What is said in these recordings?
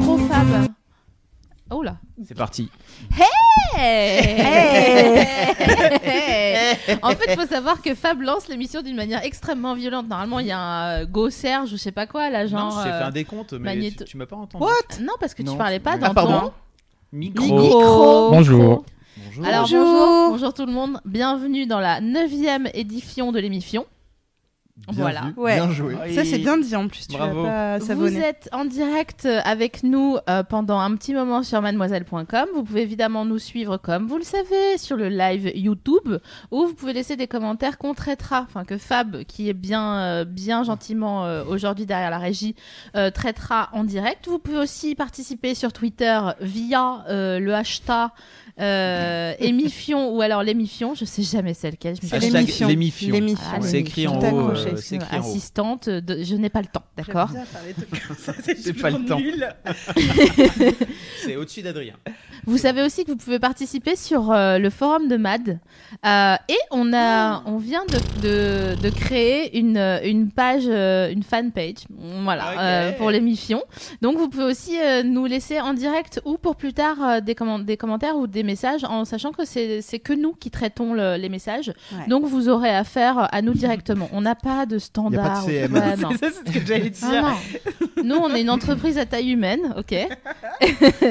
Gros fab. Oh là. C'est parti. Hey en fait, il faut savoir que Fab lance l'émission d'une manière extrêmement violente. Normalement, il y a un euh, Go Serge ou je sais pas quoi, là, genre. non, j'ai fait euh, un décompte, mais magnéto- tu, tu m'as pas entendu. Non, parce que Non. tu parlais pas Ah, dans pardon. ton Micro. Bonjour. Bonjour. Alors, Bonjour. bonjour. bonjour tout le monde. Bienvenue dans la 9 édition de l'émission. Bien voilà. vu, Ouais. Bien joué. Ça, c'est bien dit en plus. Tu Bravo. l'as pas Vous savonné. êtes en direct euh, avec nous euh, pendant un petit moment sur mademoiselle.com. Vous pouvez évidemment nous suivre comme vous le savez sur le live YouTube ou vous pouvez laisser des commentaires qu'on traitera, enfin que Fab, qui est bien, euh, bien gentiment euh, aujourd'hui derrière la régie, euh, traitera en direct. Vous pouvez aussi participer sur Twitter via euh, le hashtag euh, émifion ou alors l'émifion, je sais jamais c'est lequel. Je me suis C'est Hashtag jamais- l'émission. l'émission. L'émission. Ah, C'est l'émifion. écrit en Tout haut. accroché, euh, c'est Excuse-moi, écrit en haut. assistante, de... je n'ai pas le temps, d'accord J'aime bien faire des trucs comme ça, C'est C'est pas le toujours temps. nul. C'est au-dessus d'Adrien. Vous savez aussi que vous pouvez participer sur euh, le forum de Mad. Euh, et on, a, on vient de, de, de créer une, euh, une page, euh, une fan page, voilà, Ok. euh, pour l'émission. Donc vous pouvez aussi euh, nous laisser en direct ou pour plus tard euh, des, commen- des commentaires ou des messages en sachant que c'est c'est que nous qui traitons le- les messages. Ouais. Donc vous aurez affaire à nous directement. On n'a pas de standard. ou- CM. Ouais, non. C'est ça, c'est ce que j'allais dire. Ah, non. Nous, on est une entreprise à taille humaine, ok.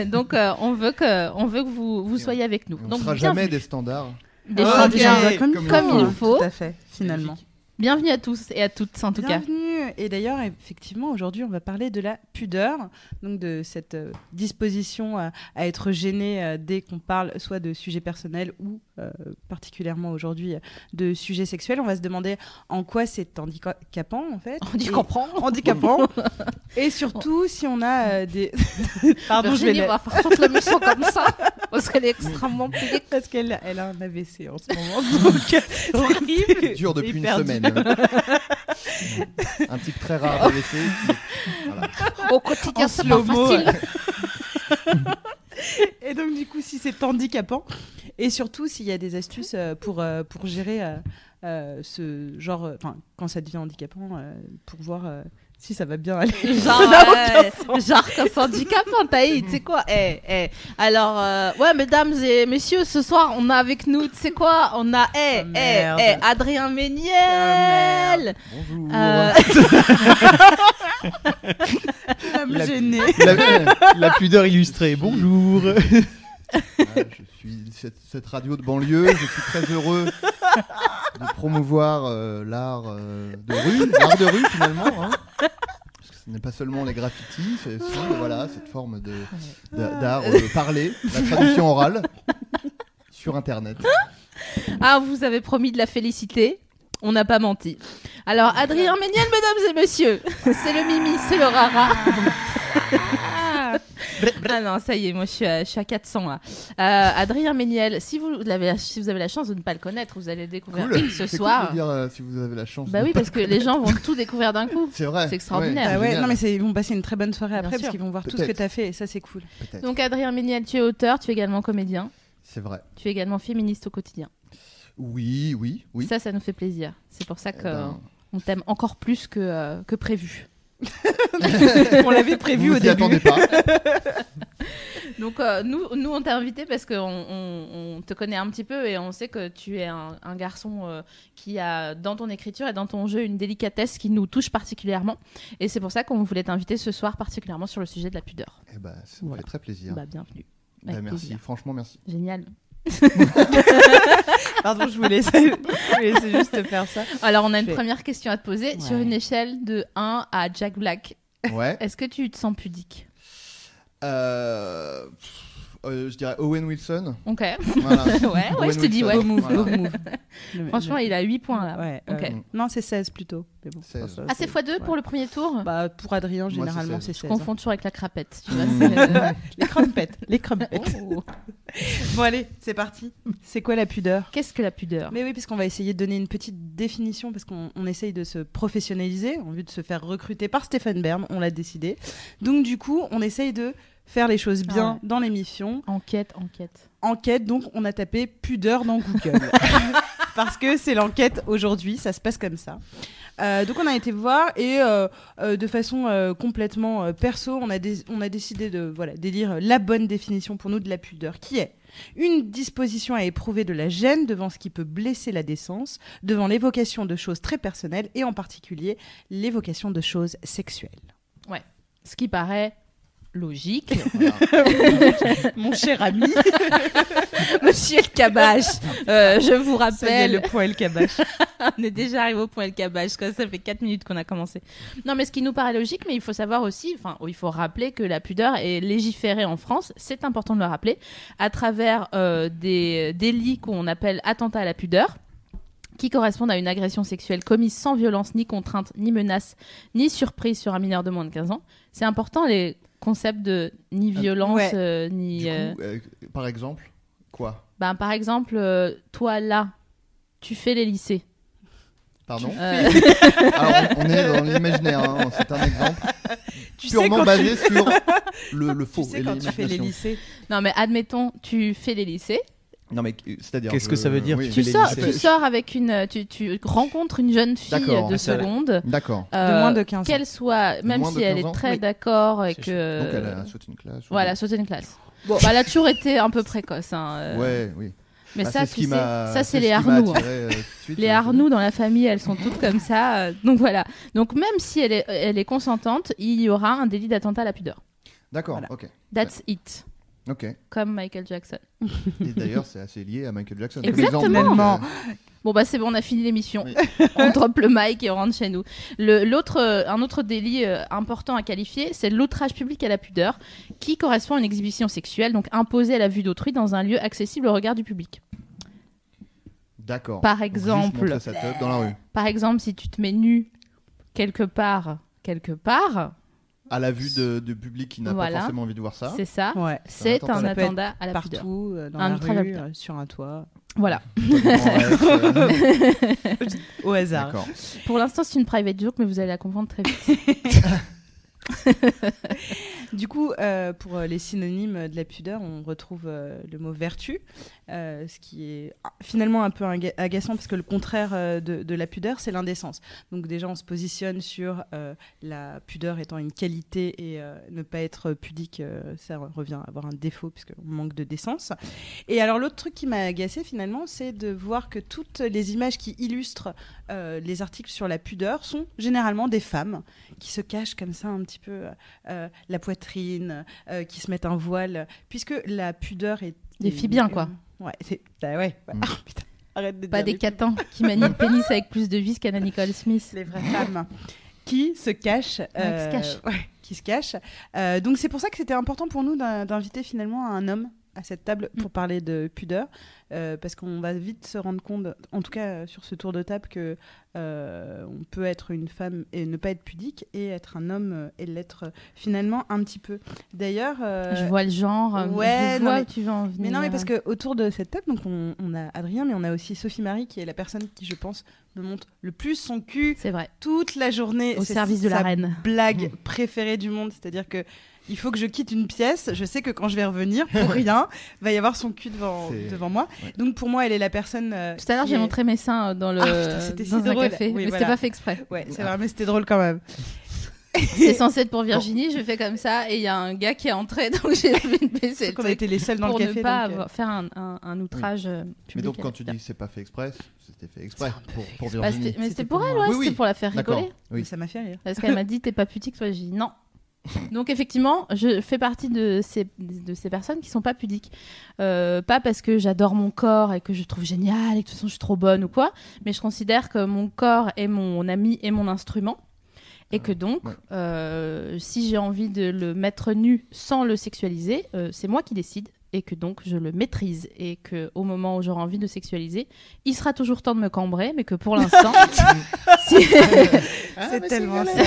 Donc, euh, on veut que, on veut que vous, vous soyez avec nous. On ne Donc, fera bien- jamais des standards. des Ok. Ah, gens- déjà, Comme comme, il faut. Tout à fait, finalement. Bienvenue à tous et à toutes, en tout cas. Bienvenue. Et d'ailleurs, effectivement, aujourd'hui, on va parler de la pudeur, donc de cette euh, disposition euh, à être gêné euh, dès qu'on parle soit de sujets personnels ou euh, particulièrement aujourd'hui euh, de sujets sexuels. On va se demander en quoi c'est handicapant, en fait. On dit Et- qu'on prend. handicapant. Et surtout, si on a euh, des. Pardon, je vais Virginie la- va faire toute l'émission comme ça, parce qu'elle est extrêmement publique. Parce qu'elle elle a un AVC en ce moment, donc euh, c'est horrible. Dur depuis une Hyper dur. semaine. Un type très rare à laisser. qui- Voilà. Au quotidien, En c'est pas slow-mo. facile. euh. Et donc du coup, si c'est handicapant, et surtout s'il y a des astuces euh, pour euh, pour gérer euh, euh, ce genre, euh, enfin quand ça devient handicapant, euh, pour voir euh, si ça va bien aller. Genre, Ça n'a aucun ouais, sens. genre quand c'est handicapant, Taï, tu sais quoi eh, eh. Alors, euh, ouais, mesdames et messieurs, ce soir, on a avec nous, tu sais quoi On a eh, Ah, eh, merde. eh, Adrien Ah, Méniel Bonjour. Euh, Ça me La- gênait. Ah, La- La pudeur illustrée. Bonjour. Ah, je suis cette, cette radio de banlieue. Je suis très heureux de promouvoir euh, l'art euh, de rue, l'art de rue finalement. hein. Parce que ce n'est pas seulement les graffitis, c'est aussi euh, voilà cette forme de d'a- d'art euh, parlé, la traduction orale sur Internet. Ah, vous avez promis de la féliciter. On n'a pas menti. Alors, Adrien Méniel, mesdames et messieurs, c'est le Mimi, c'est le Rara. ah non, ça y est, moi je suis à, je suis à 400 là. Euh, Adrien Méniel, si vous, l'avez la- si vous avez la chance de ne pas le connaître, vous allez le découvrir Cool. ce C'est cool soir. de dire, euh, si vous avez la chance. Bah de- oui, parce que les gens vont tout découvrir d'un coup. C'est vrai. C'est extraordinaire. c'est Ah ouais, génial, non mais c'est- ils vont passer une très bonne soirée Bien après sûr. parce qu'ils vont voir tout ce que Peut-être. t'as fait et ça c'est cool. peut-être. Donc Adrien Méniel, tu es auteur, tu es également comédien, C'est vrai. tu es également féministe au quotidien. Oui, oui, oui. Ça, ça nous fait plaisir. C'est pour ça qu'on ben, t'aime encore plus que, euh, que prévu. On l'avait prévu vous au vous y début. attendez pas. Donc euh, nous, nous, on t'a invité parce qu'on on, on te connaît un petit peu et on sait que tu es un, un garçon euh, qui a dans ton écriture et dans ton jeu une délicatesse qui nous touche particulièrement. Et c'est pour ça qu'on voulait t'inviter ce soir particulièrement sur le sujet de la pudeur. Eh ben, ça me Voilà. fait très plaisir. Bah, bienvenue. Bah, avec merci, plaisir. franchement merci. Génial. Pardon, je voulais, je voulais laisser juste faire ça. Alors on a une Fait. première question à te poser sur Ouais. une échelle de 1 à Jack Black. Ouais. Est-ce que tu te sens pudique Euh, pff, euh, je dirais Owen Wilson. Ok. Voilà. ouais, ouais, Owen je te dis, Wilson. ouais. move, beau move. Franchement, il a 8 points là. Ouais, Ok. ouais. Non, c'est 16 plutôt. Mais bon, 16. Ah, c'est x2 pour le premier tour Bah, pour Adrien, c'est généralement, 16. c'est Je 16. confonds toujours avec la crapette. Tu vois, Mmh. c'est, euh, Les crumpettes. Les crumpettes. oh. bon, allez, c'est parti. C'est quoi la pudeur Qu'est-ce que la pudeur Mais oui, puisqu'on va essayer de donner une petite définition, parce qu'on on essaye de se professionnaliser en vue de se faire recruter par Stéphane Bern, on l'a décidé. Donc du coup, on essaye de faire les choses Ah bien ouais. dans l'émission. Enquête, enquête. Enquête, donc on a tapé pudeur dans Google. parce que c'est l'enquête aujourd'hui, ça se passe comme ça. Euh, donc on a été voir et euh, euh, de façon euh, complètement euh, perso, on a, dé- on a décidé de voilà d'élire la bonne définition pour nous de la pudeur, qui est une disposition à éprouver de la gêne devant ce qui peut blesser la décence, devant l'évocation de choses très personnelles et en particulier l'évocation de choses sexuelles. Ce qui paraît logique. Mon cher ami, Monsieur le cabache, euh, je vous rappelle, le poil cabache. on est déjà arrivé au point le cabage. quoi. Ça fait 4 minutes qu'on a commencé. Non, mais ce qui nous paraît logique, mais il faut savoir aussi, enfin, il faut rappeler que la pudeur est légiférée en France. C'est important de le rappeler à travers euh, des délits qu'on appelle attentats à la pudeur qui correspondent à une agression sexuelle commise sans violence, ni contrainte, ni menace, ni surprise sur un mineur de moins de 15 ans. C'est important les concepts de ni Euh, violence, ouais. euh, Du ni... coup, euh, euh, par exemple, quoi ben, par exemple, euh, toi là, tu fais les lycées. Pardon Euh, Alors, on on est dans l'imaginaire, hein, c'est un exemple Tu sais purement quand basé sur le, le tu, faux tu sais et quand tu fais les l'imagination. lycées. non mais admettons, tu fais les lycées. Non, mais euh, c'est-à-dire. Qu'est-ce que je- ça veut dire, oui. Tu les sors, lycées. tu sors avec une, euh, tu, tu rencontres une jeune fille D'accord. de Ah, ça, ouais. seconde, D'accord. euh, moins de 15 ans. qu'elle soit, même moins si de elle 15 ans est très Oui. d'accord et C'est que, Donc, elle a sauté une classe. ou- Euh, voilà, sauter une classe. Bon, bah, elle a toujours été un peu précoce. hein, euh, Ouais, oui. Mais Ah, ça, c'est ce tu qui sais, m'a- ça c'est ce les qui m'a Arnoux. hein. attiré, euh, tout de suite, Les euh, Arnoux dans la famille, elles sont toutes comme ça. euh, Donc voilà. Donc même si elle est, elle est consentante, il y aura un délit d'attentat à la pudeur. D'accord, Voilà. ok. That's it. Ok. Comme Michael Jackson. Et d'ailleurs, c'est assez lié à Michael Jackson. Exactement. L'exemple, donc, euh, Bon bah c'est bon, on a fini l'émission. Oui. on drop le mic et on rentre chez nous. Le- L'autre, euh, un autre délit euh, important à qualifier, c'est l'outrage public à la pudeur, qui correspond à une exhibition sexuelle, donc imposée à la vue d'autrui dans un lieu accessible au regard du public. D'accord. Par Donc, juste exemple. montrer sa teub dans la rue. Par exemple, si tu te mets nu quelque part, quelque part, À la vue de, de public qui n'a Voilà. pas forcément envie de voir ça. c'est ça, Ouais. Ah, c'est attentat. un Ça peut être attentat à la pudeur. partout, euh, dans Un la autre rue, adaptateur. euh, sur un toit, Voilà. Totalement, ouais, c'est- euh, au hasard. D'accord. Pour l'instant, c'est une private joke, mais vous allez la comprendre très vite. Du coup, euh, pour euh, les synonymes de la pudeur, on retrouve euh, le mot vertu, euh, ce qui est ah, finalement un peu aga- agaçant parce que le contraire euh, de, de la pudeur, c'est l'indécence. Donc déjà, on se positionne sur euh, la pudeur étant une qualité et euh, ne pas être pudique, euh, ça revient à avoir un défaut puisqu'on manque de décence. Et alors l'autre truc qui m'a agacé finalement, c'est de voir que toutes les images qui illustrent euh, les articles sur la pudeur sont généralement des femmes qui se cachent comme ça un petit peu euh, euh, la poitrine, euh, qui se mettent un voile, puisque la pudeur est Des est- filles bien, quoi. Ouais, c'est bah ouais. ouais. Mm. Ah, putain, arrête de Pas dire des les- catins qui manient le pénis avec plus de vis qu'Anna Nicole Smith. les vraies femmes qui se cachent. euh, Ouais, qui se cachent. ouais, qui se cachent. Euh, donc c'est pour ça que c'était important pour nous d'in- d'inviter finalement un homme à cette table Mm. pour parler de pudeur, euh, parce qu'on va vite se rendre compte, en tout cas euh, sur ce tour de table, que euh, on peut être une femme et ne pas être pudique, et être un homme euh, et l'être euh, finalement un petit peu. D'ailleurs, euh, Je vois le genre, euh, ouais, je non, vois mais- où tu veux en venir. mais non, mais parce euh, que autour de cette table, donc on, on a Adrien, mais on a aussi Sophie Marie qui est la personne qui, je pense, me montre le plus son cul C'est vrai, toute la journée au C'est service de sa la reine. Mmh. blague préférée du monde. C'est-à-dire que il faut que je quitte une pièce. Je sais que quand je vais revenir, pour rien, va y avoir son cul devant, C'est- devant moi. ouais. Donc pour moi, elle est la personne. euh, Tout à l'heure, qui j'ai est- montré mes seins euh, dans le Ah, putain, c'était si dans un drôle. café, Oui, mais voilà. c'était pas fait exprès. Ouais, c'est Ah. vrai, mais c'était drôle quand même. C'est censé être pour Virginie, je fais comme ça et il y a un gars qui est entré, donc j'ai fait une baissée. On était les seuls dans pour le café. ne pas donc, euh, avoir- faire un, un- un outrage euh, public. Mais donc, à quand tu la dis que c'est pas fait exprès, c'était fait exprès pour, pour pudeur. Bah, Virginie. c'était- mais C'était c'était pour pour elle, moi. ouais, Oui, c'était oui. pour la faire D'accord. rigoler. mais Oui. Ça m'a fait rire. Parce qu'elle m'a dit t'es pas pudique, toi j'ai dit non. Donc effectivement, je fais partie de ces, de ces personnes qui sont pas pudiques. Euh, pas parce que j'adore mon corps et que je le trouve génial et que de toute façon je suis trop bonne ou quoi, mais je considère que mon corps est mon ami et mon instrument. Et que donc, Ouais. euh, si j'ai envie de le mettre nu sans le sexualiser, euh, c'est moi qui décide et que donc je le maîtrise et que au moment où j'aurai envie de sexualiser, il sera toujours temps de me cambrer, mais que pour l'instant, si- Ah, c'est tellement ça.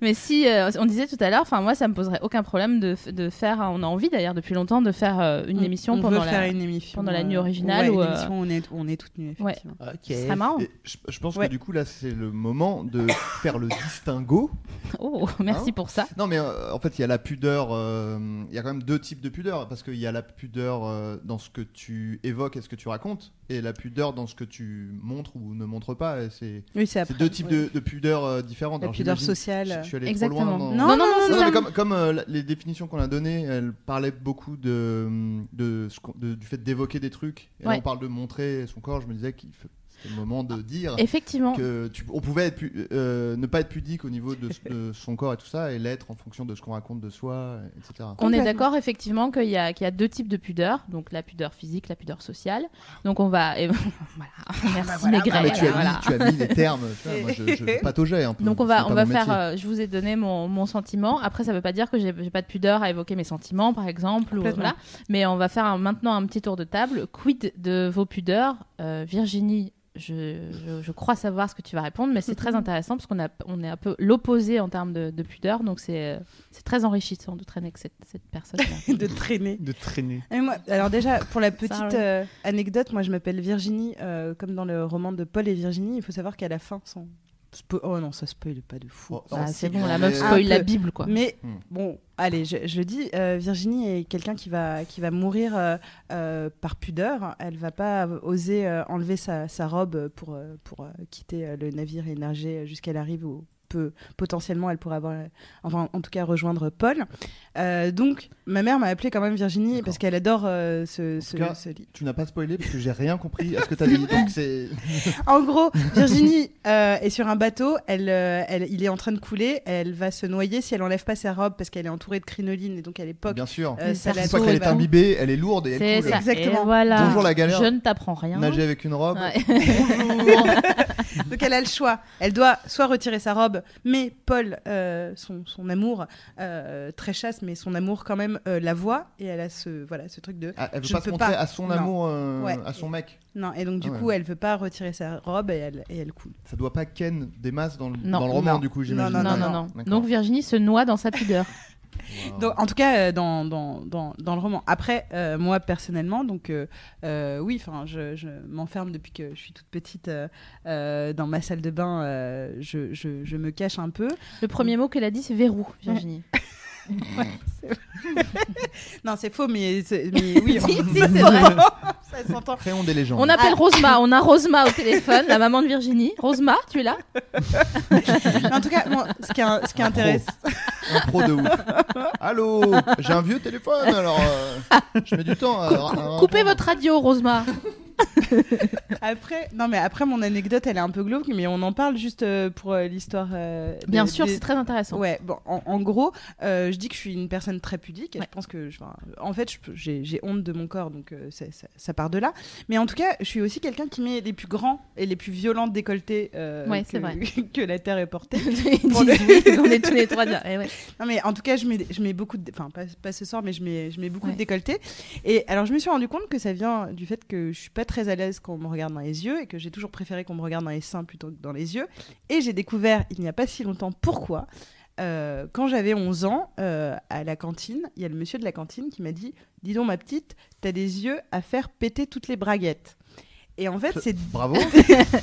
mais si euh, on disait tout à l'heure, enfin moi ça me poserait aucun problème de, f- de faire, on a envie d'ailleurs depuis longtemps de faire euh, une On- émission on pendant veut la. faire une émission, pendant la euh, nuit originale ouais, ou, une euh, émission où on est, où on est toutes nues, Ouais. effectivement. Ok. Ce serait marrant. Et je, je pense Ouais. que du coup, là, c'est le moment de faire le distinguo. Oh, Hein merci pour ça. Non, mais euh, en fait, il y a la pudeur. euh, Il y a quand même deux types de pudeur. Parce qu'il y a la pudeur euh, dans ce que tu évoques et ce que tu racontes, et la pudeur dans ce que tu montres ou ne montres pas. et C'est Oui, c'est c'est après. deux types de, de pudeur euh, différentes. La Alors, pudeur j'imagine- sociale. Je, je suis allé Exactement. trop loin. dans- Non, non, non, non, Non, c'est mais ça. comme, comme, euh, la- les définitions qu'on a données, elles parlaient beaucoup de, de ce qu'on- de- du fait d'évoquer des trucs. Et là, Ouais. on parle de montrer son corps. Je me disais qu'il fa- c'était le moment de dire Effectivement. que tu- on pouvait être pu- euh, ne pas être pudique au niveau de, de son corps et tout ça, et l'être en fonction de ce qu'on raconte de soi, etc. On est Complètement. d'accord effectivement qu'il y, a- qu'il y a deux types de pudeur, donc la pudeur physique, la pudeur sociale. Donc on va, et Ah, voilà, bah merci Maigret, Ah, mais tu, as voilà. mis, tu as mis les termes. tu vois, moi, je, je pataugeais un peu. Donc on Hum, c'est va, pas on va mon faire. métier. euh, je vous ai donné mon, mon sentiment. Après, ça ne veut pas dire que j'ai j'ai pas de pudeur à évoquer mes sentiments, par exemple, ou Complètement. voilà. Mais on va faire un- maintenant un petit tour de table. Quid de vos pudeurs, Euh, Virginie je, je- je crois savoir ce que tu vas répondre, mais c'est très intéressant parce qu'on a, on est un peu l'opposé en termes de, de pudeur, donc c'est euh, c'est très enrichissant de traîner avec cette, cette personne. euh, de traîner. De traîner. Et Ah, moi- alors déjà, pour la petite Sorry. euh, anecdote, moi je m'appelle Virginie, euh, comme dans le roman de Paul et Virginie, il faut savoir qu'à la fin, sans... spo- Oh non, ça spoil pas de fou. Ah, Oh, Bah, oh, c'est si, bon, dans la les- meuf spoil Un la peu. Bible, quoi. Mais Hmm. bon, allez, je, je le dis, euh, Virginie est quelqu'un qui va, qui va mourir euh, euh, par pudeur. Elle va pas oser euh, enlever sa, sa robe pour, euh, pour euh, quitter euh, le navire et nager jusqu'à la rive où peut, potentiellement elle pourrait avoir, euh, enfin en tout cas rejoindre Paul. Euh, donc ma mère m'a appelée quand même Virginie D'accord. parce qu'elle adore euh, ce, ce, cas- ce euh, lit. Tu n'as pas spoilé parce que j'ai rien compris à ce que tu as dit. Donc c'est. En gros, Virginie euh, est sur un bateau, elle, euh, elle, il est en train de couler, elle va se noyer si elle enlève pas sa robe parce qu'elle est entourée de crinolines et donc à l'époque. Bien sûr. euh, ça C'est la pas qu'elle est sauve. imbibée, elle est lourde et C'est elle coule. ça. Exactement. Et voilà. Bonjour la galère. Je ne t'apprends rien. Nager avec une robe. Ouais. Bonjour. Donc elle a le choix. Elle doit soit retirer sa robe, mais Paul, euh, son, son amour, euh, très chasse, mais son amour quand même euh, la voit. Et elle a ce, voilà, ce truc de... Ah, elle veut Je pas ne se peux montrer pas. à son Non. amour, euh, Ouais. à son mec. Non, et donc du Ah ouais. coup, elle veut pas retirer sa robe et elle, et elle coule. Ça doit pas ken des masses dans le, Non. dans le roman, Non. du coup, j'imagine. Non, non, Non, non. D'accord. Donc Virginie se noie dans sa pudeur. Wow. Donc, en tout cas, euh, dans, dans, dans, dans le roman. Après, euh, moi, personnellement, donc euh, euh, oui, enfin, je, je m'enferme depuis que je suis toute petite euh, euh, dans ma salle de bain. euh, je, je, je me cache un peu. Le premier mot qu'elle a dit, c'est verrou, Virginie. Non, c'est faux, mais, c'est- mais oui, Si, si, ça c'est vrai. s'entend. ça s'entend. Après, on des légendes. On appelle Rosma, on a Rosma au téléphone, la maman de Virginie. Rosma, tu es là Mais en tout cas, moi, ce qui, est- ce qui Un pro. intéresse, Un pro de ouf. Allô J'ai un vieux téléphone, alors euh, je mets du temps. à- à- à Coupez répondre. votre radio, Rosma. Après, non mais après mon anecdote, elle est un peu glauque, mais on en parle juste euh, pour euh, l'histoire. euh, Bien des- sûr, des- c'est très intéressant. Ouais, bon, en, en gros, euh, je dis que je suis une personne très pudique. et Ouais. Je pense que, je, enfin, en fait, je peux- j'ai j'ai honte de mon corps, donc euh, ça, ça- ça part de là. Mais en tout cas, je suis aussi quelqu'un qui met les plus grands et les plus violents décolletés euh, Ouais, que, c'est vrai. que la terre ait porté. Ils disent oui, on est tous les trois là. Eh ouais. Non mais en tout cas, je mets, je mets beaucoup de... Enfin, pas, pas ce soir, mais je mets, je mets beaucoup Ouais. de décolleté. Et alors, je me suis rendu compte que ça vient du fait que je suis pas très à l'aise quand on me regarde dans les yeux et que j'ai toujours préféré qu'on me regarde dans les seins plutôt que dans les yeux. Et j'ai découvert, il n'y a pas si longtemps, pourquoi. Euh, quand j'avais 11 ans, euh, à la cantine, il y a le monsieur de la cantine qui m'a dit « Dis donc, ma petite, t'as des yeux à faire péter toutes les braguettes. » Et en fait, c'est Bravo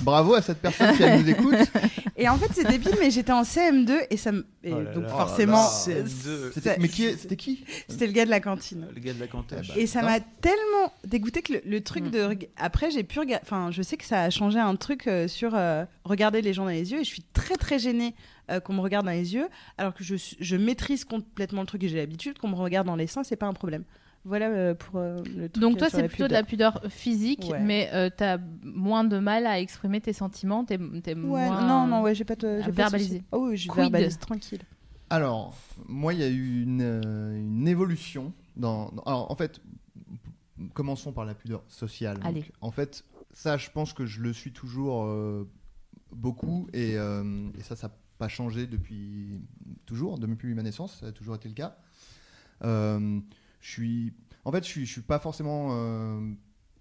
Bravo à cette personne qui elle nous écoute. et en fait c'est débile, mais j'étais en CM2 et ça me et Oh là donc là. forcément Oh là là. CM2. C'était- ça- Mais qui est- c'était qui c'était le gars de la cantine. Le gars de la cantine. Ah bah. Et ça m'a tellement dégoûté que le, le truc de. reg- Après, j'ai pu. rega- Enfin, je sais que ça a changé un truc euh, sur euh, regarder les gens dans les yeux et je suis très très gênée euh, qu'on me regarde dans les yeux alors que je, suis- je maîtrise complètement le truc et j'ai l'habitude qu'on me regarde dans les seins, c'est pas un problème. Voilà euh, pour euh, le truc. Donc euh, toi, sur c'est la plutôt de pudeur. la pudeur physique, Ouais. mais euh, t'as moins de mal à exprimer tes sentiments, t'es t'es Ouais, moins... non, non, ouais, j'ai pas de. à j'ai pas de soucis. verbaliser. Oh, oui, je Quid. verbalise, tranquille. Alors, moi, il y a eu une, euh, une évolution. Dans, dans- alors, en fait, commençons par la pudeur sociale. Allez. Donc, en fait, ça, je pense que je le suis toujours euh, beaucoup. Et, euh, et ça, ça n'a pas changé depuis toujours, depuis ma naissance. Ça a toujours été le cas. Euh, je suis. En fait, je suis, je suis pas forcément euh,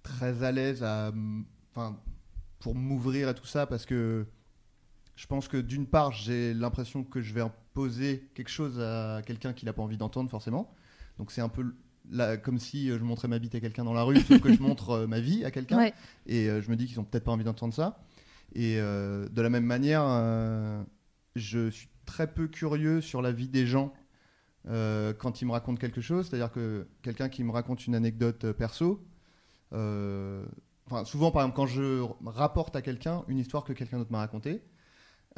très à l'aise à, enfin, pour m'ouvrir à tout ça parce que je pense que d'une part, j'ai l'impression que je vais imposer quelque chose à quelqu'un qui n'a pas envie d'entendre forcément. Donc c'est un peu là, comme si je montrais ma bite à quelqu'un dans la rue, sauf que je montre euh, ma vie à quelqu'un. Ouais. Et euh, je me dis qu'ils ont peut-être pas envie d'entendre ça. Et euh, de la même manière, euh, je suis très peu curieux sur la vie des gens euh, quand ils me racontent quelque chose. C'est-à-dire que quelqu'un qui me raconte une anecdote euh, perso, euh, enfin souvent par exemple quand je r- rapporte à quelqu'un une histoire que quelqu'un d'autre m'a racontée,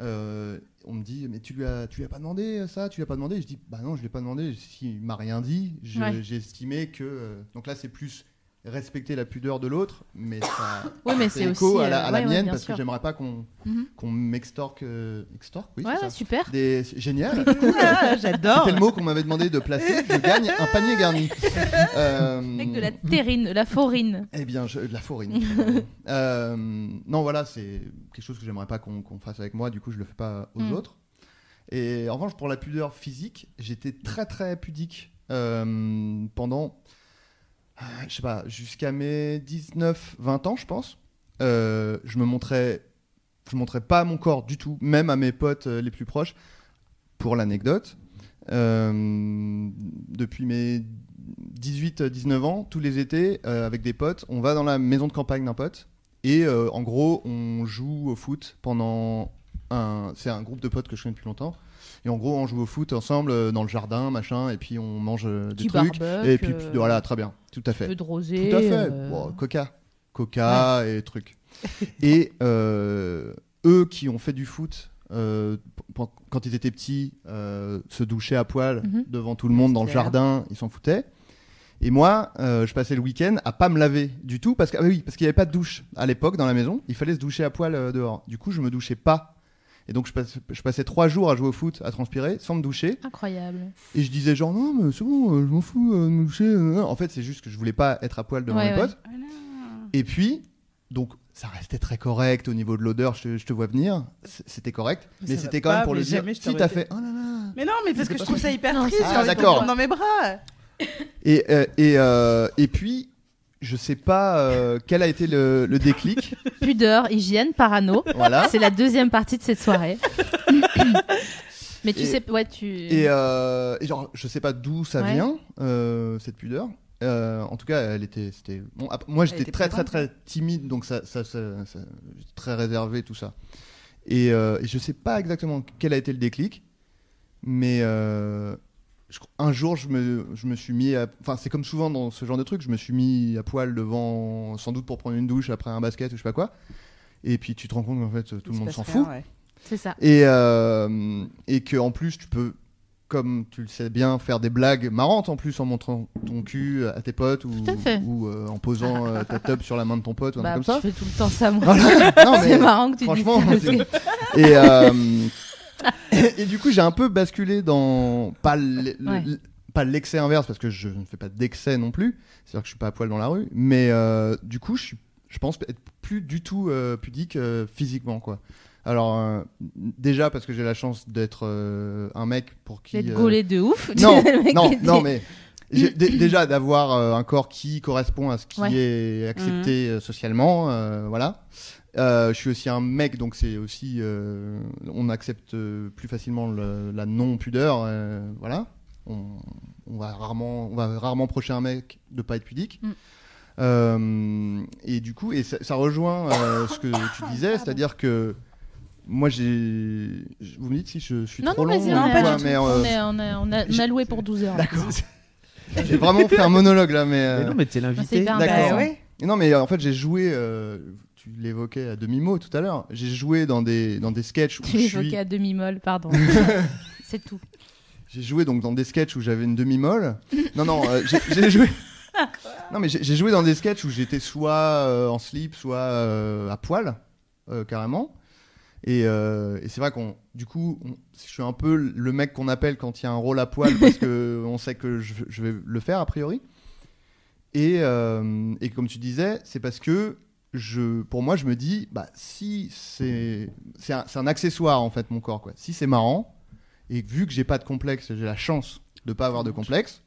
euh, on me dit mais tu lui as, tu lui as pas demandé euh, ça, tu lui as pas demandé. Et je dis bah non, je lui ai pas demandé. S'il m'a rien dit, je- j'ai Ouais. estimé que euh, donc là c'est plus respecter la pudeur de l'autre, mais ça Oui, mais fait c'est écho aussi, à la, à euh, la ouais, ouais, mienne bien parce sûr. que j'aimerais pas qu'on Mhm. qu'on m'extorque euh, extorque oui ouais, c'est ouais, ça. super. Des- c'est génial Ah, J'adore. c'était le mot qu'on m'avait demandé de placer je gagne un panier garni Euh, Avec de la terrine, de la forine. eh bien, je- de la faurine. pardon. Euh, non, voilà, c'est quelque chose que j'aimerais pas qu'on qu'on fasse avec moi, du coup, je le fais pas aux Mm. autres. Et en revanche, pour la pudeur physique, j'étais très très pudique euh, pendant, euh, je sais pas, jusqu'à mes 19-20 ans, je pense. Euh, je me montrais, je montrais pas mon corps du tout, même à mes potes euh, les plus proches. Pour l'anecdote, euh, depuis mes 18-19 ans, tous les étés, euh, avec des potes, on va dans la maison de campagne d'un pote. Et euh, en gros, on joue au foot pendant un. C'est un groupe de potes que je connais depuis longtemps. Et en gros, on joue au foot ensemble euh, dans le jardin, machin, et puis on mange euh, des Petit trucs. barbecue, Et puis euh, voilà, très bien, tout à fait. peu de rosé. Tout à fait. euh, Bon, coca. Coca et trucs. et euh, eux qui ont fait du foot euh, p- p- quand ils étaient petits, euh, se douchaient à poil Mhm. devant tout le monde dans le Vestiaire. jardin, ils s'en foutaient. Et moi, euh, je passais le week-end à pas me laver du tout parce que- ah oui, parce qu'il n'y avait pas de douche à l'époque dans la maison. Il fallait se doucher à poil euh, dehors. Du coup, je me douchais pas. Et donc, je passais, je passais trois jours à jouer au foot, à transpirer, sans me doucher. Incroyable. Et je disais genre non mais c'est bon, euh, je m'en fous, euh, de me doucher, euh, non. En fait c'est juste que je voulais pas être à poil devant Ouais, mes ouais. potes. Et puis donc ça restait très correct au niveau de l'odeur, je, te- je te vois venir, c- c'était correct. Mais Mais ça c'était va pas, correct pour mais le dire. jamais je Si t'aurais t'as fait- fait oh là là. Mais non, mais parce que je trouve ça hyper Non, triste. c'est- j'ai envie de Ah, d'accord. prendre Dans mes bras. Et euh, et euh, et puis je sais pas euh, quel a été le, le déclic. Pudeur, hygiène, parano. voilà. C'est la deuxième partie de cette soirée. Mais tu Et- sais, ouais, tu. Et, euh, et genre, je sais pas d'où ça Ouais. vient, euh, cette pudeur. Euh, en tout cas, elle était, c'était. bon, ap- moi, j'étais était très, très, présente, très timide, donc ça, ça, ça- ça- j'étais très réservé, tout ça. Et, euh, et je sais pas exactement quel a été le déclic, mais euh, je- un jour, je me, je me suis mis. à- Enfin, c'est comme souvent dans ce genre de truc, je me suis mis à poil devant, sans doute pour prendre une douche après un basket ou je sais pas quoi. Et puis tu te rends compte qu'en fait, tout le monde s'en fout. C'est ça. Et, euh, et que en plus, tu peux, comme tu le sais bien, faire des blagues marrantes en plus en montrant ton cul à tes potes ou, Tout à fait. ou, euh, en posant euh, ta tub sur la main de ton pote ou un Bah, truc je comme ça. fais tout le temps ça, moi. Voilà. Non, mais C'est marrant que tu dises franchement, ça. parce que- c'est- et, euh, et, et du coup, j'ai un peu basculé dans pas l- l- Ouais. l- pas l'excès inverse parce que je ne fais pas d'excès non plus. C'est-à-dire que je suis pas à poil dans la rue, mais euh, du coup, je suis, je pense être plus du tout euh, pudique euh, physiquement, quoi. Alors euh, déjà parce que j'ai la chance d'être euh, un mec pour qui D'être euh, gaulé de ouf. non, Le mec non, qui dit- non, mais j'ai- dé- déjà d'avoir euh, un corps qui correspond à ce qui Ouais. Mm. est accepté euh, socialement, euh, voilà. Euh, je suis aussi un mec, donc c'est aussi euh, on accepte euh, plus facilement le- la non pudeur, voilà. On, on va rarement, on va rarement procher un mec de pas être pudique. Mm. Euh, et du coup, et ça, ça rejoint euh, ce que tu disais, c'est-à-dire que moi j'ai, vous me dites si je suis Non, trop non, long, vas-y, on, ou est- quoi, mais, euh, on, est- on est- on a, on a j'ai- loué pour 12 heures. là. D'accord. j'ai vraiment fait un monologue là, mais. euh, Mais non, mais t'es C'est l'invité. hyper D'accord. intéressant. Bah, ouais. non, mais euh, en fait, j'ai joué. euh, tu l'évoquais à demi-mot tout à l'heure. J'ai joué dans des, dans des sketchs où Tu je l'évoquais suis- à demi-molle, pardon. C'est tout. J'ai joué donc dans des sketchs où j'avais une demi-molle. Non, non, euh, j'ai- j'ai joué. Non, mais j'ai j'ai joué dans des sketchs où j'étais soit euh, en slip, soit euh, à poil, euh, carrément. Et, euh, et c'est vrai qu'on, du coup, on- je suis un peu le mec qu'on appelle quand il y a un rôle à poil parce que on sait que je, je vais le faire a priori. Et, euh, et comme tu disais, c'est parce que je, pour moi, je me dis, bah si c'est, c'est un, c'est un accessoire en fait mon corps quoi. Si c'est marrant, et vu que j'ai pas de complexe, j'ai la chance de pas avoir de complexe.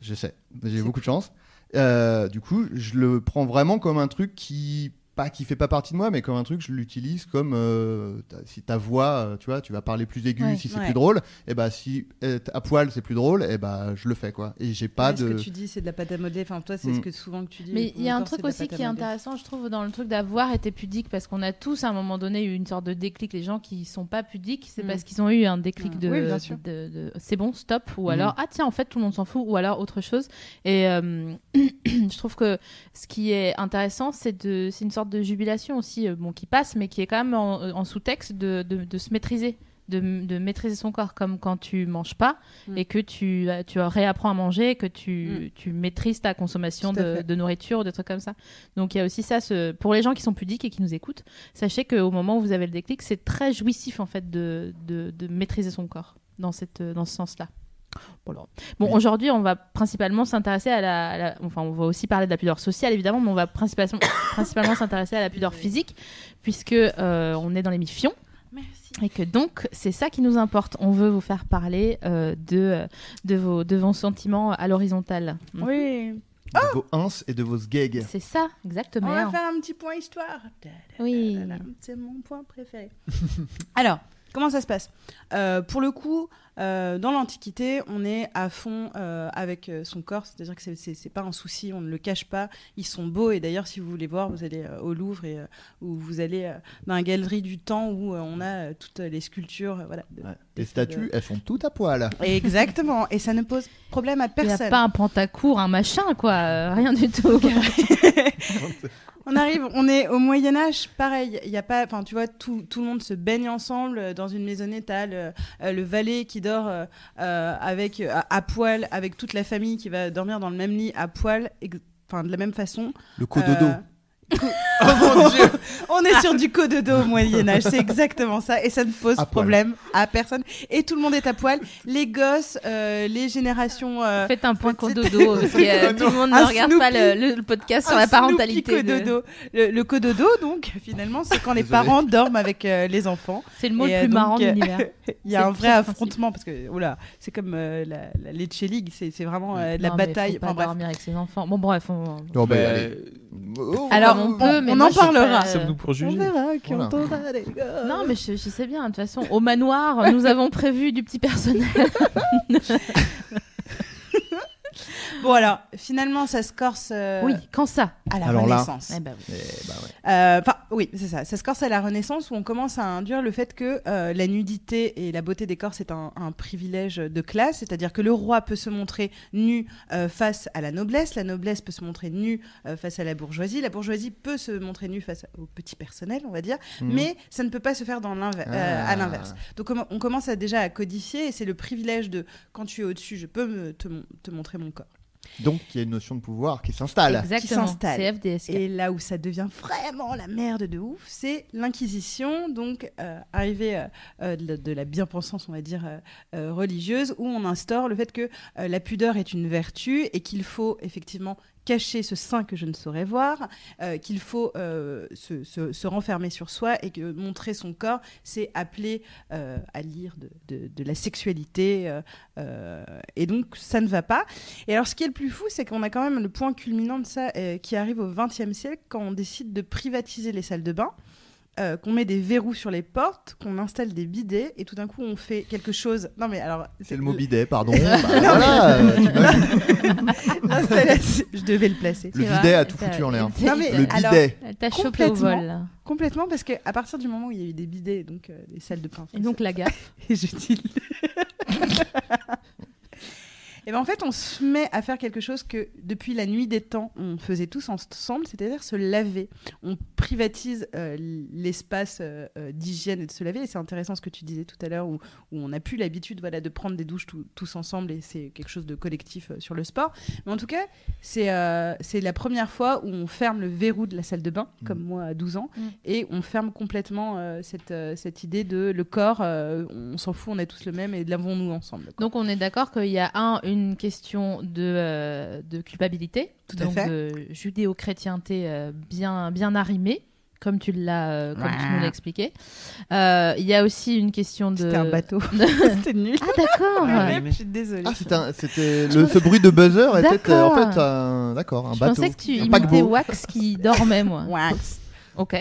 Je sais, j'ai beaucoup de chance. Euh, du coup, je le prends vraiment comme un truc qui pas qui fait pas partie de moi, mais comme un truc, je l'utilise comme euh, ta- si ta voix, euh, tu vois, tu vas parler plus aigu, Ouais. si c'est Ouais. plus drôle, et bah si euh, à poil c'est plus drôle, et bah je le fais quoi. Et j'ai pas Mais Ce de. que tu dis, c'est de la pâte à modeler. Enfin, toi, c'est Mm. ce que souvent que tu dis. Mais il y a Ou un encore, truc c'est de la aussi pâte à qui est modeler. intéressant, je trouve, dans le truc d'avoir été pudique, parce qu'on a tous à un moment donné eu une sorte de déclic. Les gens qui sont pas pudiques, c'est Mm. parce qu'ils ont eu un déclic Mm. de, Oui, bien sûr. de- de- c'est bon, stop, ou Mm. alors ah tiens, en fait tout le monde s'en fout, ou alors autre chose. Et euh, je trouve que ce qui est intéressant, c'est de, c'est une sorte de jubilation aussi, euh, bon, qui passe, mais qui est quand même en, euh, en sous-texte de, de- de se maîtriser. De, de maîtriser son corps comme quand tu manges pas Mm. et que tu, euh, tu réapprends à manger et que tu, Mm. tu maîtrises ta consommation Tout à de, fait. de nourriture ou des trucs comme ça. Donc il y a aussi ça, ce- pour les gens qui sont pudiques et qui nous écoutent, sachez qu'au moment où vous avez le déclic, c'est très jouissif en fait de, de, de maîtriser son corps dans, cette, dans ce sens-là. Voilà. Bon, Oui. aujourd'hui, on va principalement s'intéresser à la, à la- Enfin, on va aussi parler de la pudeur sociale, évidemment, mais on va principalement, principalement s'intéresser à la pudeur physique, puisque euh, on est dans l'émission. Merci. Et que donc, c'est ça qui nous importe. On veut vous faire parler euh, de, de, vos, de vos sentiments à l'horizontale. Oui. de vos ins et de vos gags. C'est ça, exactement. On va faire Euh, un petit point histoire. Da, da, Oui. da, da, da. C'est mon point préféré. Alors, comment ça se passe Euh, Pour le coup, euh, dans l'Antiquité, on est à fond euh, avec euh, son corps, c'est-à-dire que c'est- c'est c'est pas un souci, on ne le cache pas. Ils sont beaux et d'ailleurs, si vous voulez voir, vous allez euh, au Louvre et euh, ou vous allez euh, dans la galerie du temps où euh, on a euh, toutes les sculptures, euh, voilà. de- Ouais. des Les statues, elles sont toutes à poil. Exactement, et ça ne pose problème à Il n'y personne. a pas un pantacourt, un machin, quoi. euh, rien du tout. On arrive, on est au Moyen Âge, pareil. Il y a pas, enfin, tu vois, tout, tout le monde se baigne ensemble euh, dans une maisonnée. T'as le, euh, le valet qui dort euh, euh, avec euh, à, à poil, avec toute la famille qui va dormir dans le même lit à poil, ex- enfin de la même façon. Le cododo. Euh, co- oh mon dieu On est sur du cododo au Moyen Âge, c'est exactement ça, et ça ne pose À poil. problème à personne. Et tout le monde est à poil, les gosses, euh, les générations. euh, Faites un point Faites- cododo, parce que euh, tout le monde ne Un regarde Snoopy. pas le, le- le podcast sur un la Snoopy parentalité. de- cododo. Le, le cododo, donc, finalement, c'est quand les Désolé. parents dorment avec euh, les enfants. C'est le mot Et, le plus euh, donc, marrant de euh, l'univers. Il y a C'est un le vrai pire principe. affrontement parce que oula, c'est comme euh, la, la Lecce League, c'est c'est vraiment euh, de la Non, mais bataille. faut pas Enfin, bref. dormir avec ses enfants. Bon, bref, on. Non, bah, Bah, allez. Oh, Alors, on on, peut, mais on moi, en je sais pas, parlera. euh, Sommes-nous pour On juger verra qui Voilà. entendra les gars. Non, mais je, je sais bien, de toute façon, au manoir, nous avons prévu du petit personnel. Bon alors, finalement, ça se corse euh, Oui, quand ça à la Alors là. Renaissance. Eh ben oui. Eh bah ouais. Euh, Enfin, oui, c'est ça. Ça se corse à la Renaissance où on commence à induire le fait que euh, la nudité et la beauté des corps, c'est un, un privilège de classe, c'est-à-dire que le roi peut se montrer nu euh, face à la noblesse, la noblesse peut se montrer nue euh, face à la bourgeoisie, la bourgeoisie peut se montrer nue face au petit personnel, on va dire, Mhm. mais ça ne peut pas se faire dans l'inver- euh, Ah. à l'inverse. Donc on, on commence à, déjà à codifier et c'est le privilège de quand tu es au-dessus, je peux me- te, mon- te montrer mon corps. Donc il y a une notion de pouvoir qui s'installe. Exactement, s'installe. c'est FDSK. Et là où ça devient vraiment la merde de ouf, c'est l'Inquisition, donc euh, arrivée euh, euh, de, de la bien-pensance, on va dire, euh, euh, religieuse, où on instaure le fait que euh, la pudeur est une vertu et qu'il faut effectivement cacher ce sein que je ne saurais voir, euh, qu'il faut euh, se, se- se renfermer sur soi et que montrer son corps, c'est appeler euh, à lire de, de- de la sexualité. euh, euh, et donc, ça ne va pas. Et alors, ce qui est le plus fou, c'est qu'on a quand même le point culminant de ça euh, qui arrive au XXe siècle quand on décide de privatiser les salles de bain, euh, qu'on met des verrous sur les portes, qu'on installe des bidets et tout d'un coup, on fait quelque chose. Non, mais alors. C'est le mot bidet, pardon. Bah, voilà, euh, t'imagines, L'installation- Je devais le placer. le Tu vois, bidet a tout t'as- foutu en l'air. Non, mais, Le alors- bidet. Elle t'a chopé au euh, Complètement. vol. Complètement, parce qu'à partir du moment où il y a eu des bidets, donc euh, les salles de bain. Et donc la gaffe. Et je dis. Et ben en fait, on se met à faire quelque chose que depuis la nuit des temps, on faisait tous ensemble, c'est-à-dire se laver. On privatise euh, l'espace euh, euh, d'hygiène et de se laver. Et c'est intéressant ce que tu disais tout à l'heure, où, où on n'a plus l'habitude voilà, de prendre des douches tout- tous ensemble, et c'est quelque chose de collectif euh, sur le sport. Mais en tout cas, c'est euh, c'est la première fois où on ferme le verrou de la salle de bain, Mhm. comme moi à 12 ans, Mhm. et on ferme complètement euh, cette, euh, cette idée de le corps, euh, on s'en fout, on est tous le même et lavons-nous ensemble. quoi. Donc on est d'accord qu'il y a un, une question de, euh, de culpabilité, Tout à donc fait. de judéo-chrétienté euh, bien, bien arrimée, comme tu l'as, euh, comme tu nous l'as expliqué. Euh, Il y a aussi une question de. C'était un bateau. C'était nul. Ah d'accord. Ouais, Je suis désolée. Ah, c'est un- c'était le- ce bruit de buzzer était euh, en D'accord. fait un d'accord un Je bateau. pensais que tu un imitais paquebot. Wax qui dormait, moi. Wax. Ok.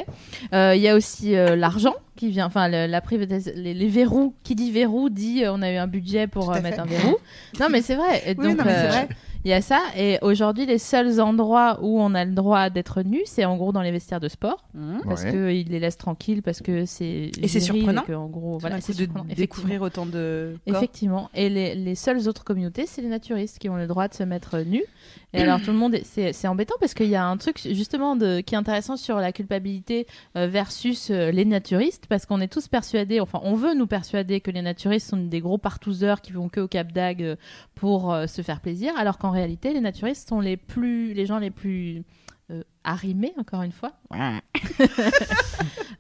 Euh, Il y a aussi euh, l'argent qui vient, enfin le- la privatis- les, les verrous. Qui dit verrou dit euh, on a eu un budget pour Tout à euh, fait. mettre un verrou. non mais c'est vrai. Et Oui, donc non, mais c'est euh, vrai. il y a ça. Et aujourd'hui les seuls endroits où on a le droit d'être nu, c'est en gros dans les vestiaires de sport parce Ouais. que ils les laissent tranquilles parce que c'est Et c'est viril surprenant. que, en gros voilà Voilà, c'est c'est de surprenant, découvrir autant de. corps. Effectivement. Et les, les seules autres communautés, c'est les naturistes qui ont le droit de se mettre euh, nus. Et alors tout le monde, est- c'est c'est embêtant parce qu'il y a un truc justement de, qui est intéressant sur la culpabilité euh, versus euh, les naturistes parce qu'on est tous persuadés, enfin on veut nous persuader que les naturistes sont des gros partouzeurs qui vont que au Cap d'Agde euh, pour euh, se faire plaisir, alors qu'en réalité les naturistes sont les plus, les gens les plus euh, arrimés encore une fois.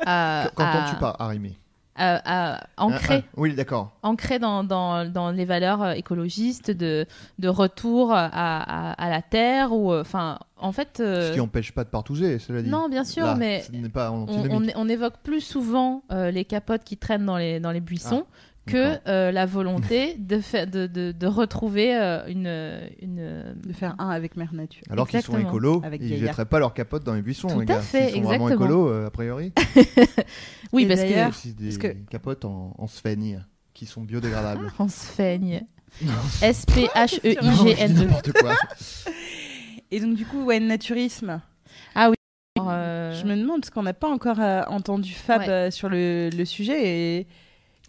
à- Qu'entends-tu à- pas, Arimi à- à ancrer Ah, ah, Oui, d'accord. ancré dans, dans, dans les valeurs euh, écologistes de, de retour à, à, à la terre ou euh, enfin en fait euh, Ce qui empêche pas de partouzer, cela dit. non bien sûr Là, mais ce n'est pas on, en antinomique. on- on évoque plus souvent euh, les capotes qui traînent dans les, dans les buissons que Ah, d'accord. euh, la volonté de, faire de, de, de retrouver euh, une, une De faire un avec Mère Nature. Ah. Alors qu'ils sont Exactement. écolos, Avec ils Gaillard. jetteraient pas leur capote dans les buissons, Tout les à gars. fait, S'ils sont vraiment exactement. écolos, euh, a priori. oui Et parce que d'ailleurs- aussi des parce que- capotes en, en sphaigne qui sont biodégradables. on se feigne S P H E Non, I G je dis N E n'importe quoi. Et donc, du coup, ouais, le naturisme. Euh, Je me demande, parce qu'on n'a pas encore euh, entendu Fab Ouais. euh, sur le, le sujet. Et,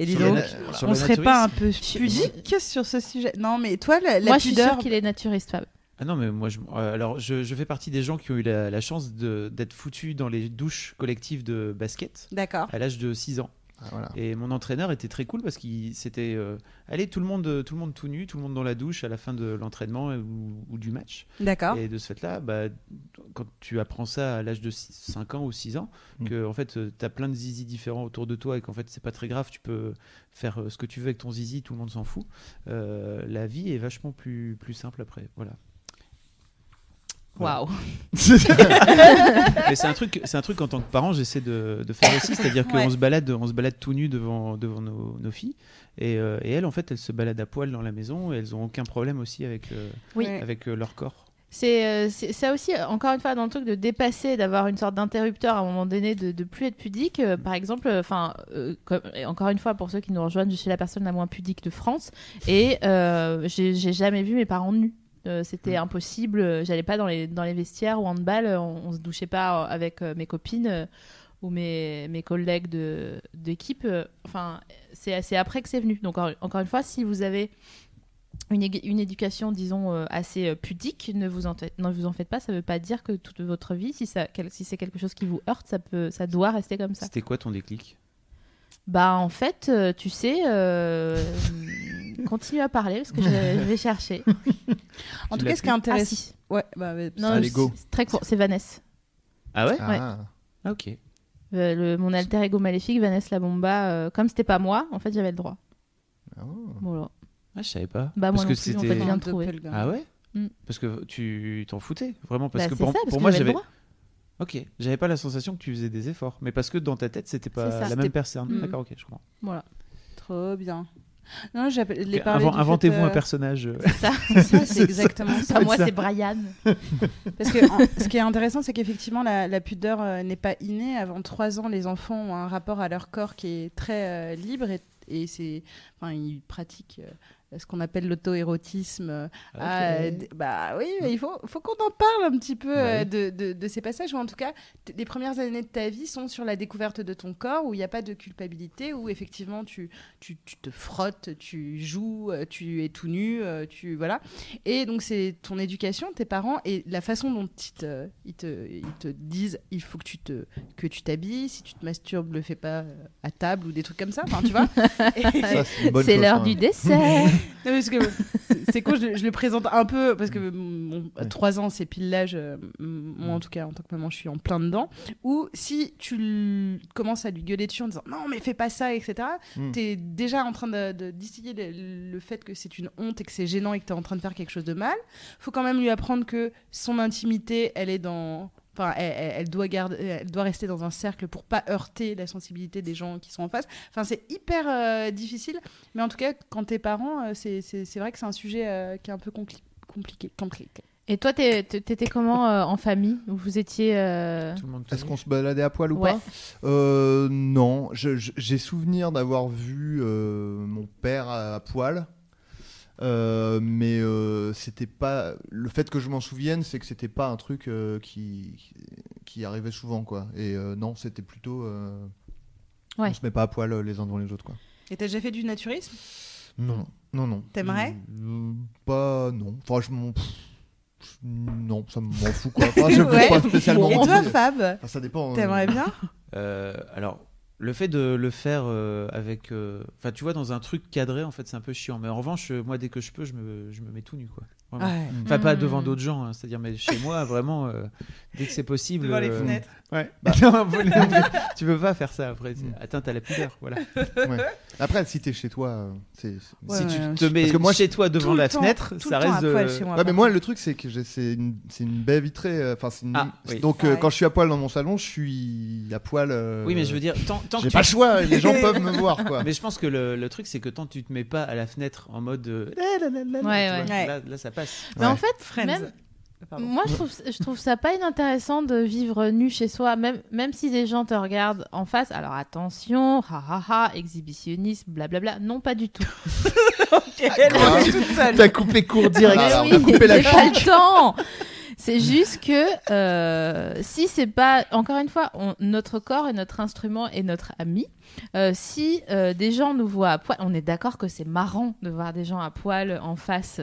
et dis Sur le donc, na- sur on le serait pas un naturisme peu pudique sur ce sujet Non, mais toi, la, la Euh, moi je suis pudeur. sûre qu'il est naturiste Fab Ah non, mais moi, je, euh, alors, je, je fais partie des gens qui ont eu la, la chance de- d'être foutus dans les douches collectives de basket D'accord. à l'âge de 6 ans. Ah, voilà. Et mon entraîneur était très cool parce qu'il c'était euh, allez tout le monde tout le monde tout nu, tout le monde dans la douche à la fin de l'entraînement euh, ou, ou du match. D'accord. Et de ce fait-là, bah, quand tu apprends ça à l'âge de 5 ans ou 6 ans, Mm. que en fait tu as plein de zizi différents autour de toi et qu'en fait c'est pas très grave, tu peux faire euh, ce que tu veux avec ton zizi, tout le monde s'en fout. euh, la vie est vachement plus plus simple après. Voilà. Voilà. waouh Mais c'est un truc, c'est un truc en tant que parent, j'essaie de, de faire aussi, c'est-à-dire qu'on Ouais. se balade, on se balade tout nu devant devant nos, nos filles, et, euh, et elles en fait, elles se baladent à poil dans la maison, et elles ont aucun problème aussi avec euh, oui Ouais. avec euh, leur corps. C'est euh, c'est- ça aussi, euh, encore une fois, dans le truc de dépasser, d'avoir une sorte d'interrupteur à un moment donné, de, de plus être pudique. Euh, par exemple, enfin, euh, encore une fois, pour ceux qui nous rejoignent, je suis la personne la moins pudique de France et euh, j'ai j'ai jamais vu mes parents nus. Euh, C'était impossible. Euh, J'allais pas dans les, dans les vestiaires ou handball. euh, On, on se douchait pas euh, avec euh, mes copines euh, ou mes, mes collègues de- d'équipe. euh, Enfin, c'est c'est après que c'est venu. Donc, en- encore une fois, si vous avez une, ég- une éducation, disons, euh, assez euh, pudique, ne vous, en faites, ne vous en faites pas. Ça ne veut pas dire que toute votre vie, si, ça, quel- si c'est quelque chose qui vous heurte, ça, peut, ça doit rester comme ça. C'était quoi ton déclic Bah, en fait, euh, tu sais, euh, continue à parler parce que je, je vais chercher. En Tu tout l'as cas, ce qui est plus intéressant. Ah, si. Ouais, bah, ouais, Non, Allez, je- go. c'est très court, c'est Vanessa. Ah ouais Ah, Ah ok. Euh, le- mon alter ego maléfique, Vanessa la bomba, euh, comme c'était pas moi, en fait, j'avais le droit. oh. Voilà. Ah je savais pas. Bah, moi parce non que plus, en c'était. fait, bien un trouvé. doppelganger. Ah ouais. Mm. Parce que tu t'en foutais vraiment parce Bah, que c'est pour, ça, parce pour que moi j'avais le j'avais. droit. Ok, j'avais pas la sensation que tu faisais des efforts, mais parce que dans ta tête c'était C'est pas ça. la C'était- même personne. Mm. D'accord, ok, je comprends. Voilà. Trop bien. Non, j'appelle les Ok, parler invent- du fait, Inventez-vous euh, un personnage. euh, Ça, Ça, c'est exactement ça. ça moi, c'est Brian. Parce que en- ce qui est intéressant, c'est qu'effectivement, la, la pudeur euh, n'est pas innée. Avant 3 ans, les enfants ont un rapport à leur corps qui est très euh, libre et, et c'est, enfin, ils pratiquent euh, ce qu'on appelle l'auto-érotisme. euh, Ah, à, euh, d- bah oui, mais il faut, faut qu'on en parle un petit peu Ah, Bah euh, oui. de, de- de ces passages où en tout cas, t- les premières années de ta vie sont sur la découverte de ton corps, où il n'y a pas de culpabilité, où effectivement tu, tu, tu te frottes, tu joues, euh, tu es tout nu, euh, tu voilà. Et donc c'est ton éducation, tes parents et la façon dont ils te, ils te, ils te disent il faut que tu te que tu t'habilles, si tu te masturbes, le fais pas euh, à table ou des trucs comme ça, enfin tu vois. Et- Ça, c'est une bonne C'est chose, l'heure hein. du dessert. non, parce que c'est- c'est con, je, le- je le présente un peu parce que mon, Ouais. 3 ans, c'est pile l'âge. euh, m- Moi, en tout cas, en tant que maman, je suis en plein dedans. Ou si tu l- commences à lui gueuler dessus en disant non, mais fais pas ça, etc., Mm. t'es déjà en train de, de distiller le, le fait que c'est une honte et que c'est gênant et que t'es en train de faire quelque chose de mal. Faut quand même lui apprendre que son intimité, elle est dans Enfin, elle, elle- elle doit garder, elle doit rester dans un cercle pour pas heurter la sensibilité des gens qui sont en face. Enfin, c'est hyper euh, difficile. Mais en tout cas, quand t'es parent, euh, c'est, c'est, c'est vrai que c'est un sujet euh, qui est un peu compli- compliqué. compliqué. Et toi, t'es- t'es- t'étais comment euh, en famille Vous étiez. euh, Tout le monde Est-ce tenu. qu'on se baladait à poil ou Ouais. pas Euh, Non, Je- je- j'ai souvenir d'avoir vu euh, mon père à, à poil. Euh, mais euh, c'était pas le fait que je m'en souvienne, c'est que c'était pas un truc euh, qui qui arrivait souvent quoi. Et euh, non, c'était plutôt euh, Ouais. on se met pas à poil euh, les uns dans les autres quoi. Et t'as déjà fait du naturisme Non, non, non. T'aimerais Euh, Pas non. Enfin, je m'en- pff, je- non, ça m'en fout quoi. Enfin, je Ouais. pas spécialement. Et toi, envie. Fab Enfin, ça dépend. euh, T'aimerais bien Euh, alors, le fait de le faire euh, avec. euh, Enfin, tu vois, dans un truc cadré, en fait, c'est un peu chiant. Mais en revanche, euh, moi, dès que je peux, je me, je me mets tout nu, quoi. Vraiment. Ouais. Enfin, pas Mm. devant d'autres gens, hein, c'est-à-dire, mais chez moi, vraiment, euh, dès que c'est possible. Devant les euh, fenêtres. Ouais. Bah, non, vous- tu peux pas faire ça après. c'est Mm. Atteinte à la pudeur, voilà. Après, si t'es chez toi, euh, c'est. c'est- Ouais, si ouais, tu ouais. te mets que moi, chez toi devant le la temps- fenêtre, tout ça le temps reste. à poil euh, chez moi. Ouais, mais moi, le truc, c'est que j'ai- c'est une, c'est une baie vitrée. euh, Enfin, c'est une- Ah, oui. Donc, euh, Ouais. quand je suis à poil dans mon salon, je suis à poil. euh, Oui, mais je veux dire, tant, tant que J'ai tu- pas le choix, les gens peuvent me voir, quoi. Mais je pense que le, le truc, c'est que tant que tu te mets pas à la fenêtre en mode. euh, la, la, la, la, tu Ouais, vois, ouais. Là, là, ça passe. Mais en Ouais. fait, Friends. Ah, Même- Pardon. Moi, je trouve, je trouve ça pas inintéressant de vivre nu chez soi, même, même si les gens te regardent en face. Alors attention, ha ha ha, exhibitionnisme, blablabla. Non, pas du tout. Elle est toute seule. T'as coupé court direct. Ah, Mais là, on oui, a coupé la j'ai pas le temps. C'est juste que euh, si c'est pas, encore une fois, on- notre corps est notre instrument et notre ami. Euh, si euh, des gens nous voient à poil, on est d'accord que c'est marrant de voir des gens à poil en face.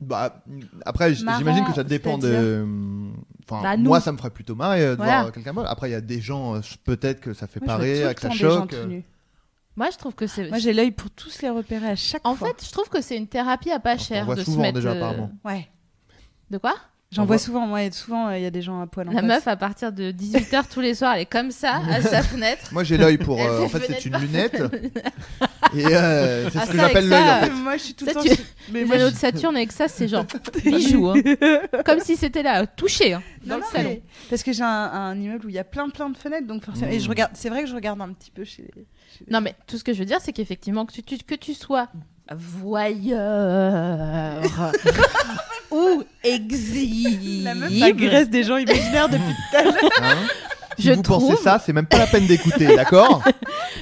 Bah, après, j- Marrant, j'imagine que ça dépend de. c'est-à-dire euh, Enfin, Bah, nous. moi, ça me ferait plutôt marrer euh, de Voilà. voir quelqu'un molle. Après, il y a des gens, euh, peut-être que ça fait Moi, je vois pareil, tout le que ça temps des gens choque. tout euh, nus. Moi, je trouve que c'est. Moi, j'ai l'œil pour tous les repérer à chaque En fois. fait, je trouve que c'est une thérapie à pas on cher voit de se souvent, mettre. déjà, euh, apparemment. ouais. De quoi J'en On vois voit- souvent, moi, et souvent, euh, il y a des gens à poil en La face. meuf, à partir de 18h tous les soirs, elle est comme ça, à sa fenêtre. Moi, j'ai l'œil pour. Elle euh, fait en fait, c'est fenêtre une par lunette. Et euh, c'est Ah, ce que ça, avec j'appelle ça, l'œil, en fait. Moi, je suis tout Ça, le temps. tu- Mais Les moi, je- anneaux de Saturne avec ça, c'est genre bijoux. hein. Comme si c'était là, touché, hein, dans Non, le non, salon. mais- Parce que j'ai un, un immeuble où il y a plein plein de fenêtres, donc forcément. Et je regarde. C'est vrai que je regarde un petit peu chez. les- chez les- Non, mais tout ce que je veux dire, c'est qu'effectivement, que tu, tu- que tu sois voyeur ou exhibe, La meuf agresse des gens imaginaires depuis. Hein si Je vous trouve- pensez ça, c'est même pas la peine d'écouter, d'accord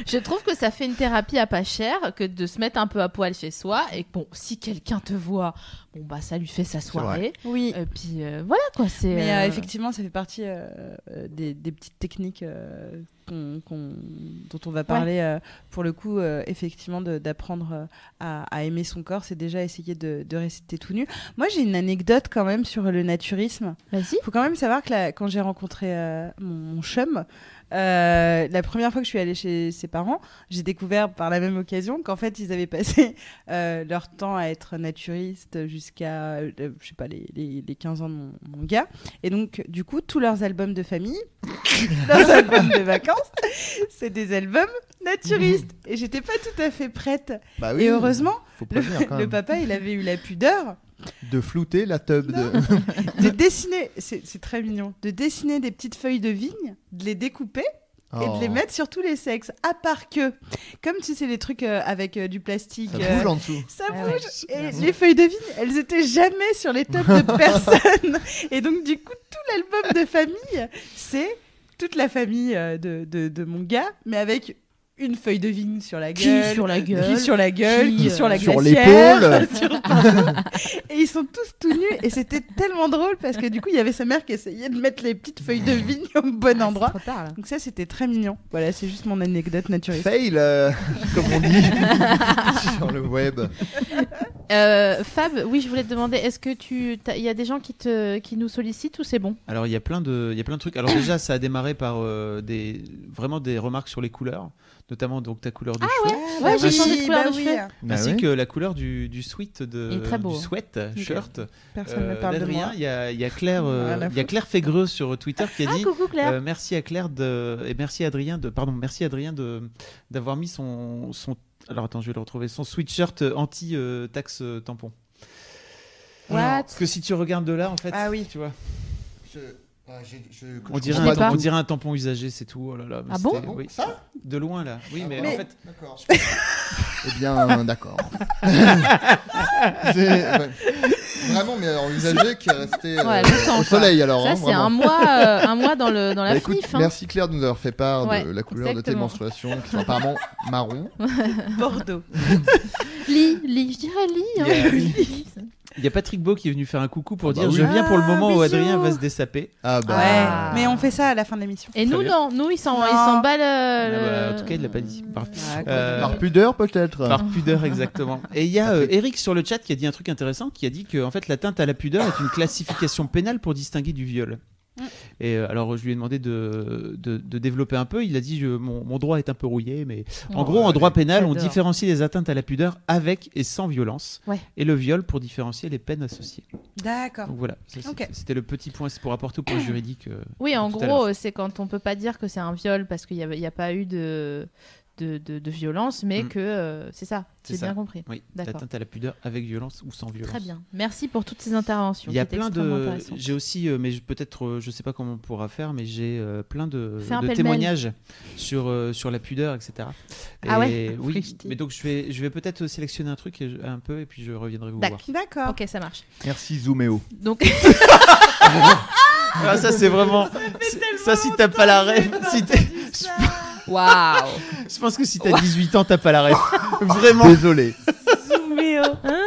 je trouve que ça fait une thérapie à pas cher que de se mettre un peu à poil chez soi. Et que, bon, si quelqu'un te voit, bon, bah, ça lui fait sa soirée. Oui. Et puis euh, voilà quoi, c'est. Mais euh, euh, effectivement, ça fait partie euh, euh, des, des petites techniques euh, qu'on- qu'on- dont on va parler. euh, pour le coup, euh, effectivement, de- d'apprendre euh, à, à aimer son corps, c'est déjà essayer de, de rester tout nu. Moi, j'ai une anecdote quand même sur le naturisme. Vas-y. Il faut quand même savoir que la- quand j'ai rencontré euh, mon, mon chum, euh, la première fois que je suis allée chez ses parents, j'ai découvert par la même occasion qu'en fait, ils avaient passé euh, leur temps à être naturistes jusqu'à, euh, je sais pas, les, les- les 15 ans de mon, mon gars. Et donc, du coup, tous leurs albums de famille, leurs albums de vacances, c'est des albums naturistes. Et j'étais pas tout à fait prête. Bah Et heureusement, faut le, prévenir quand le même. papa, il avait eu la pudeur De flouter la tub de. de dessiner, c'est c'est très mignon, de dessiner des petites feuilles de vigne, de les découper et Oh. de les mettre sur tous les sexes, à part que, comme tu sais, les trucs euh, avec euh, du plastique. Ça euh, bouge en dessous. ça Ah bouge. ouais. Et les feuilles de vigne, elles étaient jamais sur les tops de personne. Et donc, du coup, tout l'album de famille, c'est toute la famille euh, de, de, de mon gars, mais avec une feuille de vigne sur la Qui gueule. sur la gueule Qui sur la gueule, Qui, qui, euh, sur la sur glacière, l'épaule. sur partout. et ils sont tous tout nus et c'était tellement drôle parce que du coup il y avait sa mère qui essayait de mettre les petites feuilles de vigne au bon endroit. Donc ça c'était très mignon. Voilà c'est juste mon anecdote naturiste. Fail, euh, comme on dit sur le web. Euh, Fab, oui, je voulais te demander, est-ce que tu, t'as- il y a des gens qui te, qui nous sollicitent ou c'est bon Alors il y a plein de, il y a plein de trucs. Alors déjà ça a démarré par euh, des, vraiment des remarques sur les couleurs, notamment donc ta Ah couleur de cheveux, Ouais, j'ai oui, changé de couleur bah de oui. cheveux. Bah ainsi oui. que la couleur du, du sweat de, Il est très beau, du hein. sweat shirt. Personne ne euh, parle de d'Adrien. moi. Il y a, il y a Claire, euh, Rien à il y a Claire Fégreux sur Twitter qui a Ah, dit. coucou Claire. euh, merci à Claire de, et merci à Adrien de pardon merci Adrien de d'avoir mis son son alors attends je vais le retrouver son sweatshirt anti euh, taxe euh, tampon What parce que si tu regardes de là en fait Ah oui. tu vois Je- Bah, j'ai- je- que On je dirait, sais un comprends pas tampon, pas. on d'où- dirait un tampon usagé, c'est tout. Oh là là, mais Ah bon Ah c'était- bon, oui. Ça De loin là. Oui, Ah mais, bon en fait, D'accord. eh bien, d'accord. C'est- ouais. Vraiment, mais alors usagé qui est resté euh, Ouais, longtemps, au quoi. soleil alors. Ça, hein, c'est vraiment. un mois, euh, un mois dans, le, dans la Bah, écoute, FNIF. hein. merci Claire de nous avoir fait part Ouais, de la couleur de tes exactement. menstruations, qui sont apparemment marron. Bordeaux. Lis, lis, je dirais lis. hein. Il y a- Lis. il y a Patrick Beau qui est venu faire un coucou pour Ah bah dire oui. Je viens pour le Ah, moment où bisous. Adrien va se dessaper. Ah bah. Ah. Ouais, mais on fait ça à la fin de l'émission. Et Très nous, bien. non, nous, ils s'en Non. ils s'en battent. Ah euh, bah, le- en tout cas, il l'a pas dit. Par, Ouais, Euh, Par pudeur peut-être. par pudeur, exactement. Et il y a euh, Eric sur le chat qui a dit un truc intéressant qui a dit que en fait, l'atteinte à la pudeur est une classification pénale pour distinguer du viol. Mm. Et euh, alors, je lui ai demandé de, de, de développer un peu. Il a dit je- mon, mon droit est un peu rouillé, mais En Oh, gros, en droit pénal, on j'adore. différencie les atteintes à la pudeur avec et sans violence, Ouais. Ah. et le viol pour différencier les peines associées. D'accord. Donc voilà, ça, c'était Ok. c'était le petit point, c'est pour apporter au point juridique. euh, Oui, en tout à gros, c'est quand on peut pas dire que c'est un viol parce qu'il n'y a, il y a pas eu de, de, de- de violence, mais Mm. que euh, c'est ça. C'est J'ai ça. bien compris. oui, D'accord. l'atteinte à la pudeur avec violence ou sans violence. Très bien. Merci pour toutes ces interventions. Il y a qui étaient plein extrêmement de. intéressantes. J'ai aussi, euh, mais je- peut-être, euh, je sais pas comment on pourra faire, mais j'ai euh, plein de, Fais un de pêle-mêle. témoignages sur, euh, sur la pudeur, etc. Ah Et ouais Oui. Frichti. Mais donc je vais, je vais peut-être euh, sélectionner un truc et je- un peu, et puis je reviendrai vous D'accord. voir. D'accord. Ok, ça marche. Merci Zooméo. Donc, Ah, ça c'est vraiment. Ça, si t'as pas la rêve, si t'es- waouh! Je pense que si t'as 18 ans, t'as pas la rêve. Vraiment. Désolé. Hein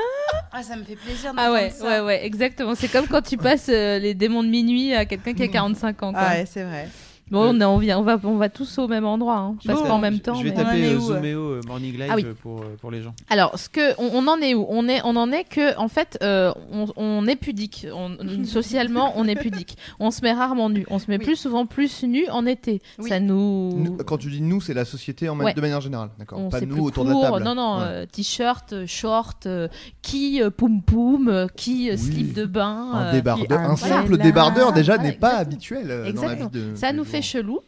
Ah, ça me fait plaisir. Ah d'entendre ouais, ça. ouais, ouais, exactement. C'est comme quand tu passes euh, les démons de minuit à quelqu'un Mm. qui a 45 ans. quoi. Ah ouais, c'est vrai. Bon, on, est- on, vient- on, va, on va tous au même endroit, hein. Je parce vais- qu'en même temps. Je vais mais- On en taper est euh, où, euh Zoomeo euh, Morning Live Ah oui. euh, pour, euh, pour les gens. Alors, ce que on, on en est où on, est, on en est que, en fait, euh, on, on est pudique. On, socialement, on est pudique. On se met rarement nu. On se met Oui. plus souvent plus nu en été. Oui. Ça nous. Nous- Quand tu dis nous, c'est la société en ma- Ouais. de manière générale, d'accord on Pas s'est nous plus autour court. de la table. Non, non, Ouais. euh, t-shirt, euh, short, euh, qui euh, poum poum, euh, qui euh, Oui. slip de bain. un, euh, débardeur- qui un voilà. simple débardeur déjà Voilà, n'est pas exactement. habituel euh, dans la vie Exactement. de. Ça de nous jour. fait chelou.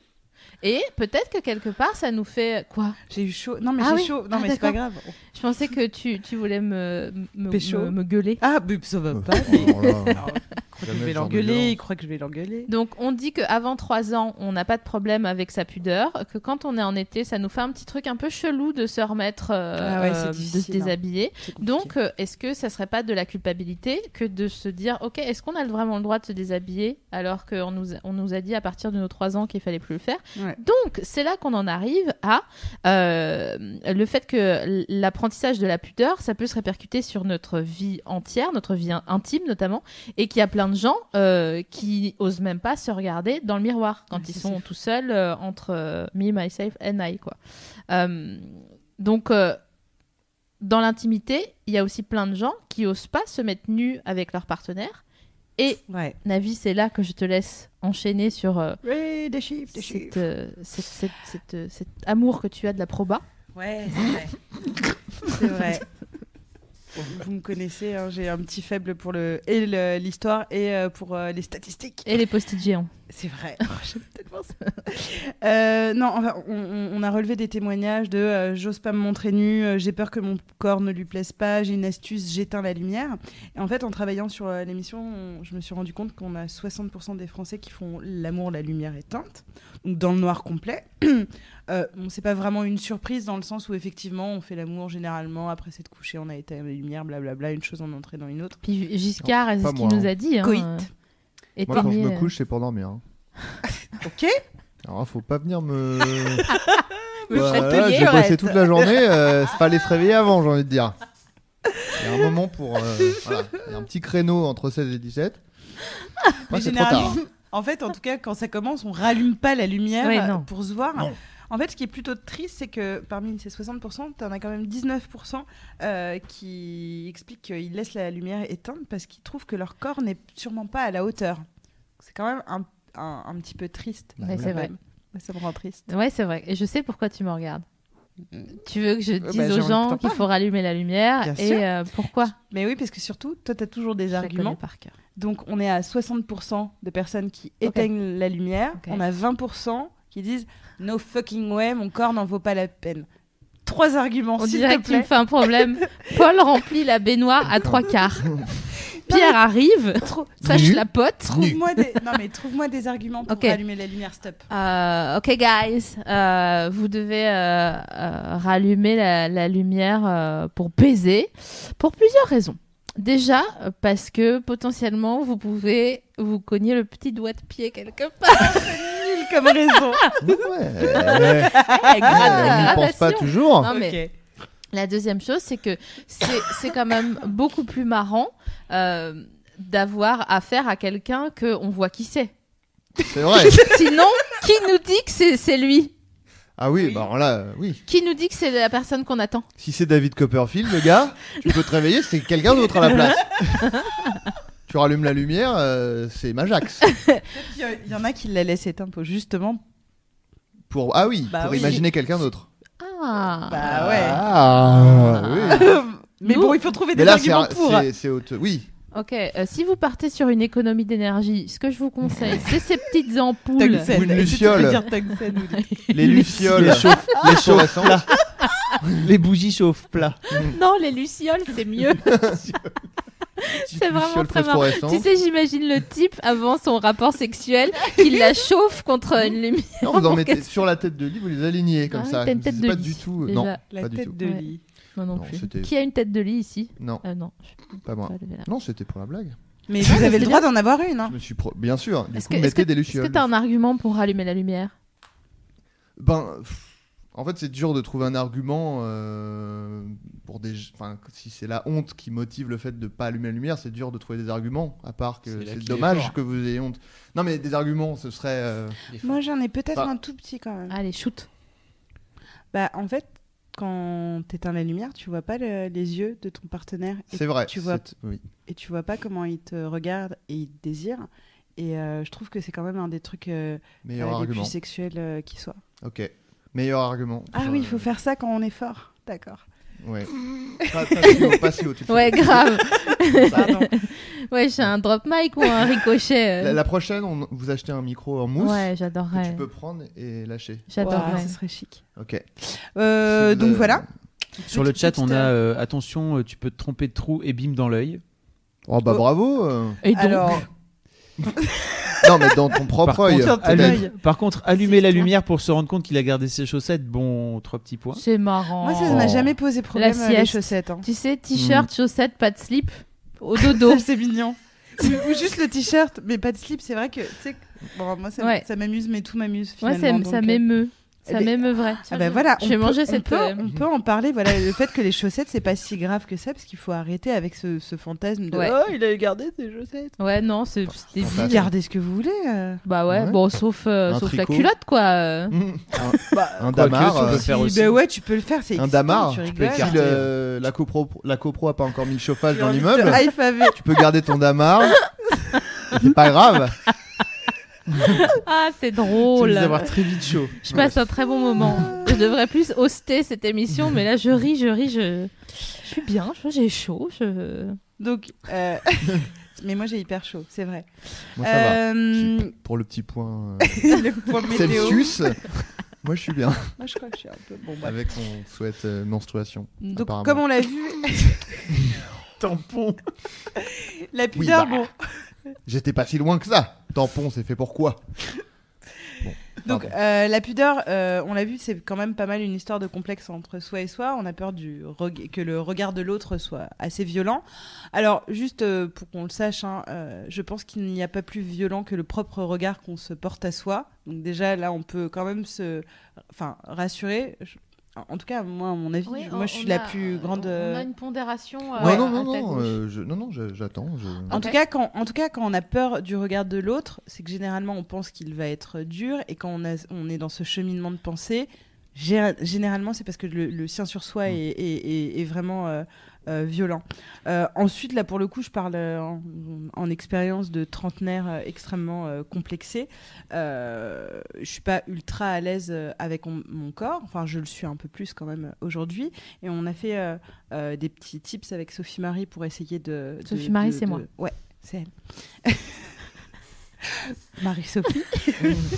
Et peut-être que quelque part, ça nous fait quoi J'ai eu chaud. Non, mais Ah j'ai oui. chaud. Non, Ah, mais c'est pas grave. Je pensais que tu, tu voulais me, me, Pécho. me, me gueuler. Ah, bub, ça va Oh, pas. oh là là. Il croit que Jamais Ah je ce vais genre de l'engueuler. violence. Il croit que je vais l'engueuler. Donc on dit qu'avant 3 ans, on n'a pas de problème avec sa pudeur, que quand on est en été, ça nous fait un petit truc un peu chelou de se remettre, euh, Ah ouais, c'est euh, de se difficile, hein. déshabiller. C'est compliqué. Donc euh, est-ce que ça serait pas de la culpabilité que de se dire, ok, est-ce qu'on a vraiment le droit de se déshabiller alors qu'on nous, a- on nous a dit à partir de nos 3 ans qu'il fallait plus le faire Ouais. Donc, c'est là qu'on en arrive à euh, le fait que l'apprentissage de la pudeur, ça peut se répercuter sur notre vie entière, notre vie in- intime notamment, et qu'il y a plein de gens euh, qui osent même pas se regarder dans le miroir quand Ouais, ils ça, sont c'est tout seuls euh, entre euh, me, myself and I. Quoi. Euh, donc, euh, dans l'intimité, il y a aussi plein de gens qui osent pas se mettre nus avec leur partenaire. Et Ouais. Navi, c'est là que je te laisse enchaîner sur euh, Oui, des chiffres, des cet, chiffres. euh, cet- cet- cet, euh, cet amour que tu as de la proba. Ouais, c'est vrai. c'est vrai. Vous me connaissez, hein, j'ai un petit faible pour le et le- l'histoire et euh, pour euh, les statistiques. Et les post-it géants. C'est vrai. Oh, J'aime tellement ça. Euh, non, enfin, on, on- on a relevé des témoignages de euh, j'ose pas me montrer nu, j'ai peur que mon corps ne lui plaise pas, j'ai une astuce, j'éteins la lumière. Et en fait, en travaillant sur euh, l'émission, on- je me suis rendu compte qu'on a 60% des Français qui font l'amour, la lumière éteinte, donc dans le noir complet. Euh, bon, c'est pas vraiment une surprise dans le sens où effectivement on fait l'amour généralement après s'être couché, on a éteint la lumière, blablabla, une chose en entrée dans une autre. Puis Giscard, c'est pas ce qu'il moi, nous hein. a dit. hein, Coït. euh, Moi, quand je éteigner, me couche, c'est pour dormir. hein. Ok. Alors, là, Ah, faut pas venir me. Ah, Me Voilà, chatouiller, J'ai bossé Aurette. toute la journée. Euh, c'est pas aller se réveiller avant, j'ai envie de dire. Il y a un moment pour. euh, voilà. Il y a un petit créneau entre 16 et 17. Après, Mais c'est trop tard. généralement, en fait, en tout cas, quand ça commence, on rallume pas la lumière Ouais, euh, non. pour se voir. Non. En fait, ce qui est plutôt triste, c'est que parmi ces 60%, tu en as quand même 19% euh, qui expliquent qu'ils laissent la lumière éteinte parce qu'ils trouvent que leur corps n'est sûrement pas à la hauteur. C'est quand même un, un- un petit peu triste. Ouais, c'est quand vrai. même. Ouais, Ça me rend triste. Ouais, c'est vrai. Et je sais pourquoi tu me regardes. Tu veux que je bah, dise j'ai envie aux que gens t'en qu'il parles. faut rallumer la lumière Bien sûr. et euh, pourquoi Mais oui, parce que surtout, toi, tu as toujours des Je la connais arguments. par cœur. Donc, on est à 60% de personnes qui Ok. éteignent la lumière. Ok. On a 20% qui disent No fucking way, mon corps n'en vaut pas la peine. Trois arguments, On Oh, s'il dirait te que tu me plaît. fais un problème. Paul remplit la baignoire à trois quarts. Pierre arrive, trou- sache Nu. la pote. Trouve-moi des... Non, mais trouve-moi des arguments pour Ok. allumer la lumière, stop. Euh, ok guys, Euh, vous devez euh, euh, rallumer la, la lumière euh, pour baiser pour plusieurs raisons. Déjà euh, parce que potentiellement vous pouvez vous cogner le petit doigt de pied quelque part. Nul comme raison. Ouais. Eh, On n'y grade- pense pas gradation. toujours. Ah, Non, mais La deuxième chose, c'est que c'est c'est quand même beaucoup plus marrant euh, d'avoir affaire à quelqu'un que on voit qui c'est. C'est vrai. Sinon, qui nous dit que c'est c'est lui Ah oui, bah alors là, euh, oui. Qui nous dit que c'est la personne qu'on attend Si c'est David Copperfield, le gars, tu peux te réveiller, c'est quelqu'un d'autre à la place. tu rallumes la lumière, euh, c'est Majax. Il y a- il y en a qui la laissent éteindre pour- justement. Pour, ah oui, Bah pour oui. imaginer quelqu'un d'autre. Ah. Bah ouais. Ah, oui. Mais Nous- bon, il faut trouver Mais des là, c'est arguments un- pour. c'est c'est autre- Oui, Ok. euh, si vous partez sur une économie d'énergie, ce que je vous conseille, c'est ces petites ampoules. Ou une luciole. Tu peux dire Tungsten ou des- les lucioles, Les chauffes, Ah. les chauffe les bougies chauffent plat. Non, les lucioles, c'est mieux. C'est vraiment très marrant. Tu sais, j'imagine le type avant son rapport sexuel qu'il la chauffe contre une lumière. Non, vous en pour mettez qu'elle- sur la tête de lit, vous les alignez comme Ah oui, ça. t'as une Vous- tête c'est de pas lit, du tout. euh, déjà. Non, La pas du tête tout. de Ouais. lit. Non, non, Non, plus. c'était- Qui a une tête de lit ici Non, Euh, Non, je pas moi. peux pas lever la Non, c'était pour la blague. Mais Ouais, vous mais avez le c'est droit d'en avoir une. hein. Je me suis pro- Bien sûr, du Est-ce coup, que- est-ce mettez que- des Est-ce que lucioles. t'as un argument pour allumer la lumière Ben, pff, en fait, c'est dur de trouver un argument euh, pour des. Enfin, si c'est la honte qui motive le fait de pas allumer la lumière, c'est dur de trouver des arguments. À part que C'est là c'est qu'il est dommage fort. que vous ayez honte. Non, mais des arguments, ce serait. euh, Moi, j'en ai peut-être Bah. un tout petit quand même. Allez, shoot. Bah, en fait, quand t'éteins la lumière, tu vois pas le- les yeux de ton partenaire. Et, C'est vrai. tu vois- c'est- oui. et tu vois pas comment il te regarde et il te désire. Et euh, je trouve que c'est quand même un des trucs euh, Meilleur euh, les argument. plus sexuels euh, qui soit. Ok. Meilleur argument. Ah Genre, oui, il faut euh, faire ça quand on est fort. D'accord. Ouais. pas, pas si haut, pas si haut, tu te Ouais, fais- grave. Pardon. Ouais, j'ai un drop mic ou un ricochet. euh. La, la prochaine, on, vous achetez un micro en mousse Ouais, que j'adorerais. tu peux prendre et lâcher. J'adorerais. Ah, Ce serait chic. Ok. Euh, Si vous donc avez- voilà. Sur le Petite- chat, on petite, a euh, attention, euh, tu peux te tromper de trou et bim dans l'œil. Oh bah Oh. bravo. euh. Et donc, Alors, Non mais dans ton propre Par contre, œil. tiens, peut-être. allume- par contre, allumer la clair. lumière pour se rendre compte qu'il a gardé ses chaussettes, bon, trois petits points. c'est marrant. moi, ça m'a jamais posé problème Oh. La euh, les sieste. chaussettes. hein. Tu sais, t-shirt, chaussettes, pas de slip, au dodo. Ça, c'est mignon. Ou juste le t-shirt, mais pas de slip. C'est vrai que, tu sais, que- bon, moi, ça, Ouais. ça m'amuse, mais tout m'amuse Moi, finalement. ça, m- donc, ça euh, m'émeut. Ça mais- m'émeut vrai. Ah bah voilà, Je vais on manger peut- on cette. peut- euh, Mhm. On peut en parler, voilà, le fait que les chaussettes, c'est pas si grave que ça, parce qu'il faut arrêter avec ce, ce fantasme de Ouais. Oh, il a gardé ses chaussettes Ouais, non, Oh, c'est c'est on débile. passe. Gardez ce que vous voulez euh. Bah ouais, Ouais. bon, sauf, euh, Un sauf la tricot. culotte, quoi. euh. Mmh. Bah, Un, un Quoique, damar. tu peux euh, faire Oui, aussi. bah ouais, tu peux le faire, c'est un excitant, damar. tu Tu rigoles. Si écarter. le- la copro la copro a pas encore mis le chauffage J'ai dans envie de l'immeuble, high fiver. tu peux garder ton damar. C'est pas grave. Ah, c'est Tu Oh drôle. vas avoir très vite chaud. Je passe un très bon moment. Je devrais plus hoster cette émission, mais là je ris, je ris, je, je suis bien, je- j'ai chaud. Je... Donc, euh, mais moi j'ai hyper chaud, c'est vrai. Moi ça va. Euh, Si, Pour le petit point euh, le point météo. Celsius. Moi je suis bien Moi je crois que je suis un peu. Bon, bref. avec mon souhait euh, menstruation. Donc, apparemment. comme on l'a vu, Tampon. la Oui, pudeur, bah. bon. J'étais pas si loin que ça. Tampon, c'est fait pour quoi Bon, Donc, pardon. euh, la pudeur, euh, on l'a vu, c'est quand même pas mal une histoire de complexe entre soi et soi. On a peur du reg- que le regard de l'autre soit assez violent. Alors, juste euh, pour qu'on le sache, hein, euh, je pense qu'il n'y a pas plus violent que le propre regard qu'on se porte à soi. Donc déjà, là, on peut quand même se, enfin, rassurer. Je- en- En tout cas, moi, à mon avis, je- moi, je suis la plus grande. euh, une pondération. non, non, non, non, euh, je- non, non, je- j'attends. je- En Ok. tout, cas, quand, en tout cas, quand on a peur du regard de l'autre, c'est que généralement on pense qu'il va être dur et quand on, a- on est dans ce cheminement de pensée, gé- généralement c'est parce que le, le sien sur soi est, est- est- est vraiment euh, euh, violent. Euh, ensuite, là pour le coup, je parle euh, en, en expérience de trentenaire euh, extrêmement euh, complexé. Euh, je suis pas ultra à l'aise euh, avec mon, mon corps, enfin je le suis un peu plus quand même euh, aujourd'hui et on a fait euh, euh, des petits tips avec Sophie Marie pour essayer de. de- Sophie Marie, de- c'est de- moi. Ouais, c'est elle. Marie-Sophie,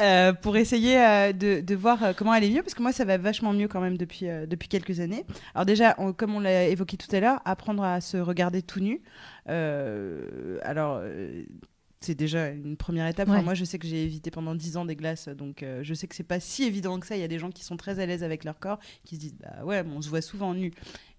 euh, pour essayer euh, de, de voir euh, comment elle est mieux, parce que moi, ça va vachement mieux quand même depuis, euh, depuis quelques années. Alors déjà, on- comme on l'a évoqué tout à l'heure, apprendre à se regarder tout nu. Euh, alors... euh, c'est déjà une première étape. Enfin, Ouais. moi, je sais que j'ai évité pendant 10 ans des glaces, donc euh, je sais que c'est pas si évident que ça. Il y a des gens qui sont très à l'aise avec leur corps, qui se disent bah ouais, mais on se voit souvent nu.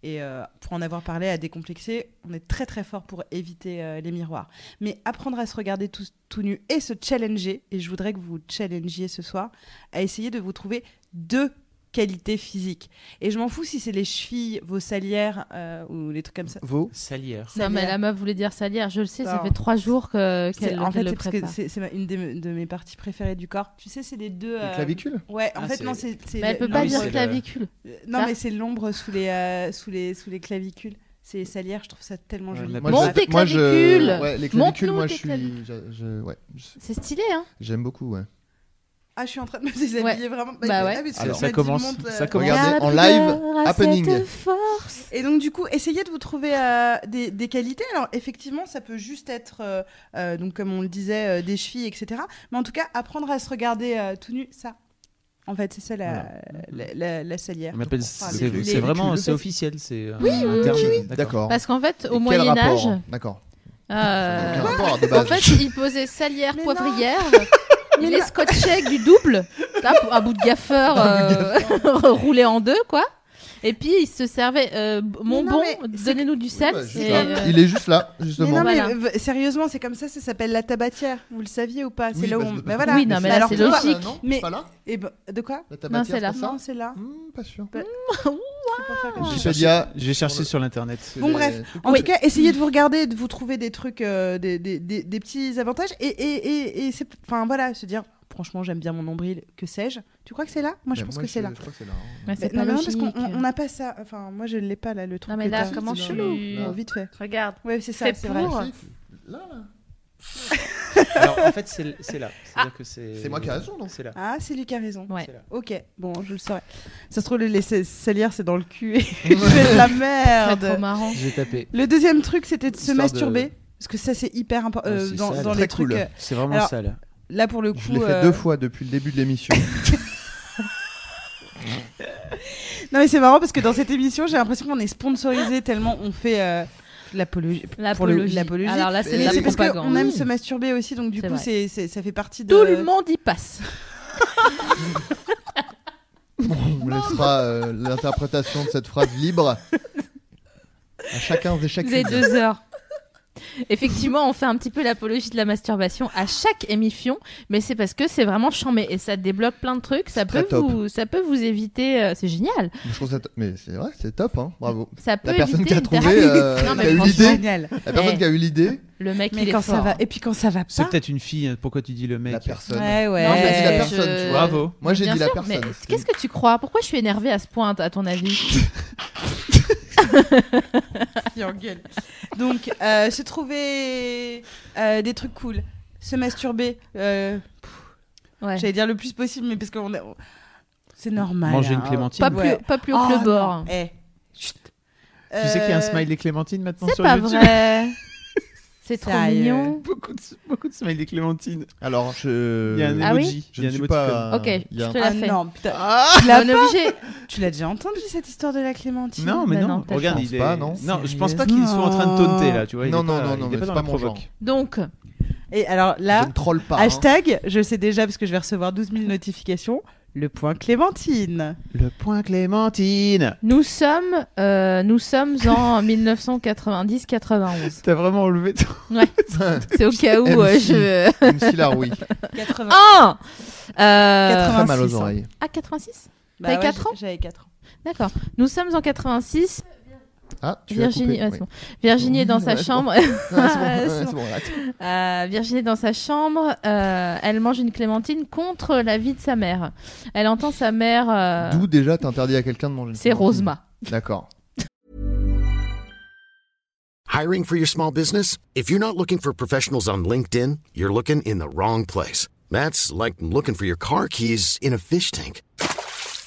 Et euh, pour en avoir parlé à décomplexer, on est très très fort pour éviter euh, les miroirs. Mais apprendre à se regarder tous- tout, nu et se challenger, et je voudrais que vous challengiez ce soir, à essayer de vous trouver deux qualités physiques. Et je m'en fous si c'est les chevilles, vos salières euh, ou les trucs comme ça. Vos Salière. Non, mais Salière. la meuf voulait dire salière, je le sais, ça Non. fait trois jours que- C'est- qu'elle en fait, qu'elle le c'est parce que prépare. c'est c'est ma- une des- de mes parties préférées du corps. Tu sais, c'est les deux. les euh, clavicules Ouais, en Ah, fait, c'est- non, c'est. c'est Mais Bah, elle le- peut non, pas mais dire c'est le- clavicule. c'est- Non, ça. mais c'est l'ombre sous les, euh, sous, les, sous les clavicules. C'est les salières, je trouve ça tellement Ouais, joli. la- Moi, Monte je- tes moi, je- clavicules. ouais, les Monte-nous clavicules, moi, je tes suis. je- je- ouais, je- C'est stylé, hein J'aime beaucoup, ouais. Ah, je suis en train de me déshabiller Ouais. vraiment. Bah ouais. ah, mais tu Alors, m'as ça dit, commence- monte, euh, ça commence. Regardez, Car la en live, pudeur a happening. cette force. Et donc, du coup, essayez de vous trouver euh, des, des qualités. Alors, effectivement, ça peut juste être, euh, euh, donc, comme on le disait, euh, des chevilles, etc. Mais en tout cas, apprendre à se regarder euh, tout nu, ça. En fait, c'est ça la, la, la- la salière. On appelle Enfin, c'est les- c'est les- vraiment les- c'est officiel, c'est euh, un- Oui, un Ah oui, terme. oui. D'accord. Parce qu'en fait, Et au quel Moyen Âge, rapport D'accord. euh, Aucun rapport, de en base. fait, ils posaient salière, Mais poivrière, ils les scotchaient avec du double, là, pour- un bout de gaffeur euh, roulé en deux, quoi. Et puis ils se servaient, euh, mon non, bon, mais donnez-nous du Ouais, sel. bah, juste et, là. euh, Il est juste là, Mais justement. non, mais Voilà. v- sérieusement, c'est comme ça, ça s'appelle la tabatière. Vous le saviez ou pas C'est Oui, là où parce on. que- Bah voilà. Oui, non, mais là, Alors, c'est pourquoi- logique. mais... Mais- Pas là Et ben, de quoi La tabatière, c'est là. Ah. pas ça Non, c'est là. Hmm, Pas sûr. C'est pour faire comme ça. Je vais Wikipédia, chercher- Je vais chercher sur l'internet. Bon, bref. En tout cas, essayez de vous regarder, de vous trouver des trucs, euh, des, des- des- des petits avantages. Et, et, et, et c'est- enfin voilà, se dire, franchement, j'aime bien mon nombril, que sais-je Tu crois que c'est là Moi, je pense que c'est là. Bah, Je crois que c'est là. hein. mais c'est Mais- pas Bah, non, mais non, logique. parce qu'on on- on n'a pas ça. Enfin, moi, je ne l'ai pas là, le truc. Non, mais que là, t'as. comment c'est tu là, là. Bon, Vite fait. Regarde. Ouais, c'est ça, Fais c'est pour. vrai. Pour. Si, Là, là. Alors, en fait, c'est c'est là. C'est-à-dire que c'est C'est moi qui ai raison, donc. C'est là. Ah, c'est Lucas a raison. Ouais. C'est là. Ok, bon, je le saurais. Ça se trouve, les laisser salir, c'est dans le cul et je fais de la Très merde. trop marrant. J'ai tapé. Le deuxième truc, c'était de se Histoire de- masturber. Parce que ça, c'est hyper important. Ouais, Oh, c'est dans sale. dans Très les trucs. cool. euh, C'est vraiment Alors, sale. Là, pour le coup. Je l'ai fait euh, deux fois depuis le début de l'émission. Non, mais c'est marrant parce que dans cette émission, j'ai l'impression qu'on est sponsorisé tellement on fait euh, l'apologie. pour le- L'apologie. l'apologie. Alors là, c'est de Mais la c'est parce qu'on propagande. aime se masturber aussi, donc du C'est coup, vrai. c'est c'est- ça fait partie de. Tout le monde y passe. On me laissera euh, l'interprétation de cette phrase libre à chacun et chacune. Les deux heures. Effectivement, on fait un petit peu l'apologie de la masturbation à chaque émission, mais c'est parce que c'est vraiment chambé et ça débloque plein de trucs. Ça Très peut top. vous, ça peut vous éviter. euh, c'est génial. Je trouve ça t- Mais c'est vrai, c'est top, hein. bravo. Ça peut La personne éviter qui a une trouvé, thérapie. euh, Non, mais qui a eu franchement, l'idée, Génial. la personne Eh. qui a eu l'idée, le mec, Mais il est quand ça fort. hein. va, et puis quand ça va C'est pas. peut-être une fille. hein. Pourquoi tu dis le mec la personne. Ouais, ouais. Non, Moi, j'ai dit la mais personne, je- tu vois. Bravo. Moi j'ai Bien dit la sûr, personne. Mais C'était- qu'est-ce que tu crois Pourquoi je suis énervée à ce point, à ton avis qui engueule. Donc, euh, se trouver euh, des trucs cool, se masturber, euh, Ouais. j'allais dire le plus possible, mais parce qu'on est... c'est normal. Manger hein. une clémentine. Pas, Ouais. plus, pas plus haut que Oh, le bord. non. Eh, chut. Tu sais qu'il y a un Euh, smiley clémentine maintenant C'est sur pas YouTube. vrai. C'est trop Sérieux. mignon. Beaucoup de, beaucoup de smiley clémentine. Alors je. Il y a un Ah oui emoji. Je Il y ne a un suis emoticon. pas. Ok, il y a je un- te la Ah fais. non, putain. Tu Tu l'as l'as obligé. Tu l'as déjà entendu cette histoire de la clémentine Non, mais Bah non. non, peut-être Regarde, pas. il est. Je pense pas, non. je pense pas qu'ils soient en train de taunter là. Tu vois, il Non, est non, pas- non, il non, est mais pas c'est dans pas la mon provoque. genre. Donc, Et alors là, Je ne troll Ah, pas. hein. hashtag, je sais déjà parce que je vais recevoir 12 000 notifications, le point clémentine. Le point clémentine. nous sommes, euh, nous sommes en 1990-91. T'as vraiment enlevé. ton- C'est au cas où euh, MC. je. MC Laroui. Ah, Oh Euh, Très mal 86, aux hein. oreilles. Ah, 86 Bah T'avais ouais, quatre j'ai- ans J'avais 4 ans. D'accord. Nous sommes en 86. Ah, tu as Virginie, coupé, ouais, oui. c'est bon. Virginie est dans Oui, sa ouais, c'est chambre. Ah, c'est bon, Ah, ouais, c'est c'est bon. bon, arrête. Euh, Virginie est dans sa chambre, euh, elle mange une clémentine contre l'avis de sa mère. Elle entend sa mère. euh, D'où déjà t'interdis à quelqu'un de manger une C'est clémentine. Rosema. D'accord. Hiring for your small business? If you're not looking for professionals on LinkedIn, you're looking in the wrong place. That's like looking for your car keys in a fish tank.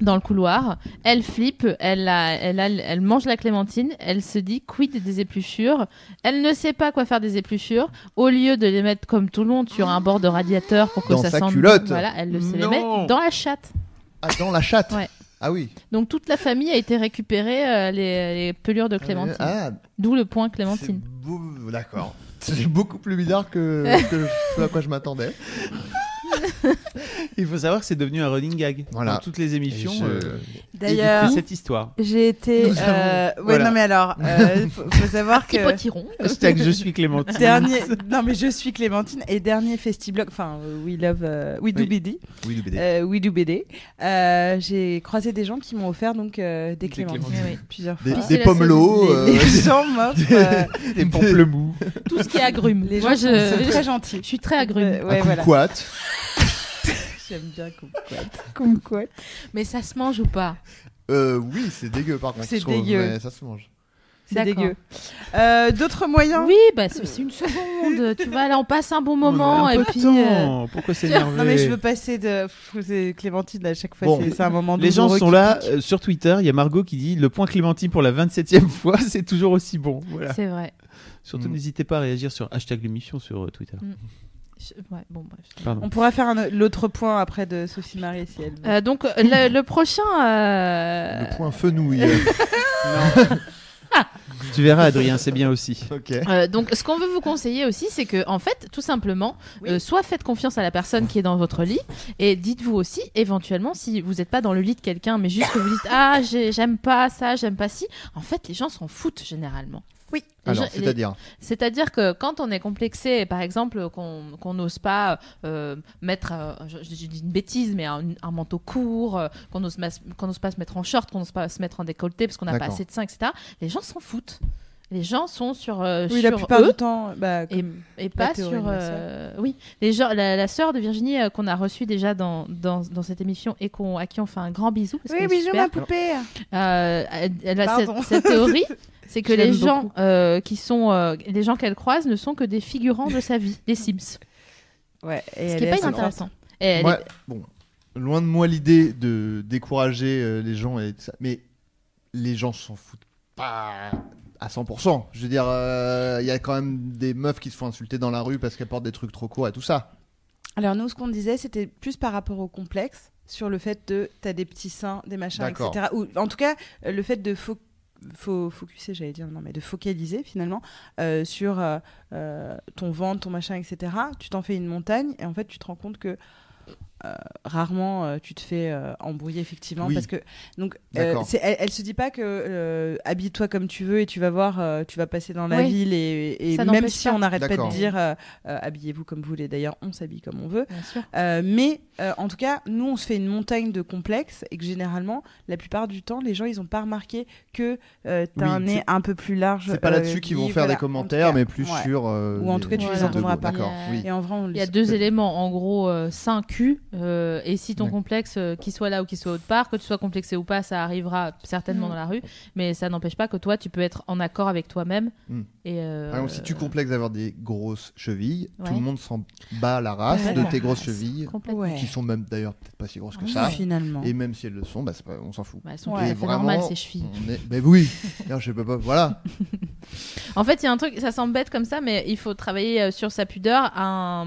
dans le couloir. Elle flippe. Elle, a- elle, a- elle mange la clémentine. Elle se dit quid des épluchures. Elle ne sait pas quoi faire des épluchures. Au lieu de les mettre comme tout le monde sur un bord de radiateur pour que Dans ça sa sente bon, culotte. voilà, elle le sait les Non. met dans la chatte. Ah, dans la chatte Ouais. Ah oui. Donc toute la famille a été récupérée euh, les, les pelures de clémentine. Ah, D'où le point c'est clémentine. beau- D'accord. C'est beaucoup plus bizarre que, que ce à quoi je m'attendais. Il faut savoir que c'est devenu un running gag. Voilà. Dans toutes les émissions, Et je- euh, D'ailleurs, c'est cette histoire. j'ai été. Nous euh, avons- Ouais, voilà. non, mais alors, euh, faut, faut savoir que. Potiron. Euh, Hashtag je suis Clémentine. Dernier, non mais je suis Clémentine et dernier festiblog, enfin euh, We Love, euh, We Do Oui. BD, Oui, BD. euh, We Do BD. euh, j'ai croisé des gens qui m'ont offert donc euh, des Des Clémentines clémentines. Oui, plusieurs Des, fois. des la pommelots. Les, les euh, gens m'offrent. euh, Des pamplemous. Tout ce qui est agrumes. les gens Moi, sont- sont je, très gentils. je suis très agrume. Euh, un ouais, voilà. kumquat. J'aime bien kumquat. Kumquat. Mais ça se mange ou pas Euh, oui, c'est dégueu par contre. C'est je trouve, dégueu. mais ça se mange. C'est D'accord. dégueu. Euh, D'autres moyens. Oui, bah c'est c'est une seconde. tu vois, là, on passe un bon moment. Un et peu de puis, euh, temps. Pourquoi s'énerver Non mais je veux passer de Pff, c'est Clémentine là, à chaque fois Bon. c'est c'est un moment Les gens douloureux sont qui là pique. euh, sur Twitter. Il y a Margot qui dit le point Clémentine pour la 27e fois, c'est toujours aussi bon. Voilà. c'est vrai. Surtout, Mm. n'hésitez pas à réagir sur hashtag l'émission sur euh, Twitter. Je- ouais, bon, bref. Pardon. On pourra faire un- l'autre point après de Sophie Marie si elle veut. Euh, donc, le, le prochain. euh, Le point fenouil. Tu verras, Adrien, c'est bien aussi. ok. euh, donc, ce qu'on veut vous conseiller aussi, c'est que, en fait, tout simplement, Oui. euh, soit faites confiance à la personne qui est dans votre lit, et dites-vous aussi, éventuellement, si vous n'êtes pas dans le lit de quelqu'un, mais juste que vous dites, ah, j'ai- j'aime pas ça, j'aime pas ci. En fait, les gens s'en foutent généralement. Oui. Les Alors, gens- les- c'est-à-dire. C'est-à-dire que quand on est complexé, par exemple, qu'on qu'on n'ose pas euh, mettre, euh, je, je dis une bêtise, mais un, un manteau court, euh, qu'on n'ose mas- qu'on n'ose pas se mettre en short, qu'on n'ose pas se mettre en décolleté parce qu'on n'a pas D'accord. assez de seins, etc., les gens s'en foutent. Les gens sont sur, euh, Oui, sur la plupart eux du temps bah, et, et pas théorie sur... de la euh, oui, les gens, la, la sœur de Virginie euh, qu'on a reçue déjà dans, dans, dans cette émission et qu'on à qui on fait un grand bisou. parce qu'elle est super. poupée. Euh, elle- elle a Pardon. cette, cette théorie, c'est que Je l'aime les gens, beaucoup. euh, qui sont, euh, les gens qu'elle croise ne sont que des figurants de sa vie, des Sims. Ouais, et Ce elle qui est n'est pas assez inintéressant. Et elle Moi, est- bon, loin de moi l'idée de décourager euh, les gens et tout ça, mais les gens s'en foutent pas à 100%. Je veux dire, euh, il y a quand même des meufs qui se font insulter dans la rue parce qu'elles portent des trucs trop courts et tout ça. grande. Alors nous, ce qu'on disait, c'était plus par rapport au complexe, sur le fait de t'as des petits seins, des machins, D'accord. etc. Ou en tout cas, euh, le fait de fo fo- focuser, j'allais dire non, mais de focaliser finalement euh, sur euh, euh, ton ventre, ton machin, etc. Tu t'en fais une montagne et en fait, tu te rends compte que euh, rarement euh, tu te fais euh, embrouiller effectivement Oui. parce que donc euh, D'accord. c'est- elle, elle se dit pas que euh, habille-toi comme tu veux et tu vas voir euh, tu vas passer dans la Oui. ville et, et Ça même n'empêche si pas. on n'arrête pas de D'accord. dire euh, euh, habillez-vous comme vous voulez d'ailleurs on s'habille comme on veut Bien sûr. Euh, mais euh, en tout cas nous on se fait une montagne de complexes et que généralement la plupart du temps les gens ils ont pas remarqué que euh, t'as Oui, un nez c'est- un peu plus large C'est pas euh, là-dessus qu'ils vont qui- faire voilà, des en tout commentaires, cas, mais plus ouais. sur. euh, Ou en tout cas, tu les de entendras gauche. pas. D'accord, Il y a- oui. et en vrai on le Il y a sait. deux éléments, en gros, euh, seins, cul, euh, et si ton D'accord. complexe, euh, qu'il soit là ou qu'il soit autre part, que tu sois complexé ou pas, ça arrivera certainement Mm. dans la rue, mais ça n'empêche pas que toi, tu peux être en accord avec toi-même. Mm. Et, euh, Par exemple, si tu complexes d'avoir des grosses chevilles, tout Ouais. le monde s'en bat la race Ouais. de tes grosses chevilles, complètement. ouais. qui sont même d'ailleurs peut-être pas si grosses que Ouais. ça. finalement Et même si elles le sont, bah, c'est pas- on s'en fout. Bah, elles sont Ouais, tout à Et fait vraiment, normales, ces chevilles. on est- Mais oui, Non, je peux pas. Voilà. En fait, il y a un truc, ça semble bête comme ça, mais il faut travailler euh, sur sa pudeur à un-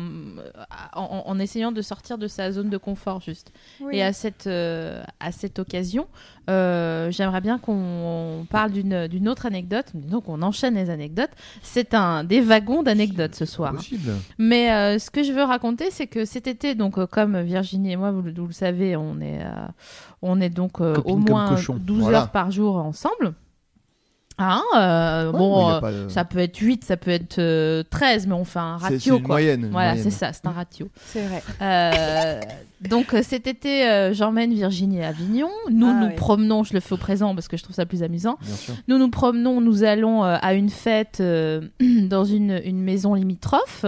à- en, en essayant de sortir de sa zone de confort, juste. Et à cette, euh, à cette occasion, euh, j'aimerais bien qu'on parle d'une d'une autre anecdote. Donc, on enchaîne les anecdotes. C'est un des wagons d'anecdotes ce soir. Possible. Mais euh, ce que je veux raconter, c'est que cet été, donc euh, comme Virginie et moi, vous, le- vous le savez, on est, euh, on est donc euh, Copines au comme moins cochons. 12 Voilà. heures par jour ensemble. Hein, euh, Ouais, mais il bon, y a euh, pas de- ça peut être 8, ça peut être euh, 13, mais on fait un C'est- ratio. c'est une quoi. moyenne, une Voilà, moyenne. c'est ça, c'est un ratio. C'est vrai. Euh, donc euh, cet été, euh, j'emmène Virginie à Avignon. Nous, Ah, nous ouais. promenons, je le fais au présent parce que je trouve ça plus amusant. Bien sûr. Nous nous promenons, nous allons euh, à une fête euh, dans une, une maison limitrophe.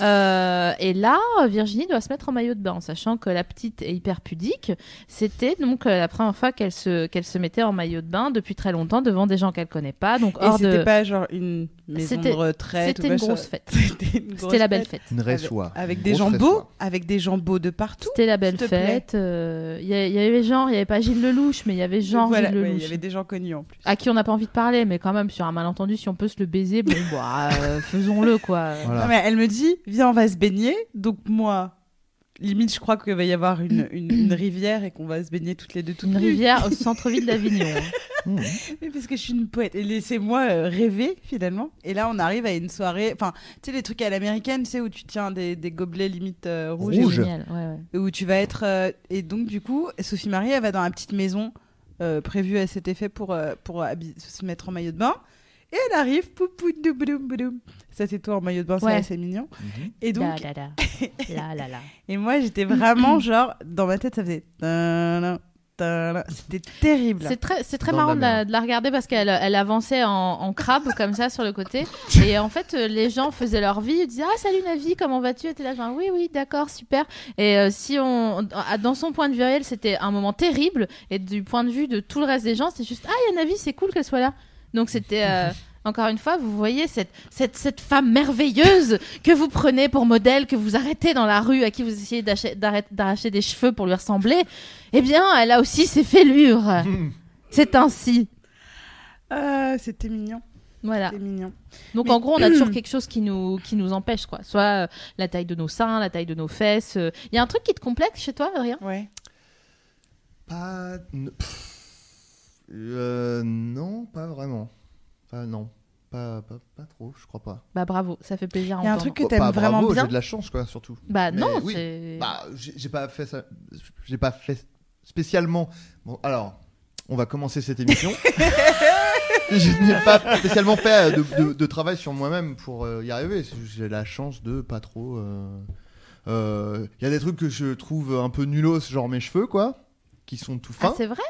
Euh, et là, Virginie doit se mettre en maillot de bain, en sachant que la petite est hyper pudique. C'était donc euh, la première fois qu'elle se, qu'elle se mettait en maillot de bain depuis très longtemps devant des gens qu'elle connaît pas. Donc Et hors c'était de... pas genre une maison de C'était- retraite. ou c'était une machin. grosse fête. C'était une grosse C'était la belle fête. Une vraie Avec- soie. Avec Une des grosse gens vraie beaux, soie. avec des gens beaux de partout. C'était la belle s'il te plaît. fête. euh, Il y, a- il y avait genre, il n'y avait pas Gilles Lelouch, mais il y avait genre Voilà, Gilles ouais, il Lelouch. y avait des gens connus en plus. À qui on n'a pas envie de parler, mais quand même, sur un malentendu, si on peut se le baiser, bon, bah, euh, faisons-le, quoi. Voilà. Non, mais elle me dit, viens, on va se baigner. Donc moi, limite, je crois qu'il va y avoir une, une- une rivière et qu'on va se baigner toutes les deux toutes Une nues. rivière Mmh. au centre-ville d'Avignon. Mais parce que je suis une poète. Et laissez-moi euh, rêver, finalement. Et là, on arrive à une soirée. Enfin, tu sais, les trucs à l'américaine, tu sais, où tu tiens des, des gobelets limite euh, rouges. Rouge. Génial, ouais, ouais. Et Où tu vas être. euh, et donc, du coup, Sophie Marie, elle va dans la petite maison euh, prévue à cet effet pour, euh, pour habi- se mettre en maillot de bain. Et elle arrive, poupou, doum, boum, boum. Ça, c'est toi en maillot de bain, Ouais. ça, c'est mignon. Mhm. Et donc, là, là, Ah là. là, là, là. et moi, j'étais vraiment genre, dans ma tête, ça faisait. tadam, tadam. C'était terrible. C'est très, c'est très Dans marrant la de la, mer. de la regarder parce qu'elle elle avançait en, en crabe comme ça sur le côté. Et en fait, euh, les gens faisaient leur vie. Ils disaient Ah, salut Navi, comment vas-tu Et t'es là, genre Oui, oui, d'accord, super. Et euh, si on. ah, Dans son point de vue à elle, c'était un moment terrible. Et du point de vue de tout le reste des gens, c'est juste Ah, il y a Navi, c'est cool qu'elle soit là. Donc c'était. euh, Encore une fois, vous voyez cette, cette, cette femme merveilleuse que vous prenez pour modèle, que vous arrêtez dans la rue, à qui vous essayez d'ach- d'arrêt- d'arracher des cheveux pour lui ressembler, eh bien, elle a aussi ses fêlures. C'est ainsi. Ah, C'était mignon. Voilà. C'était mignon. Donc Mais- en gros, on a toujours quelque chose qui nous qui nous empêche quoi. Soit euh, la taille de nos seins, la taille de nos fesses. euh. Il y a un truc qui te complexe chez toi, rien Ouais. Pas. n- pff. Euh, non, pas vraiment. Pas non. Pas, pas, pas trop, je crois pas. Bah bravo, ça fait plaisir. à Il y a un entendre. truc que Bah, t'aimes pas vraiment bravo, bien. J'ai de la chance, quoi, surtout. Bah Mais non, oui. c'est. Bah, j'ai j'ai pas fait ça. J'ai pas fait spécialement. Bon, alors, on va commencer cette émission. je n'ai pas spécialement fait euh, de, de- de travail sur moi-même pour euh, y arriver. C'est juste que J'ai la chance de pas trop. euh, euh, Il y a des trucs que je trouve un peu nulos, genre mes cheveux, quoi, qui sont tout Ah fins. c'est vrai.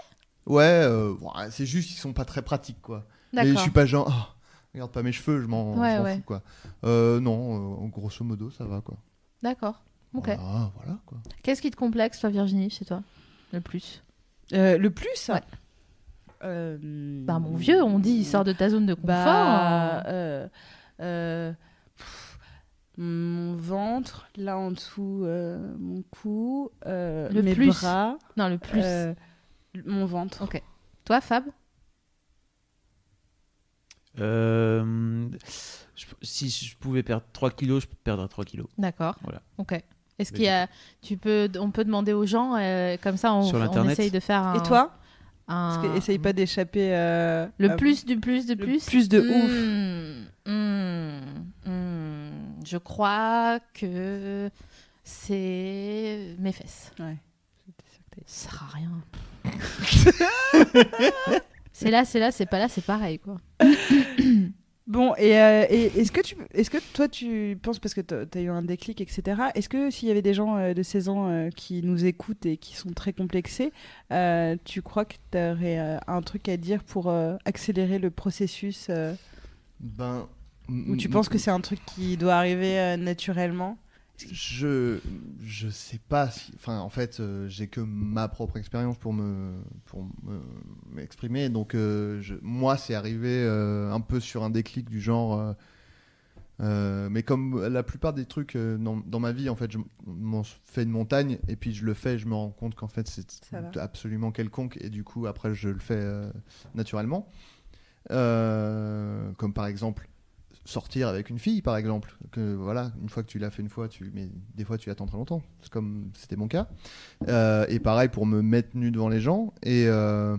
ouais, euh, ouais, c'est juste qu'ils sont pas très pratiques, quoi. Mais je D'accord. suis pas genre. Oh, regarde pas mes cheveux, je m'en je Ouais, m'en ouais. fous, quoi. Euh, non, euh, grosso modo, ça va, quoi. D'accord. Ok. Voilà, voilà, quoi. Qu'est-ce qui te complexe, toi, Virginie, chez toi, le plus Euh, le plus Ouais. Euh, Bah mon vieux, on dit, il sort de ta zone de confort. Bah, euh, euh, pff, mon ventre, là en dessous, euh, mon cou, euh, Le mes plus. bras, Non, le plus. euh, mon ventre. Ok. Toi, Fab Euh, je- si je pouvais perdre 3 kilos, je perdrais 3 kilos. D'accord. Voilà. Ok. Est-ce Mais qu'il y a, tu peux, on peut demander aux gens euh, comme ça, on, Sur on l'Internet. essaye de faire un. Et toi un- Parce que Essaye pas d'échapper. euh, Le à- plus du plus du le plus. Hmm, plus de ouf. hmm. Je crois que c'est mes fesses. Ouais. Ça sert à rien. c'est là, c'est là, c'est pas là, c'est pareil quoi. Bon, et, euh, et est-ce que, tu, est que toi tu penses, parce que t'as as eu un déclic, etc., est-ce que s'il y avait des gens euh, de 16 ans euh, qui nous écoutent et qui sont très complexés, euh, tu crois que t'aurais euh, un truc à dire pour euh, accélérer le processus euh, Ben. Ou Mm, tu penses que c'est un truc qui doit arriver euh, naturellement Je je sais pas. Si, enfin, en fait, euh, j'ai que ma propre expérience pour me pour me- m'exprimer. Donc, euh, je- moi, c'est arrivé euh, un peu sur un déclic du genre. euh, euh, mais comme la plupart des trucs euh, dans, dans ma vie, en fait, je m'en fais une montagne et puis je le fais, je me rends compte qu'en fait c'est Ça va. absolument quelconque et du coup après je le fais euh, naturellement. Euh, comme par exemple sortir avec une fille, par exemple. Que voilà, une fois que tu l'as fait une fois, tu, mais des fois tu attends très longtemps, C'est comme c'était mon cas. Euh, et pareil pour me mettre nu devant les gens et euh,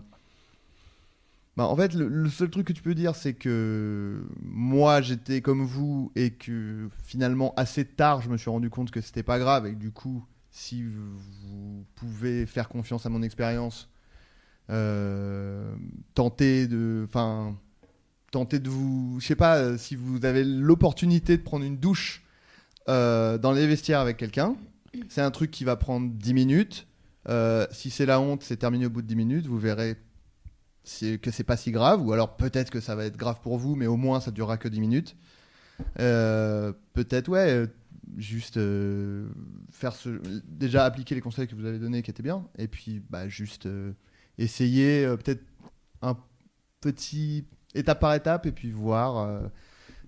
bah, en fait, le, le seul truc que tu peux dire, c'est que moi, j'étais comme vous et que finalement, assez tard, je me suis rendu compte que c'était pas grave. Et que, du coup, si vous pouvez faire confiance à mon expérience, euh, tenter de. Enfin, tentez de vous, je sais pas, euh, si vous avez l'opportunité de prendre une douche euh, dans les vestiaires avec quelqu'un, c'est un truc qui va prendre 10 minutes. Euh, si c'est la honte, c'est terminé au bout de 10 minutes. Vous verrez si- que c'est pas si grave, ou alors peut-être que ça va être grave pour vous, mais au moins ça durera que 10 minutes. Euh, peut-être, ouais, euh, juste euh, faire ce. Déjà appliquer les conseils que vous avez donnés qui étaient bien, et puis bah, juste euh, essayer euh, peut-être un petit étape par étape et puis voir. euh,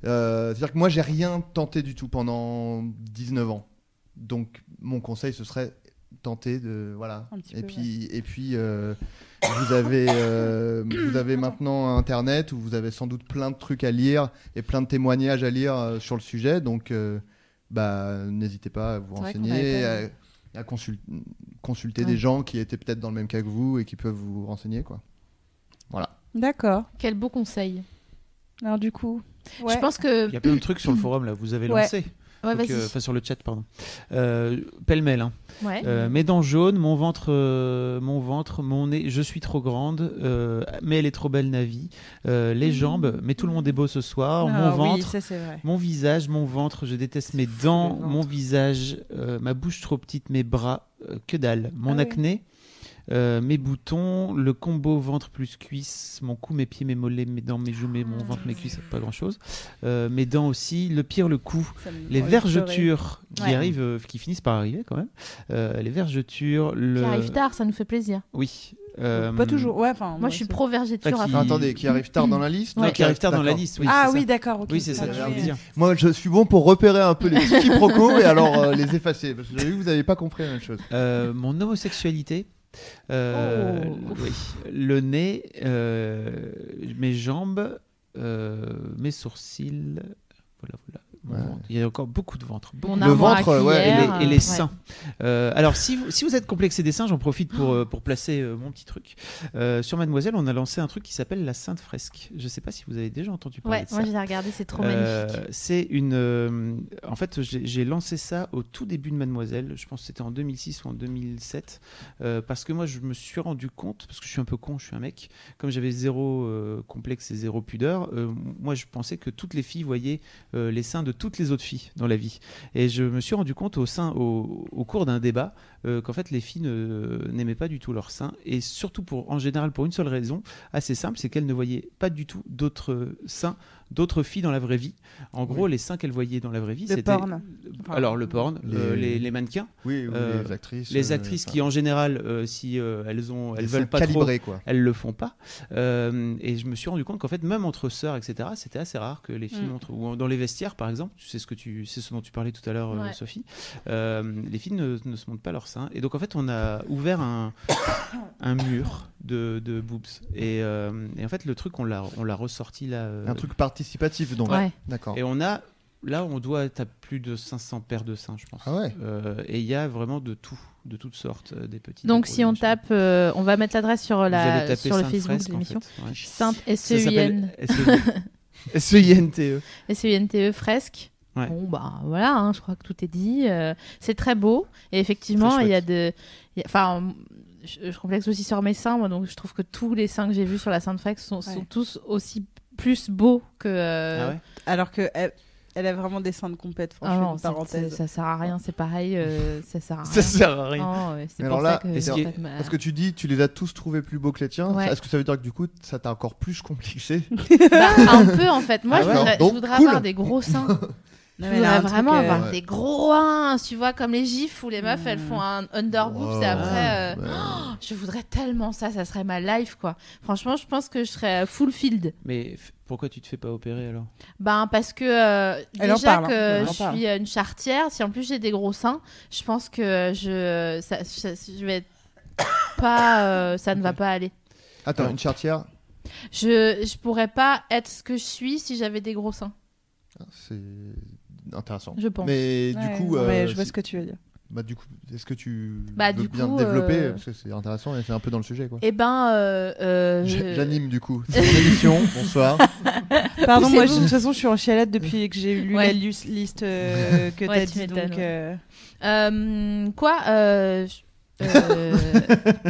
euh, C'est-à-dire que moi, j'ai rien tenté du tout pendant 19 ans. Donc, mon conseil, ce serait tenter de. Voilà. Un petit et, peu, puis, et puis, euh, vous avez, euh, vous avez maintenant Internet où vous avez sans doute plein de trucs à lire et plein de témoignages à lire euh, sur le sujet. Donc, euh, bah, n'hésitez pas à vous C'est vrai qu'on renseigner, avait à, à consul- consulter Ouais. des gens qui étaient peut-être dans le même cas que vous et qui peuvent vous renseigner, quoi. D'accord. Quel beau conseil. Alors du coup, Je pense que. Il y a plein de trucs sur le forum là, vous avez Ouais. lancé. Ouais, Donc, vas-y. euh, Enfin, sur le chat, pardon. Euh, Pêle-mêle. Hein. Ouais. Euh, mes dents jaunes, mon ventre, euh, mon ventre, mon nez, je suis trop grande, euh, mais elle est trop belle, Navi. Euh, les jambes, mais tout le monde est beau ce soir. Ah mon oui, ventre, ça c'est vrai. Mon visage, mon ventre, je déteste mes dents, mon visage, euh, ma bouche trop petite, mes bras, euh, que dalle. Mon Ah oui. acné, euh, mes boutons, le combo ventre plus cuisse, mon cou, mes pieds, mes mollets, mes dents, mes joues, mes, mon ventre, mes cuisses, pas grand chose. mes dents aussi, le pire, le cou. Ça me Les fait pleurer. vergetures qui Oh, Ouais. arrivent, euh, qui finissent par arriver quand même. Euh, les vergetures, le. Qui arrive tard, ça nous fait plaisir. Oui. euh, Pas toujours. Ouais, enfin. Moi, je suis c'est- pro vergeture. Ah, à qui- Enfin, attendez, qui arrive tard dans la liste Non, là, qui arrivent tard dans la d'accord. liste. Oui, ah c'est ça. oui, d'accord. ok. Oui, c'est ça Ah, que je oui. voulais ouais. dire. Moi, je suis bon pour repérer un peu les petits quiproquos et alors euh, les effacer. Parce que j'ai vu que vous n'avez pas compris la même chose. Euh, mon homosexualité, euh, Oh. oui, le nez, euh, mes jambes, euh, mes sourcils, voilà, voilà. mon Ouais. ventre. Il y a encore beaucoup de ventre. beaucoup Mon de Le armoire à ventre, ouais, et cuillère, les, et les euh, seins. Euh, alors, si vous, si vous êtes complexé des seins, j'en profite pour, euh, pour placer euh, mon petit truc. Euh, sur Mademoiselle, on a lancé un truc qui s'appelle la Sainte Fresque. Je ne sais pas si vous avez déjà entendu Ouais, parler ouais de ça. moi, j'ai regardé, c'est trop Euh, magnifique. C'est une. euh, en fait, j'ai j'ai lancé ça au tout début de Mademoiselle. Je pense que c'était en 2006 ou en 2007. euh, parce que moi, je me suis rendu compte, parce que je suis un peu con, je suis un mec. Comme j'avais zéro euh, complexe et zéro pudeur, euh, moi, je pensais que toutes les filles voyaient euh, les seins de toutes les autres filles dans la vie. Et je me suis rendu compte au, sein, au, au cours d'un débat euh, qu'en fait, les filles ne- n'aimaient pas du tout leurs seins. Et surtout, pour, en général, pour une seule raison assez simple c'est qu'elles ne voyaient pas du tout d'autres euh, seins d'autres filles dans la vraie vie. En gros, les seins qu'elles voyaient dans la vraie vie, Le c'était porn. alors le porn, Les- euh, les, les mannequins, Oui, Euh, les actrices. les actrices qui en général, euh, si euh, elles ont, elles veulent pas trop, calibrer, quoi. elles le font pas. Euh, et je me suis rendu compte qu'en fait, même entre sœurs, etc., c'était assez rare que les filles Mm. montrent. Ou en- dans les vestiaires, par exemple, c'est ce que tu, c'est ce dont tu parlais tout à l'heure, euh, Ouais. Sophie. euh, les filles ne, ne se montrent pas leurs seins. Et donc en fait, on a ouvert un, un mur de, de boobs. Et, euh, et en fait, le truc, on l'a, on l'a ressorti là. euh, Un truc participatif, donc. Ouais. D'accord. et on a, là, on doit être à plus de 500 paires de seins, je pense. Ah ouais. Euh, et il y a vraiment de tout, de toutes sortes, euh, des petits. Donc, des gros, si des on machins. tape, euh, on va mettre l'adresse sur, Vous allez la, taper sur le Sainte Facebook Fresque, de en l'émission. fait. Ouais. Sainte E Ça s'appelle S-E-I-N. SE S-E-I-N-T-E. S-E-I-N-T-E E, fresque. Ouais. Bon, bah voilà, hein, je crois que tout est dit. Euh, c'est très beau. Et effectivement, Très il y a chouette. de. il y a- Enfin, je, je complexe aussi sur mes seins, moi, donc je trouve que tous les seins que j'ai vus sur la Sainte Frex sont, sont Ouais. tous aussi plus beaux que. euh, Ah ouais Alors que elle, elle a vraiment des seins de compète. ah Franchement, non, une c'est- c'est- parenthèse. ça sert à rien, c'est pareil, euh, ça sert à rien. Ça sert à rien. Non, ouais, c'est Mais pour alors ça là, que. est-ce en qu'il y a- fait, ma- Parce que tu dis, tu les as tous trouvés plus beaux que les tiens. Ouais. Est-ce que ça veut dire que du coup, ça t'a encore plus complexé Bah, un peu en fait. Moi, Ah je ouais, voudrais, donc, je voudrais cool. avoir des gros seins. Non, Je mais elle voudrais a un truc, vraiment bah. euh, avoir ouais. des gros uns, tu vois, comme les gifs où les meufs elles font un underboob, Wow. Ah, ben, et Ah après. euh, Ouais. Je voudrais tellement ça, ça serait ma life quoi. Franchement, je pense que je serais full field. Mais f- pourquoi tu te fais pas opérer alors Ben parce que euh, Elle en déjà parle, hein. que Elle en je parle. suis une chartière, si en plus j'ai des gros seins, je pense que je ça, ça- je vais être pas euh, ça ne va pas aller. Attends, une chartière Je je pourrais pas être ce que je suis si j'avais des gros seins. C'est intéressant. Je pense. Mais ouais, du coup, non, mais euh, je vois si- ce que tu veux dire. bah, du coup, est-ce que tu Bah, veux du bien coup, développer euh, Parce que c'est intéressant et c'est un peu dans le sujet, quoi. Eh ben euh, euh, J- je- J'anime du coup. C'est mon émission. Bonsoir. Pardon, moi, je- Poussez-vous. de toute façon, je suis en chialade depuis que j'ai lu Ouais. la lus- liste euh, que Ouais, t'as tu dit. m'étonnes, Donc, ouais. euh, Euh, quoi euh, je- euh,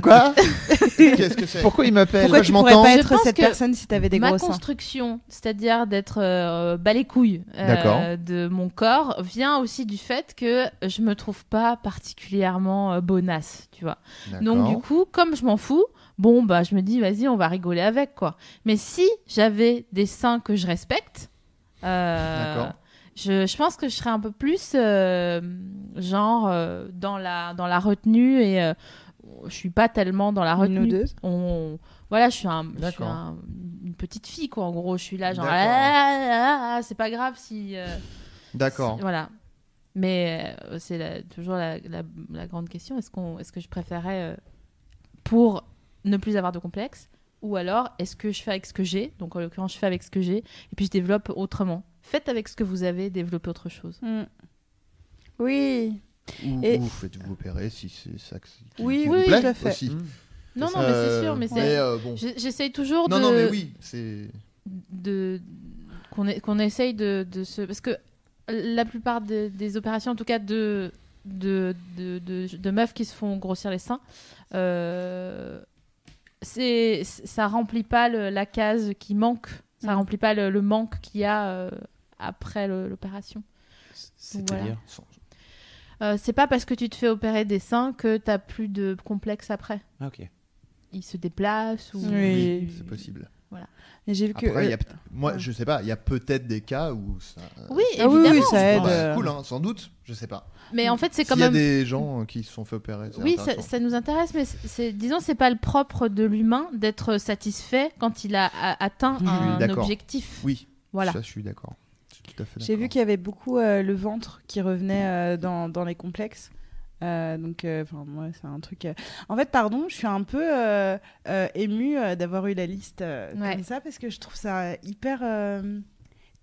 quoi Qu'est-ce que c'est Eh, Pourquoi il m'appelle Pourquoi je tu pourrais m'entends. pas Je être pense cette que personne si t'avais des ma gros seins construction, c'est-à-dire d'être euh, bas les couilles euh, D'accord. de mon corps, vient aussi du fait que je me trouve pas particulièrement euh, bonasse, tu vois. Donc du D'accord. coup, comme je m'en fous, bon bah je me dis vas-y, on va rigoler avec quoi. Mais si j'avais des seins que je respecte, euh, D'accord. je, je pense que je serais un peu plus euh, genre euh, dans la dans la retenue et euh, je suis pas tellement dans la retenue Noudeuse. on voilà je suis, un, je suis D'accord. un- une petite fille quoi en gros je suis là genre D'accord. Ah, ah, ah, c'est pas grave si euh, D'accord. voilà mais euh, c'est la- toujours la, la- la grande question est-ce qu'on est-ce que je préférais euh, pour ne plus avoir de complexe ou alors est-ce que je fais avec ce que j'ai donc en l'occurrence je fais avec ce que j'ai et puis je développe autrement faites avec ce que vous avez développez autre chose Mm. Oui. Ou, Et- ou faites-vous opérer si c'est ça que- qui, Oui, qui oui, vous plaît tout à fait. aussi. non non Euh, mais c'est sûr mais c'est euh, bon. j'ai- j'essaye toujours Non, de non, mais oui, c'est. de qu'on est- qu'on essaye de, de se parce que la plupart des, des opérations en tout cas de de, de, de- de meufs qui se font grossir les seins euh, c'est ça remplit pas le- la case qui manque ça Mm. remplit pas le, le manque qu'il y a euh, après le- l'opération C'est-à-dire Euh, c'est pas parce que tu te fais opérer des seins que t'as plus de complexe après Ah, ok. ils se déplacent ou Oui. c'est possible. Et j'ai vu que. Après, il y a euh, peut- moi, ouais. je sais pas, il y a peut-être des cas où ça. oui Ah oui, évidemment oui, ça C'est aide. pas- c'est euh, cool, hein, sans doute, je sais pas. mais en fait c'est quand S'il y a même des gens euh, qui se sont fait opérer, c'est Oui, ça, intéressant. ça nous intéresse, mais c'est- c'est, disons, c'est pas le propre de l'humain d'être satisfait quand il a, a- atteint Oui, un d'accord. objectif. Oui, Voilà. ça, je suis d'accord. Je suis tout à fait J'ai vu d'accord. qu'il y avait beaucoup euh, le ventre qui revenait euh, dans, dans les complexes. Euh, donc, euh, enfin, moi, c'est un truc. euh, En fait, pardon, je suis un peu euh, euh, émue euh, d'avoir eu la liste euh, Ouais. comme ça parce que je trouve ça euh, hyper euh,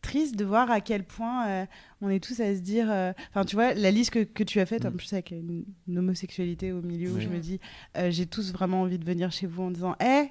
triste de voir à quel point euh, on est tous à se dire. euh, Enfin, tu vois, la liste que, que tu as faite, en Mm. plus avec une, une homosexualité au milieu, où Ouais. je me dis, euh, j'ai tous vraiment envie de venir chez vous en disant, hé,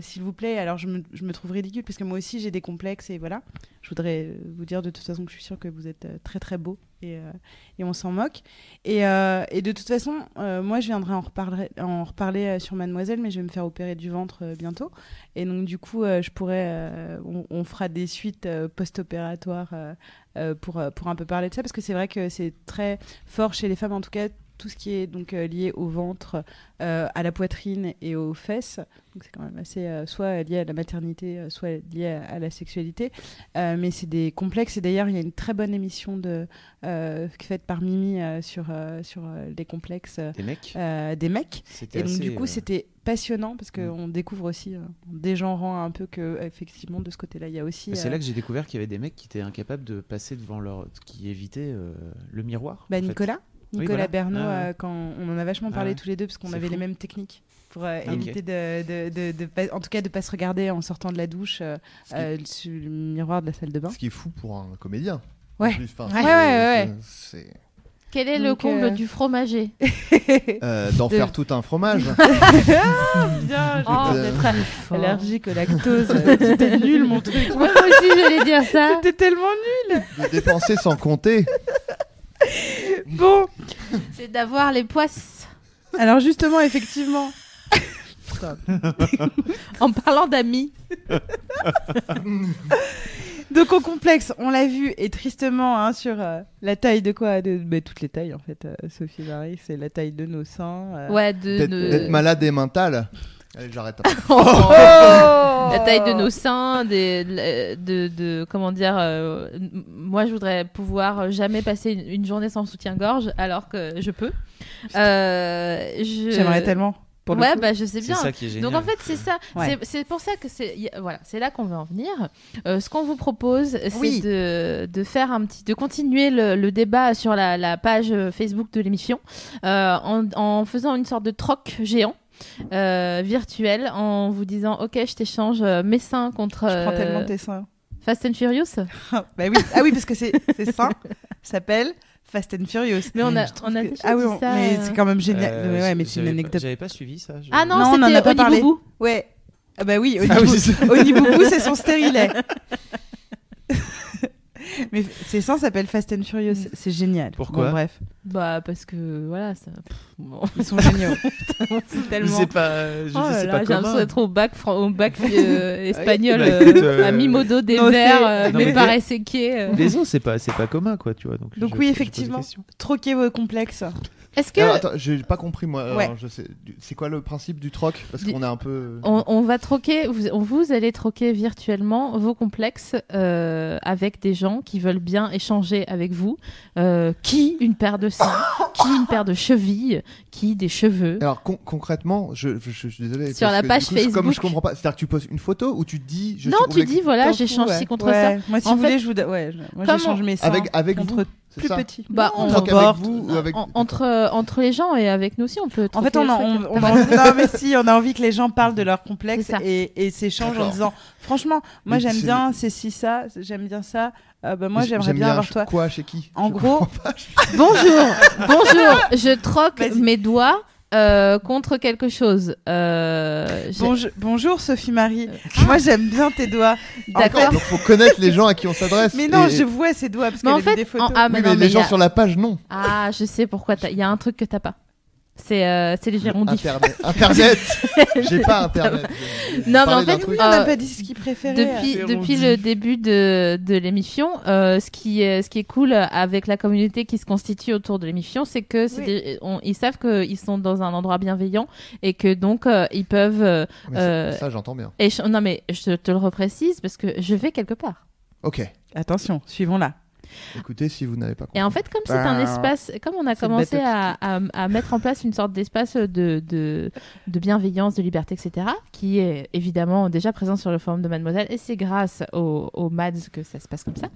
s'il vous plaît, alors je me, je me trouve ridicule parce que moi aussi j'ai des complexes et voilà. Je voudrais euh, vous dire de toute façon que je suis sûre que vous êtes euh, très très beau et, euh, et on s'en moque. Et, euh, et de toute façon, euh, moi je viendrai en reparler, en reparler euh, sur Mademoiselle, mais je vais me faire opérer du ventre euh, bientôt. Et donc du coup, euh, je pourrais, euh, on, on fera des suites euh, post-opératoires euh, euh, pour, euh, pour un peu parler de ça parce que c'est vrai que c'est très fort chez les femmes en tout cas. Tout ce qui est donc euh, lié au ventre, euh, à la poitrine et aux fesses, donc c'est quand même assez euh, soit lié à la maternité, euh, soit lié à, à la sexualité. Euh, mais c'est des complexes. Et d'ailleurs, il y a une très bonne émission de, euh, faite par Mimi euh, sur, euh, sur euh, les complexes Des mecs euh, des mecs. C'était Et donc, du assez, coup, euh, c'était passionnant parce Mm. qu'on découvre aussi, euh, en dégenrant un peu que, effectivement, de ce côté-là, il y a aussi. Bah, C'est euh, là que j'ai découvert qu'il y avait des mecs qui étaient incapables de passer devant leur. qui évitaient euh, le miroir. bah, en fait. Nicolas, Oui, voilà. Nicolas Bernot, Ah, ouais. euh, quand on en a vachement Ah parlé ouais. tous les deux parce qu'on C'est avait les fou. mêmes techniques pour euh, Ah, ok. éviter de, de- de- de pas- en tout cas de pas se regarder en sortant de la douche euh, Ce qui- euh, sur le miroir de la salle de bain. Ce qui est fou pour un comédien. En Ouais. plus, enfin, Ouais, c'est- ouais, ouais, c'est- Quel est le Donc, comble euh, du fromager Euh, D'en De- faire tout un fromage. Oh, Ah, bah, je- d'être allergique au lactose. Euh, C'était nul mon truc. Moi aussi, j'allais dire ça. C'était tellement de dépenser sans nul. compter. Bon, C'est d'avoir les poisses. alors justement, effectivement. En parlant d'amis, Donc au complexe, on l'a vu et tristement hein, sur euh, la taille de quoi de, mais Toutes les tailles en fait. euh, Sophie Marie, c'est la taille de nos seins. euh. ouais, de, D'être de- d'être malade et mental. Allez, j'arrête. Oh. Oh la taille de nos seins, des, de, de, de- comment dire, euh, m- moi je voudrais pouvoir jamais passer une, une journée sans soutien-gorge alors que je peux. Euh, je- J'aimerais tellement. Pour le ouais, coup. bah je sais C'est bien. ça qui est génial. Donc en fait c'est ça, Ouais. C'est- c'est pour ça que c'est y a- voilà, c'est là qu'on veut en venir. Euh, ce qu'on vous propose, c'est Oui. de, de faire un petit, de continuer le, le débat sur la, la page euh, Facebook de l'émission euh, en, en faisant une sorte de troc géant. euh, virtuel en vous disant ok je t'échange euh, mes seins contre je prends tellement euh, tes seins. Fast and Furious Ah, bah oui. Ah oui, parce que c'est c'est sain. Ça s'appelle Fast and Furious. mais on a Je trouve on a que- déjà Ah oui, dit on- ça, mais euh. c'est quand même génial. Euh, mais ouais, j- mais c'est une j'avais pas- anecdote. J'avais pas suivi ça. je- ah non, Non, on en c'était a pas parlé. Oniboubou. Ouais. Ah bah oui, Ah oui, Oniboubou, c'est ça. Oniboubou, c'est son stérilet. Mais c'est ça s'appelle Fast and Furious, Mm. c'est- c'est génial. Pourquoi Bon, Bref, Bah, parce que voilà, ça. pff, bon, ils sont géniaux. on fout Je tellement. sais pas, je Oh là sais là, pas j'ai l'impression comment. d'être au bac, fran- au bac euh, espagnol, bah, écoute, euh, euh, à mi-modo des non, c'est- verres, euh, non, mais mais- par esséquier. euh. Les os, c'est pas, c'est pas commun, quoi, tu vois. Donc, Donc je- je pose oui, des effectivement, questions. troquez vos complexes. Ah, Est-ce que Alors, attends, j'ai pas compris moi. Alors, Ouais. je sais- du- C'est quoi le principe du troc Parce Du- qu'on est un peu. on, on va troquer, vous, on- vous allez troquer virtuellement vos complexes euh, avec des gens qui veulent bien échanger avec vous euh, Qui une paire de seins Qui une paire de chevilles Qui des cheveux Alors con- concrètement, je, je- je suis désolé. Sur parce la que, page du coup, je- Comme Facebook. je comprends pas, c'est-à-dire que tu poses une photo ou tu dis. Je Non, suis tu obligé- dis voilà, T'en j'échange fous, ci ouais. contre ça. Ouais, Moi, si En vous fait- voulez, je vous. da- Ouais, je- moi, Comment- j'échange mes seins Avec avec contre vous. c'est plus ça petit. Bah, On on troque aborde- avec vous ou avec. en- entre, euh, entre les gens et avec nous aussi, on peut En fait, troquer on a, des on, trucs. on a- non, mais si, on a envie que les gens parlent de leurs complexes C'est ça. et, et s'échangent en D'accord. disant Franchement, moi Mais j'aime c'est- bien, c'est si ça, c'est- j'aime bien ça, euh, bah, moi J- j'aimerais bien avoir ch- toi. Quoi chez qui En Je gros- comprends pas. Bonjour, bonjour, je troque Vas-y. mes doigts euh, contre quelque chose. Euh, j'ai- Bonjour, bonjour Sophie Marie, Euh. moi j'aime bien tes doigts. En fait- D'accord. Donc faut connaître les gens à qui on s'adresse. Mais non, et- je vois ses doigts parce Mais en qu'elle a mis fait, des photos. en- ah, Oui, mais mais non, mais les il y gens a- sur la page non. Ah, je sais pourquoi. t'as- Il y a un truc que t'as pas. C'est euh, c'est les girondifs. Internet. Internet. J'ai pas internet. Je- Non, mais en parlais d'un fait, truc. Oui, on n'a Euh, pas dit ce qu'il préférait. Depuis, Apéro depuis diff. le début de, de l'émission, euh, ce, qui est, ce qui est cool avec la communauté qui se constitue autour de l'émission, c'est que c'est Oui. des- on- ils savent qu'ils sont dans un endroit bienveillant et que donc euh, ils peuvent. euh, Mais ça- euh, Ça j'entends bien. écha- non, mais je te le reprécise parce que je vais quelque part. Ok. Attention, suivons là. Écoutez si vous n'avez pas compris. Et en fait, comme c'est un Ben, Bah, espace, comme on a c'est commencé bête à, à, à mettre en place une sorte d'espace de, de, de bienveillance, de liberté, etc., qui est évidemment déjà présent sur le forum de Mademoiselle, et c'est grâce aux au MADS que ça se passe comme ça,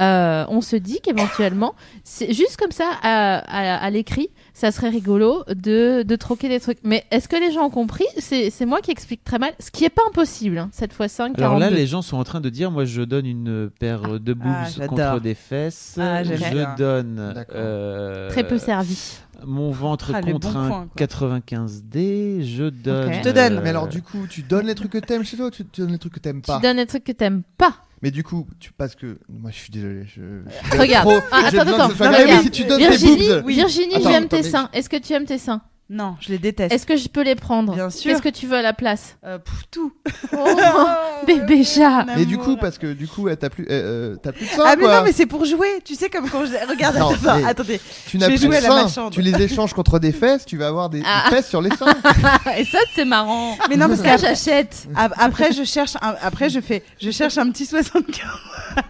euh, on se dit qu'éventuellement, c'est juste comme ça, à, à, à l'écrit, ça serait rigolo de, de troquer des trucs. Mais est-ce que les gens ont compris C'est c'est moi qui explique très mal, ce qui est pas impossible, hein, cette fois 5, Alors là, 42. les gens sont en train de dire moi, je donne une paire euh, de boobs Ah, j'adore. contre des fesses. Ah, j'aime bien. je donne D'accord. euh, Très peu servi. mon ventre Ah, le contre bon un coin, quoi. 95D. Je donne. euh, Ok. Je te donne. Mais alors du coup, tu donnes les trucs que t'aimes chez toi, ou tu tu donnes les trucs que t'aimes Tu pas. donnes des trucs que t'aimes pas. Mais du coup, tu parce que moi je suis désolé, je. je donne Regarde. trop- Ah, j'ai attends, besoin de attends, se faire griller, regarde. mais si tu donnes Virginie, tes boobs, oui. Virginie, Attends, j'aime attends, tes mais- seins. Est-ce que tu aimes tes seins Non, je les déteste. Est-ce que je peux les prendre Bien sûr. Qu'est-ce que tu veux à la place Euh, pff, tout. Oh, bébé chat. Mon mais du amour. coup parce que du coup, eh, t'as plus, eh, euh, t'as plus de seins Ah, mais quoi. non, mais c'est pour jouer. Tu sais, comme quand je. Regarde, Non, attends, mais- attendez. tu n'as je vais plus de jouer à la seins. marchande. Tu les échanges contre des fesses, tu vas avoir des, des Ah. fesses sur les seins. Et ça, c'est marrant. Mais non, parce Ça, qu'après, j'achète. après, je cherche. un- Après, je fais. Je cherche un petit 75.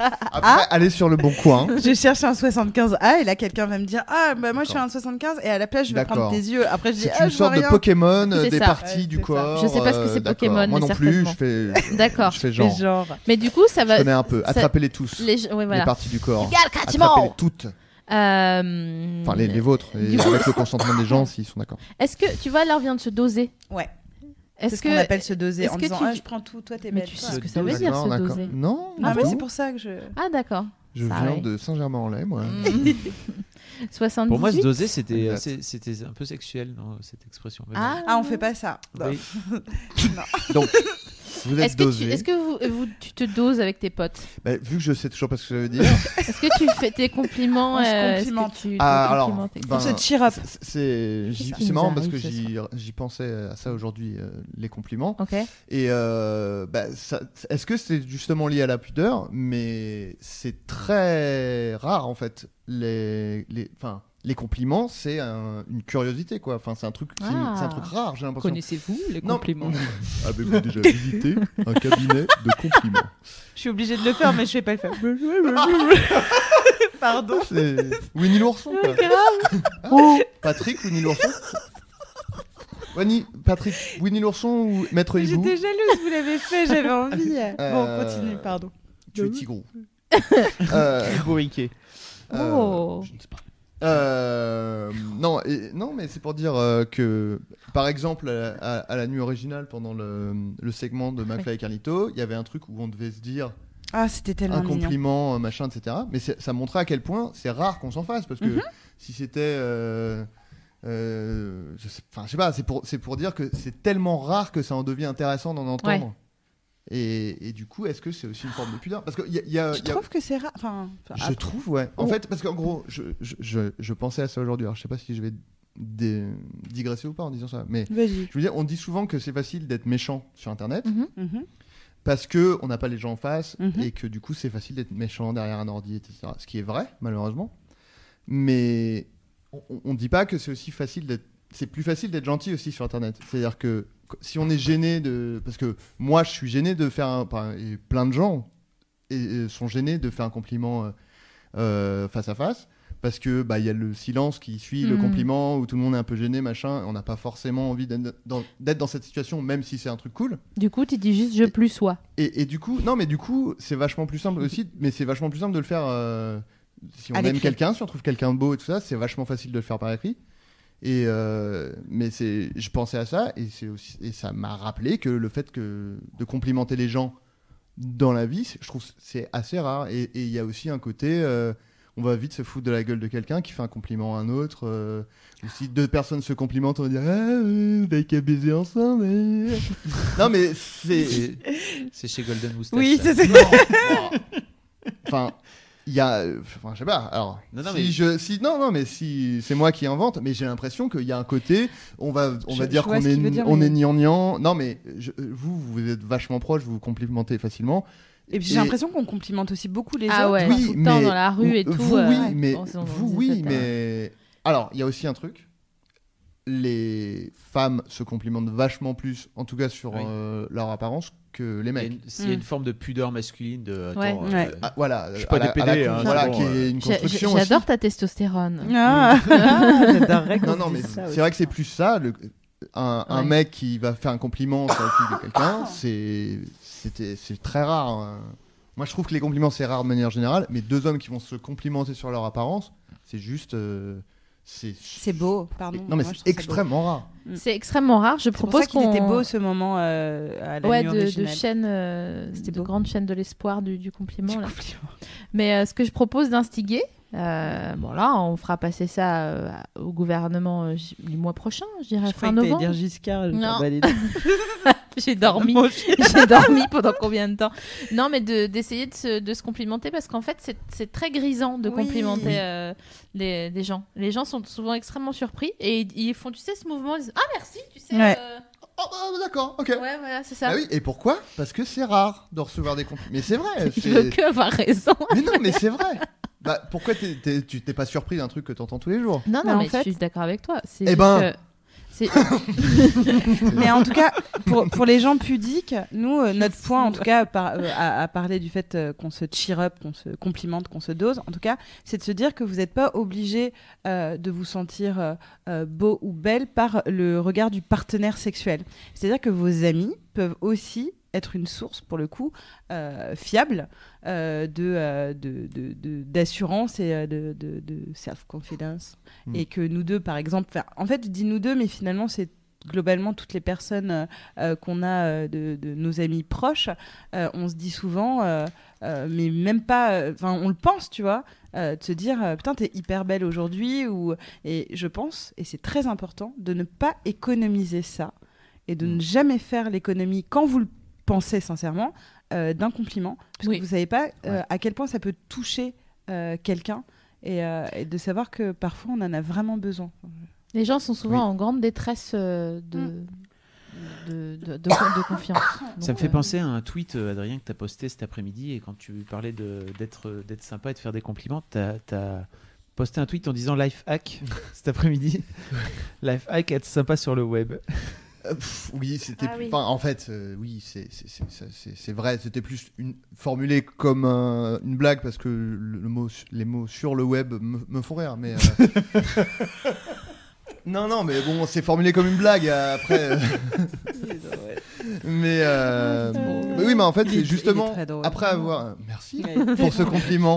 Ah. Après, aller sur le bon coin. Je cherche un 75A et là quelqu'un va me dire ah bah moi je suis un 75 et à la place je vais D'accord. prendre tes yeux. Après je dis C'est ah une je vois sorte de rien. Pokémon, euh, C'est des ça. parties Ouais, du c'est ça. corps. Je sais pas ce que euh, c'est d'accord. Pokémon, Moi mais non plus, je certainement. fais. D'accord. Je fais Mais genre. Je genre Mais du coup, ça va. connais un peu. ça- Attrapez-les tous. Les... Oui, Les voilà. parties du corps. Regarde, Attrapez-les toutes. Euh, Enfin, les, les vôtres. Et Du coup- avec le consentement des gens, s'ils sont d'accord. Est-ce que tu vois, là, on vient de se doser. ouais. C'est Est-ce ce que qu'on appelle se doser est-ce en que disant tu- ah je prends tout toi t'es Mais belle. tu toi. sais ce que Se ça veut doser. dire, Non, se d'accord. doser. Non, Ah du mais tout. c'est pour ça que je Ah d'accord. Je Ça viens va. de Saint-Germain-en-Laye, moi. Mm. 78. Pour moi, se doser, c'était, Exact. euh, c'est- c'était un peu sexuel, non, cette expression. Ah. ah on fait pas ça. Oui. Donc, vous Est-ce êtes que, tu, dosé. est-ce que vous, vous- tu te doses avec tes potes Bah, vu que je sais toujours pas ce que ça veut dire, Est-ce que tu fais tes compliments On se euh, est-ce que complimente. tu te Ah, alors, complimentes, etc. On Ben, se cheer up. c'est- c'est Qu'est-ce j'y- qui c'est nous marrant parce que arrive ce j'y j'y pensais à ça aujourd'hui, euh, les compliments. Ok. Et euh, bah, ça- est-ce que c'est justement lié à la pudeur Mais c'est très rare en fait. Les, les, enfin, les compliments, c'est un- une curiosité quoi. Enfin, c'est un truc, qui- Ah. c'est un truc rare. J'ai l'impression. Connaissez-vous les Non. Ah, compliments Avez-vous déjà visité un cabinet de compliments Je suis obligée de le faire mais je vais pas le faire. Pardon. C'est Winnie l'ourson quoi. Patrick Winnie l'ourson. Winnie, Patrick Winnie l'ourson ou Maître Hibou J'étais jalouse vous l'avez fait j'avais envie. Bon Euh, continue pardon. Tu es tigrou. euh, euh, Oh. je ne sais pas. Euh, non, et- non, mais c'est pour dire euh, que, par exemple, à, à- à la nuit originale, pendant le, le segment de McFly et Carlito, il y avait un truc où on devait se dire Ah c'était tellement un mignon. compliment, euh, machin, etc. Mais c'est- ça montrait à quel point c'est rare qu'on s'en fasse, parce que Mhm. si c'était... euh, euh, je sais, enfin, je sais pas, c'est pour, c'est pour dire que c'est tellement rare que ça en devient intéressant d'en entendre. Et, et du coup, est-ce que c'est aussi une forme de pudeur Parce que il y a- il y a- Tu il y a- trouves que c'est rare enfin, enfin, je après- trouve, ouais. En Oh. fait, parce qu'en gros, je, je, je, je pensais à ça aujourd'hui. Alors, je sais pas si je vais dé- digresser ou pas en disant ça, mais ah, Vas-y. je veux dire, on dit souvent que c'est facile d'être méchant sur Internet Mhm. parce que on n'a pas les gens en face Mhm. et que du coup, c'est facile d'être méchant derrière un ordi, etc. Ce qui est vrai, malheureusement. Mais on- on, on dit pas que c'est aussi facile d'être. C'est plus facile d'être gentil aussi sur Internet. C'est-à-dire que qu- si on est gêné de, parce que moi, je suis gêné de faire un, enfin, et plein de gens et- et sont gênés de faire un compliment euh, euh, face à face parce que bah il y a le silence qui suit le Mhm. compliment où tout le monde est un peu gêné machin on n'a pas forcément envie d'être dans, d'être dans cette situation même si c'est un truc cool Du coup, tu dis juste je plus sois. et, et du coup non mais du coup c'est vachement plus simple aussi mais c'est vachement plus simple de le faire euh, si on À aime l'écrit. quelqu'un si on trouve quelqu'un de beau et tout ça c'est vachement facile de le faire par écrit et euh, mais c'est je pensais à ça et c'est aussi et ça m'a rappelé que le fait que de complimenter les gens dans la vie c'est- je trouve c'est assez rare et et il y a aussi un côté euh, on va vite se foutre de la gueule de quelqu'un qui fait un compliment à un autre. euh, ou si deux personnes se complimentent, on va dire Ah, ouais, vous n'avez qu'à baiser ensemble. euh. non, mais c'est. C'est c'est chez Golden Moustache. Oui, ça. c'est ça. Enfin, il y a. euh, Enfin, je sais pas. Alors, Non, non, si mais- je. Si, non, non, mais si. C'est moi qui invente, mais j'ai l'impression qu'il y a un côté. On va, on Je- va je dire vois qu'on ce est, qu'il veut dire, on mais- est gnangnan. Non, mais je- vous, vous êtes vachement proche, vous vous complimentez facilement. Et puis j'ai Et- l'impression qu'on complimente aussi beaucoup les Ah autres. ouais, Oui, tout le temps mais- dans la rue et vous, tout. Oui, euh, ouais, mais. on s'en- on vous, dit oui, ça, t'as- mais. Alors, il y a aussi un truc. Les femmes se complimentent vachement plus, en tout cas sur Oui. euh, leur apparence, que les Il y a mecs. une- S'il y a une Mm. forme de pudeur masculine, de. attends, Ouais. euh, Ouais. Ah, voilà, Je suis pas à la- des à PD, la hein, con- c'est voilà, bon, qui est euh. une J'a- construction. aussi. J'adore ta testostérone. Ah, j'adorerais qu'on Non, se non, dise ça mais c'est aussi. vrai que c'est plus ça. hein. le- un, un Ouais. mec qui va faire un compliment sur la fille de quelqu'un, c'est c'était- c'est très rare. hein. Moi, je trouve que les compliments, c'est rare de manière générale, mais deux hommes qui vont se complimenter sur leur apparence, c'est juste. euh, c'est C'est beau, pardon. Non, moi, mais je c'est trouve ça beau. extrêmement rare. C'est extrêmement rare. Je C'est pour ça propose qu'il qu'on était beau ce moment euh, à la ouais, nuit de, de originale. chaîne, euh, C'était de beau. grande chaîne de l'espoir du, du compliment. Du là. compliment. Mais euh, ce que je propose d'instiguer, euh, bon là, on fera passer ça euh, au gouvernement euh, j- du mois prochain, je dirais Je fin croyais que t'allais novembre. dire bah, Giscard. je Non. t'en valide. J'ai dormi. J'ai dormi pendant combien de temps Non, mais de- d'essayer de, se, de se complimenter parce qu'en fait, c'est- c'est très grisant de Oui. complimenter euh, les, les gens. Les gens sont souvent extrêmement surpris et ils, ils font, tu sais, ce mouvement. Ils disent, ah, merci, tu sais. Ouais. euh, Oh, bah, d'accord, ok. ouais, voilà, c'est ça. Ah oui, et pourquoi Parce que c'est rare de recevoir des compliments. Mais c'est vrai. Il c'est- veut que avoir raison. Mais non, mais c'est vrai. Bah, pourquoi t'es- t'es- tu t'es pas surpris d'un truc que t'entends tous les jours Non, Mais non, en mais fait- je suis d'accord avec toi. C'est Eh juste ben. que c'est- Mais en tout cas, pour, pour les gens pudiques, nous, euh, notre point, en tout cas, par- euh, à, à parler du fait euh, qu'on se cheer up, qu'on se complimente, qu'on se dose, en tout cas, c'est de se dire que vous n'êtes pas obligé euh, de vous sentir euh, euh, beau ou belle par le regard du partenaire sexuel. C'est-à-dire que vos amis peuvent aussi être une source, pour le coup, euh, fiable euh, de, euh, de- de- de- d'assurance et euh, de, de- de self-confidence. Mm. Et que nous deux, par exemple, enfin, en fait, je dis nous deux, mais finalement, c'est globalement toutes les personnes euh, euh, qu'on a euh, de, de nos amis proches, euh, on se dit souvent, euh, euh, mais même pas, euh, enfin, on le pense, tu vois, euh, de se dire, euh, putain, t'es hyper belle aujourd'hui, ou et je pense, et c'est très important, de ne pas économiser ça et de ne jamais faire l'économie quand vous le pensez sincèrement euh, d'un compliment, parce Oui. que vous savez pas euh, à quel point ça peut toucher euh, quelqu'un. Et, euh, et de savoir que parfois on en a vraiment besoin. Les gens sont souvent Oui. en grande détresse euh, de, Mm. de, de, de- de confiance. Ça Donc, me fait euh, penser à un tweet, euh, Adrien, que tu as posté cet après-midi. Et quand tu parlais de- d'être euh, d'être sympa et de faire des compliments, tu as, posté un tweet en disant Life hack cet après-midi. Life hack, être sympa sur le web. Euh, pff, oui, c'était. Ah plus- oui. enfin, en fait, euh, oui, c'est- c'est- c'est c'est- c'est- c'est vrai. C'était plus une, formulé comme un- une blague parce que le, le mot, su- les mots sur le web me, me font rire. Mais euh, non, non, mais bon, c'est formulé comme une blague. euh, Après, euh, mais euh, drôle. mais oui, mais en fait, Il est- c'est il est justement très drôle. après avoir. Merci pour ce compliment.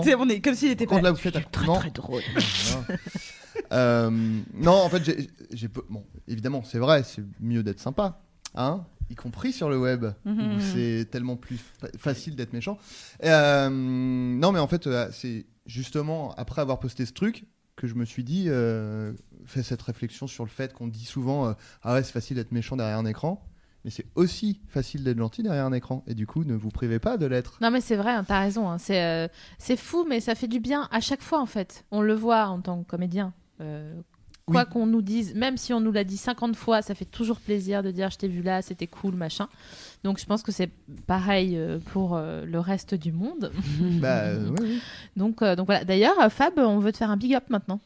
Tu sais, on est comme s'il était pas Quand là, vous faites un compliment. drôle. Voilà. Euh, non, en fait, j'ai- j'ai peu- bon, évidemment, c'est vrai, c'est mieux d'être sympa, hein, y compris sur le web Mhm. où c'est tellement plus fa- facile d'être méchant. Euh, non, mais en fait, euh, c'est justement après avoir posté ce truc que je me suis dit, euh, fait cette réflexion sur le fait qu'on dit souvent, euh, ah ouais, c'est facile d'être méchant derrière un écran. mais c'est aussi facile d'être gentil derrière un écran. Et du coup, ne vous privez pas de l'être. Non mais c'est vrai, hein, t'as raison. hein. C'est euh, c'est fou, mais ça fait du bien à chaque fois en fait. On le voit en tant que comédien. Euh, quoi qu'on nous dise, même si on nous l'a dit 50 fois, ça fait toujours plaisir de dire je t'ai vu là, c'était cool, machin. Donc je pense que c'est pareil euh, pour euh, le reste du monde. Mhm. bah, euh, ouais, ouais. Donc, euh, donc voilà. D'ailleurs, euh, Fab, on veut te faire un big up maintenant.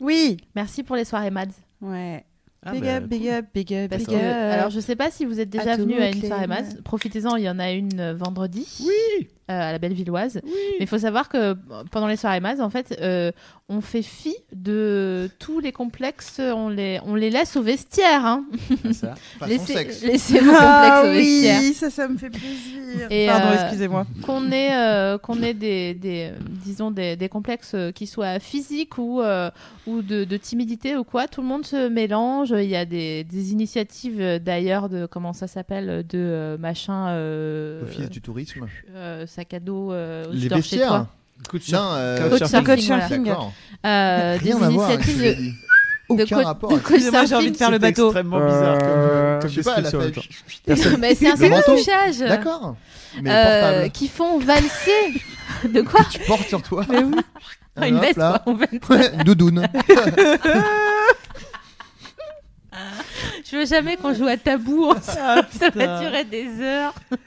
Oui. Merci pour les soirées Mads. Ouais. Ah, big, bah, up, big cool. up, big up, Parce big que, up, alors je sais pas si vous êtes déjà À tout venu à une Clément. soirée Mads. Profitez-en, il y en a une euh, vendredi. Oui euh, à la Bellevilloise. Mais il faut savoir que euh, pendant les soirées Maz, en fait, euh, on fait fi de tous les complexes, on les, on les laisse au vestiaire. hein. Ah, ça. façon Laissez, sexe. laissez vos Ah complexes au vestiaire. oui, ça, ça me fait plaisir. Et, Pardon, euh, excusez-moi. Qu'on ait, euh, qu'on ait des, des, euh, disons des, des complexes euh, qui soient physiques ou, euh, ou de, de timidité ou quoi, tout le monde se mélange. Il y a des, des initiatives euh, d'ailleurs de, comment ça s'appelle, de euh, machin, euh, Office du tourisme. euh, sac à dos, euh, dehors Les chez toi. vestiaires. Coup de surf. Non, euh, Couchsurfing. Couchsurfing, voilà. Couchsurfing. D'accord. Euh, des Rien à voir avec ce initiatives que de- j'ai dit. Aucun co- rapport. hein. de avec- Excusez-moi, j'ai co-surfing. envie de faire le bateau. extrêmement bizarre comme, euh, Je comme sais pas, elle a description en fait- même temps. Mais c'est un Le second manteau. couchage. D'accord. Mais Euh, portable. qui font valser. de quoi Tu portes sur toi. Mais oui. Ah, Une hop veste, là. quoi, en fait. Ouais, Doudoune. Je veux jamais qu'on joue à tabou. hein. Ah, Ça va putain. durer des heures.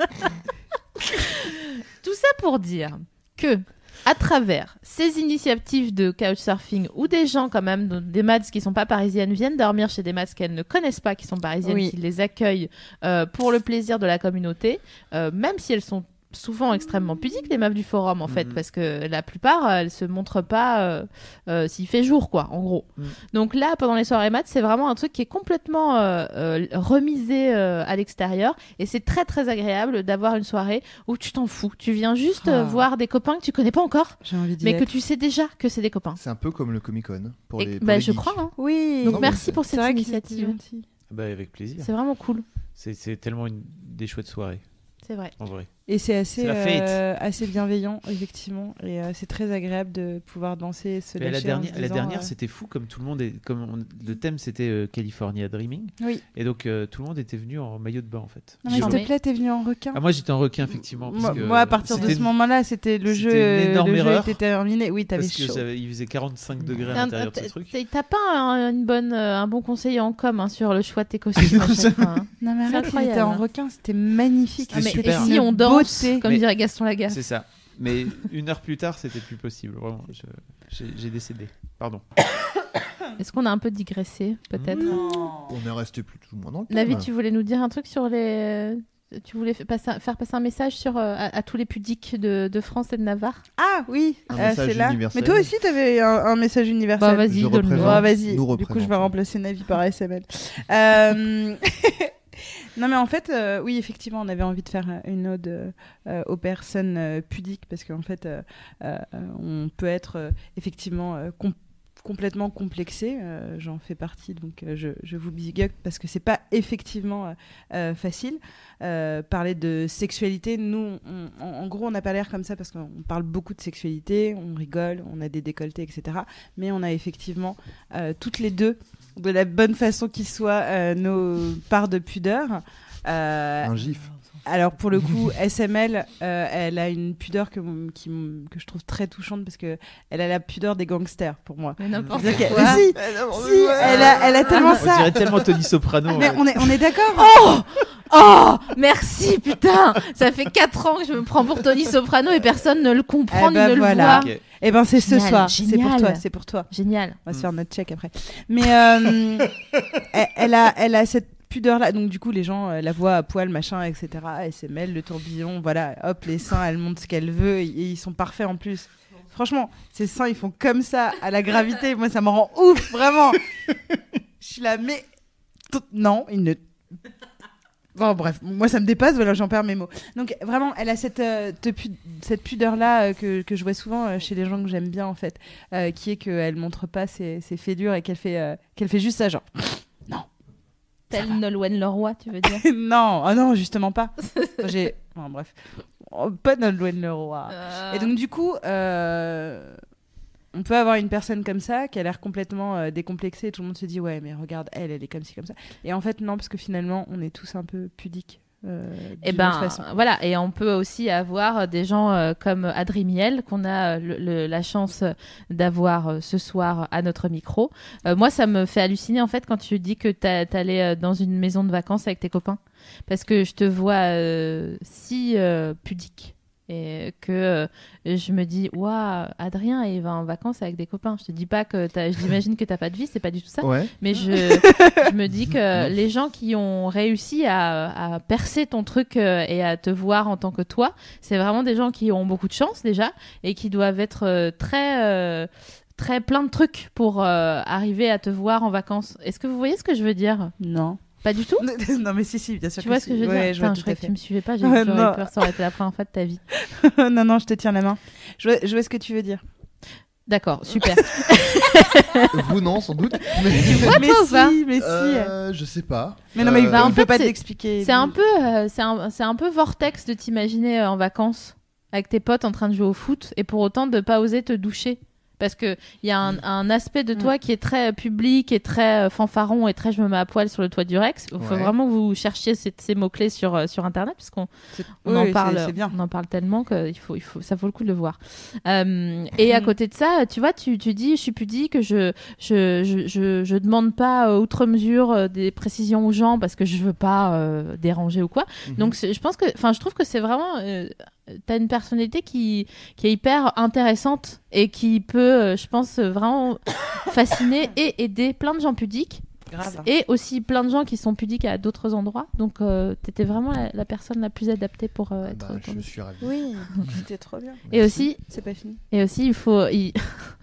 Tout ça pour dire que, à travers ces initiatives de couchsurfing, où des gens, quand même, dont des maths qui sont pas parisiennes, viennent dormir chez des maths qu'elles ne connaissent pas, qui sont parisiennes, Oui. qui les accueillent euh, pour le plaisir de la communauté, euh, même si elles sont souvent extrêmement pudiques les meufs du forum en fait Mhm. parce que la plupart euh, elles se montrent pas euh, euh, s'il fait jour quoi en gros Mm. Mhm. donc là pendant les soirées maths c'est vraiment un truc qui est complètement euh, euh, remisé euh, à l'extérieur et c'est très très agréable d'avoir une soirée où tu t'en fous tu viens juste euh, Ah. voir des copains que tu connais pas encore J'ai envie d'y mais aller. que tu sais déjà que c'est des copains C'est un peu comme le Comic Con pour Et- les. pour bah, les je geeks. crois hein. Oui. donc Non, mais merci c'est- pour cette C'est vrai que c'était initiative gentil. Bah, avec plaisir. c'est vraiment cool C'est c'est tellement une... des chouettes soirées, c'est vrai en vrai. Et c'est assez, C'est la fête. euh, assez bienveillant, effectivement. Et euh, c'est très agréable de pouvoir danser et se Mais à la lâcher en dernière, se à la disant, dernière euh, c'était fou, comme tout le monde. Est, comme on- le thème, c'était euh, California Dreaming. Oui. Et donc, euh, tout le monde était venu en maillot de bain, en fait. Non, mais Je- s'il te plaît, t'es venu en requin. Ah, moi, j'étais en requin, effectivement. parce moi, que moi, à partir de c'était- ce moment-là, c'était le c'était jeu. une énorme le jeu erreur. était terminé. Oui, t'avais Parce que chaud. j'avais- il faisait 45 degrés à T'as- l'intérieur de ce t'as- truc. t'as- T'as pas un, une bonne, euh, un bon conseiller en com hein, sur le choix de tes costumes à chaque fois, hein. Non, mais C'est arrête, il incroyable, était en hein. requin, c'était magnifique. Ah, mais C'était super. et si Une on danse, beauté. comme Mais- dirait Gaston Lagaffe. C'est ça. Mais une heure plus tard, c'était plus possible. Vraiment, je- j'ai j'ai décédé. Pardon. Est-ce qu'on a un peu digressé, peut-être On est resté plus ou moins dans le. thème. Ah. David, tu voulais nous dire un truc sur les. euh, Tu voulais fa- passer un- faire passer un message sur, euh, à, à tous les pudiques de, de France et de Navarre Ah oui, Un euh, message c'est là. universel. Mais toi aussi, t'avais un, un message universel. Bah, vas-y, Je donne-le. représente. Ouais, vas-y. Nous Du coup, je vais représente. remplacer Navi par SML. Euh, non, mais en fait, euh, oui, effectivement, on avait envie de faire euh, une ode euh, euh, aux personnes euh, pudiques parce qu'en fait, euh, euh, on peut être euh, effectivement euh, com- complètement complexé. euh, J'en fais partie, donc euh, je, je vous big up parce que c'est pas effectivement euh, euh, facile. Euh, parler de sexualité, nous, on- on- en gros, on n'a pas l'air comme ça parce qu'on parle beaucoup de sexualité, on rigole, on a des décolletés, etc. Mais on a effectivement euh, toutes les deux, de la bonne façon qu'il soit, euh, nos parts de pudeur. Euh, Un gif. alors pour le coup, SML, euh, elle a une pudeur que, m- qui m- que je trouve très touchante parce que elle a la pudeur des gangsters pour moi. Mais n'importe C'est-à-dire qu'elle- quoi. mais si, si, elle a, elle a tellement Ah, On Ah, ça. Ah, dirait tellement Tony Soprano. Mais ouais. on est, on est d'accord. Oh Oh Merci, putain Ça fait 4 ans que je me prends pour Tony Soprano et personne ne le comprend Eh ben ni ne voilà. le voit. Ah, Ok. Eh ben c'est ce Génial, soir. C'est pour génial. toi. C'est pour toi. Génial. On va se Mm. faire notre check après. Mais euh, elle, elle a, elle a cette pudeur-là. Donc, du coup, les gens euh, la voient à poil, machin, etc. SML, le tourbillon, voilà. Hop, les seins, elle montre ce qu'elle veut. Et ils sont parfaits en plus. Franchement, ces seins, ils font comme ça, à la gravité. Moi, ça me rend ouf, vraiment. Je suis là, mais. tout- Non, il ne. Bon, bref, moi ça me dépasse, voilà, j'en perds mes mots. Donc vraiment, elle a cette, euh, te pu- cette pudeur-là euh, que, que je vois souvent euh, chez les gens que j'aime bien en fait, euh, qui est qu'elle montre pas ses, ses faits durs et qu'elle fait, euh, qu'elle fait juste ça, genre. Tel Nolwenn Leroy, tu veux dire non, ah non, justement pas. Enfin, J'ai. Enfin, bref. Oh, pas notre Leroy. Euh, Et donc du coup, euh, on peut avoir une personne comme ça qui a l'air complètement euh, décomplexée et tout le monde se dit ouais mais regarde elle elle est comme ci comme ça et en fait non parce que finalement on est tous un peu pudiques euh, Et d'une ben autre façon. voilà, et on peut aussi avoir euh, des gens euh, comme Adrimiel qu'on a euh, le- le- la chance euh, d'avoir euh, ce soir à notre micro. Euh, moi, ça me fait halluciner en fait quand tu dis que t'as- t'allais euh, dans une maison de vacances avec tes copains, parce que je te vois euh, si euh, pudique et que euh, je me dis waouh Adrien il va en vacances avec des copains. Je te dis pas que t'as- j'imagine que t'as pas de vie, c'est pas du tout ça. Ouais. Mais je, je me dis que Mm. les gens qui ont réussi à, à percer ton truc euh, et à te voir en tant que toi, c'est vraiment des gens qui ont beaucoup de chance déjà et qui doivent être euh, très, euh, très plein de trucs pour euh, arriver à te voir en vacances. Est-ce que vous voyez ce que je veux dire non Pas du tout non mais si si bien sûr Tu vois ce si. que je veux Ouais, dire je vois Putain, tout je croyais à que fait. tu me suivais pas, j'ai Ouais, j'aurais eu non. peur, ça aurait été la première fois de ta vie. non non je te tiens la main je vois, je vois ce que tu veux dire D'accord, super. Vous non, sans doute. Mais, vois, mais toi, ou pas si mais si Euh, je sais pas. mais non mais euh, il Bah, en peut fait, pas c'est- t'expliquer C'est un peu, euh, c'est un, c'est un peu vortex de t'imaginer euh, en vacances avec tes potes en train de jouer au foot et pour autant de pas oser te doucher. Parce que il y a un, un aspect de toi qui est très euh, public et très euh, fanfaron et très je me mets à poil sur le toit du Rex. Il faut Ouais. vraiment que vous cherchiez ces, ces mots-clés sur, euh, sur Internet parce qu'on C'est- on oui, en c'est- parle, c'est bien on en parle tellement que il faut, il faut, ça vaut le coup de le voir. Euh, et à Mm. côté de ça, tu vois, tu, tu dis, je suis pudique, je, je, je, je, je demande pas euh, outre mesure euh, des précisions aux gens parce que je veux pas euh, déranger ou quoi. Mhm. Donc, c'est- je pense que, enfin, je trouve que c'est vraiment, euh, t'as une personnalité qui, qui est hyper intéressante et qui peut, euh, je pense, euh, vraiment fasciner et aider plein de gens pudiques. grave Et aussi plein de gens qui sont pudiques à d'autres endroits. Donc, euh, t'étais vraiment la, la personne la plus adaptée pour euh, être. Bah, autour je de- suis ravi. oui c'était trop bien Et aussi, c'est pas fini et aussi, il faut. il-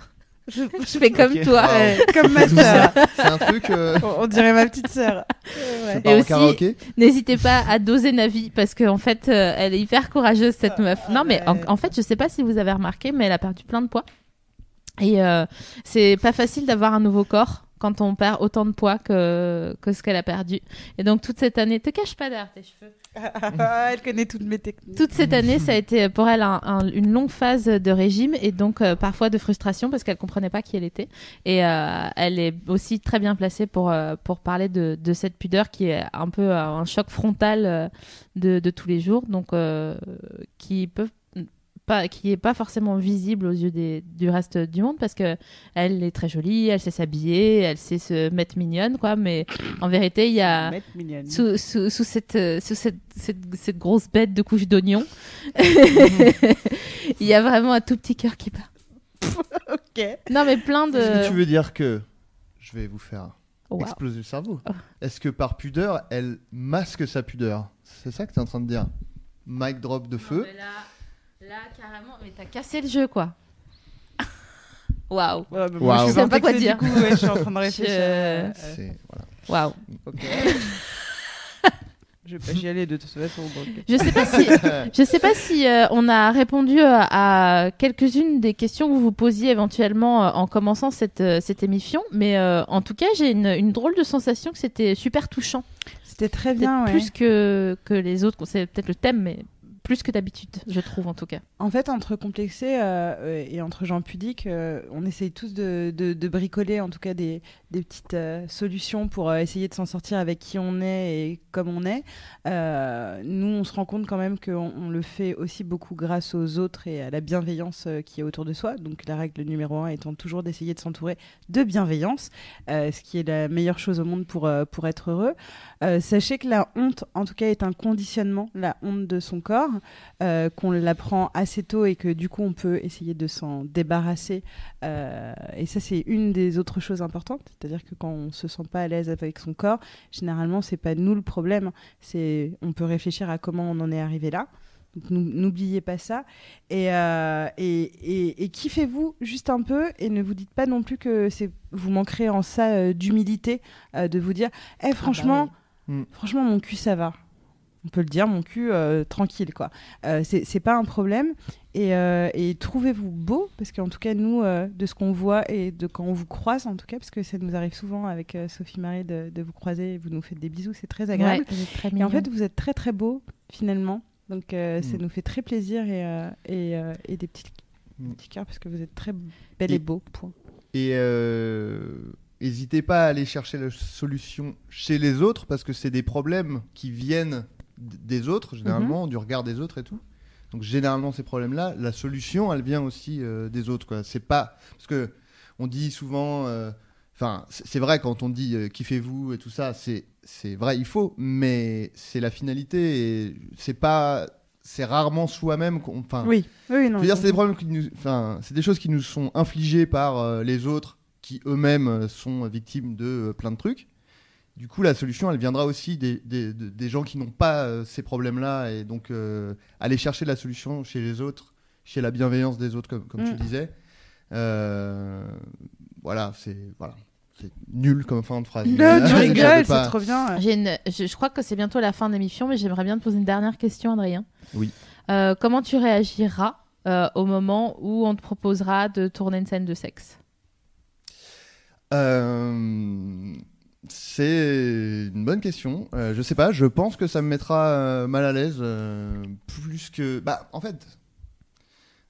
je, je fais comme Ok. toi. Waouh. euh, comme ma sœur C'est un truc. euh, on, on dirait ma petite sœur je Ouais. pars Et en aussi- karaoké. N'hésitez pas à doser Navi parce qu'en fait, euh, elle est hyper courageuse cette meuf. Non, mais en, en fait, je sais pas si vous avez remarqué, mais elle a perdu plein de poids. Et euh, c'est pas facile d'avoir un nouveau corps quand on perd autant de poids que, que ce qu'elle a perdu. Et donc, toute cette année, te cache pas derrière tes cheveux. elle connaît toutes mes techniques Toute cette année, ça a été pour elle un- un- une longue phase de régime et donc euh, parfois de frustration parce qu'elle comprenait pas qui elle était. Et euh, elle est aussi très bien placée pour, euh, pour parler de, de cette pudeur qui est un peu euh, un choc frontal euh, de, de tous les jours, donc euh, qui peut pas, qui est pas forcément visible aux yeux des, du reste du monde parce que elle est très jolie, elle sait s'habiller, elle sait se mettre mignonne quoi, mais en vérité il y a Ah. mignonne sous, sous, sous cette, euh, sous cette, cette, cette grosse bête de couche d'oignon. Il y a vraiment un tout petit cœur qui bat. ok Non, mais plein de. Est-ce que tu veux dire que je vais vous faire Waouh. exploser le cerveau Oh. Est-ce que par pudeur, elle masque sa pudeur C'est ça que tu es en train de dire Mic drop de Non, feu. mais là, là, carrément, mais t'as cassé le jeu, quoi. Waouh. Ouais, bah, Waouh. moi, Je suis sais pas quoi vexée, dire. Du coup, ouais, je suis en train de réfléchir. euh, euh, C'est- voilà. Waouh. ok. je vais pas y aller de toute façon. donc. Je sais pas si, je sais pas si euh, on a répondu euh, à, à quelques-unes des questions que vous vous posiez éventuellement euh, en commençant cette, euh, cette émission, mais euh, en tout cas, j'ai une, une drôle de sensation que c'était super touchant. C'était très Peut-être bien. ouais. plus que, que les autres, c'est peut-être le thème, mais plus que d'habitude, je trouve en tout cas. En fait, entre complexés euh, et entre gens pudiques, euh, on essaye tous de, de- de bricoler en tout cas des, des petites euh, solutions pour euh, essayer de s'en sortir avec qui on est et comme on est. Euh, nous, on se rend compte quand même qu'on on le fait aussi beaucoup grâce aux autres et à la bienveillance euh, qui est autour de soi. Donc la règle numéro un étant toujours d'essayer de s'entourer de bienveillance, euh, ce qui est la meilleure chose au monde pour, euh, pour être heureux. Euh, sachez que la honte, en tout cas, est un conditionnement, la honte de son corps euh, qu'on l'apprend assez tôt et que du coup on peut essayer de s'en débarrasser. Euh, et ça c'est une des autres choses importantes, c'est-à-dire que quand on se sent pas à l'aise avec son corps, généralement c'est pas nous le problème, c'est on peut réfléchir à comment on en est arrivé là. Donc nou- n'oubliez pas ça et, euh, et, et- et kiffez-vous juste un peu et ne vous dites pas non plus que c'est vous manquerez en ça euh, d'humilité euh, de vous dire eh franchement Ah bah oui. Mm. franchement mon cul ça va on peut le dire mon cul euh, tranquille quoi euh, c'est c'est pas un problème. Et, euh, et trouvez-vous beau, parce qu'en tout cas, nous, euh, de ce qu'on voit et de quand on vous croise, en tout cas, parce que ça nous arrive souvent avec euh, Sophie Marie de, de vous croiser, et vous nous faites des bisous, c'est très agréable. Ouais, très et mignon. en fait, vous êtes très très beau, finalement. Donc, euh, ça Mm. nous fait très plaisir et, euh, et, euh, et des petites Mm. petit cœur parce que vous êtes très bel et beau. Point. Et euh, n'hésitez pas à aller chercher la solution chez les autres parce que c'est des problèmes qui viennent d- des autres, généralement, du regard des autres et tout. Donc généralement ces problèmes-là, la solution, elle vient aussi euh, des autres. Quoi. C'est pas parce que on dit souvent, euh, enfin c- c'est vrai quand on dit euh, kiffez-vous et tout ça, c'est c'est vrai, il faut, mais c'est la finalité et c'est pas, c'est rarement soi-même qu'on, enfin Oui, oui, non. Ah. je veux dire, je- c'est des problèmes qui nous, enfin, c'est des choses qui nous sont infligées par euh, les autres qui eux-mêmes euh, sont victimes de euh, plein de trucs. Du coup, la solution, elle viendra aussi des, des, de- des gens qui n'ont pas euh, ces problèmes-là et donc euh, aller chercher la solution chez les autres, chez la bienveillance des autres, comme, comme Mm. tu disais. Euh, voilà, c'est voilà, c'est nul comme fin de phrase. Non, tu J'essaie de rigoles, pas- c'est trop bien. J'ai une- je, je crois que c'est bientôt la fin de l'émission, mais j'aimerais bien te poser une dernière question, Adrien. Oui. Euh, comment tu réagiras euh, au moment où on te proposera de tourner une scène de sexe Euh, c'est une bonne question. Euh, je sais pas, je pense que ça me mettra euh, mal à l'aise euh, plus que. Bah, en fait.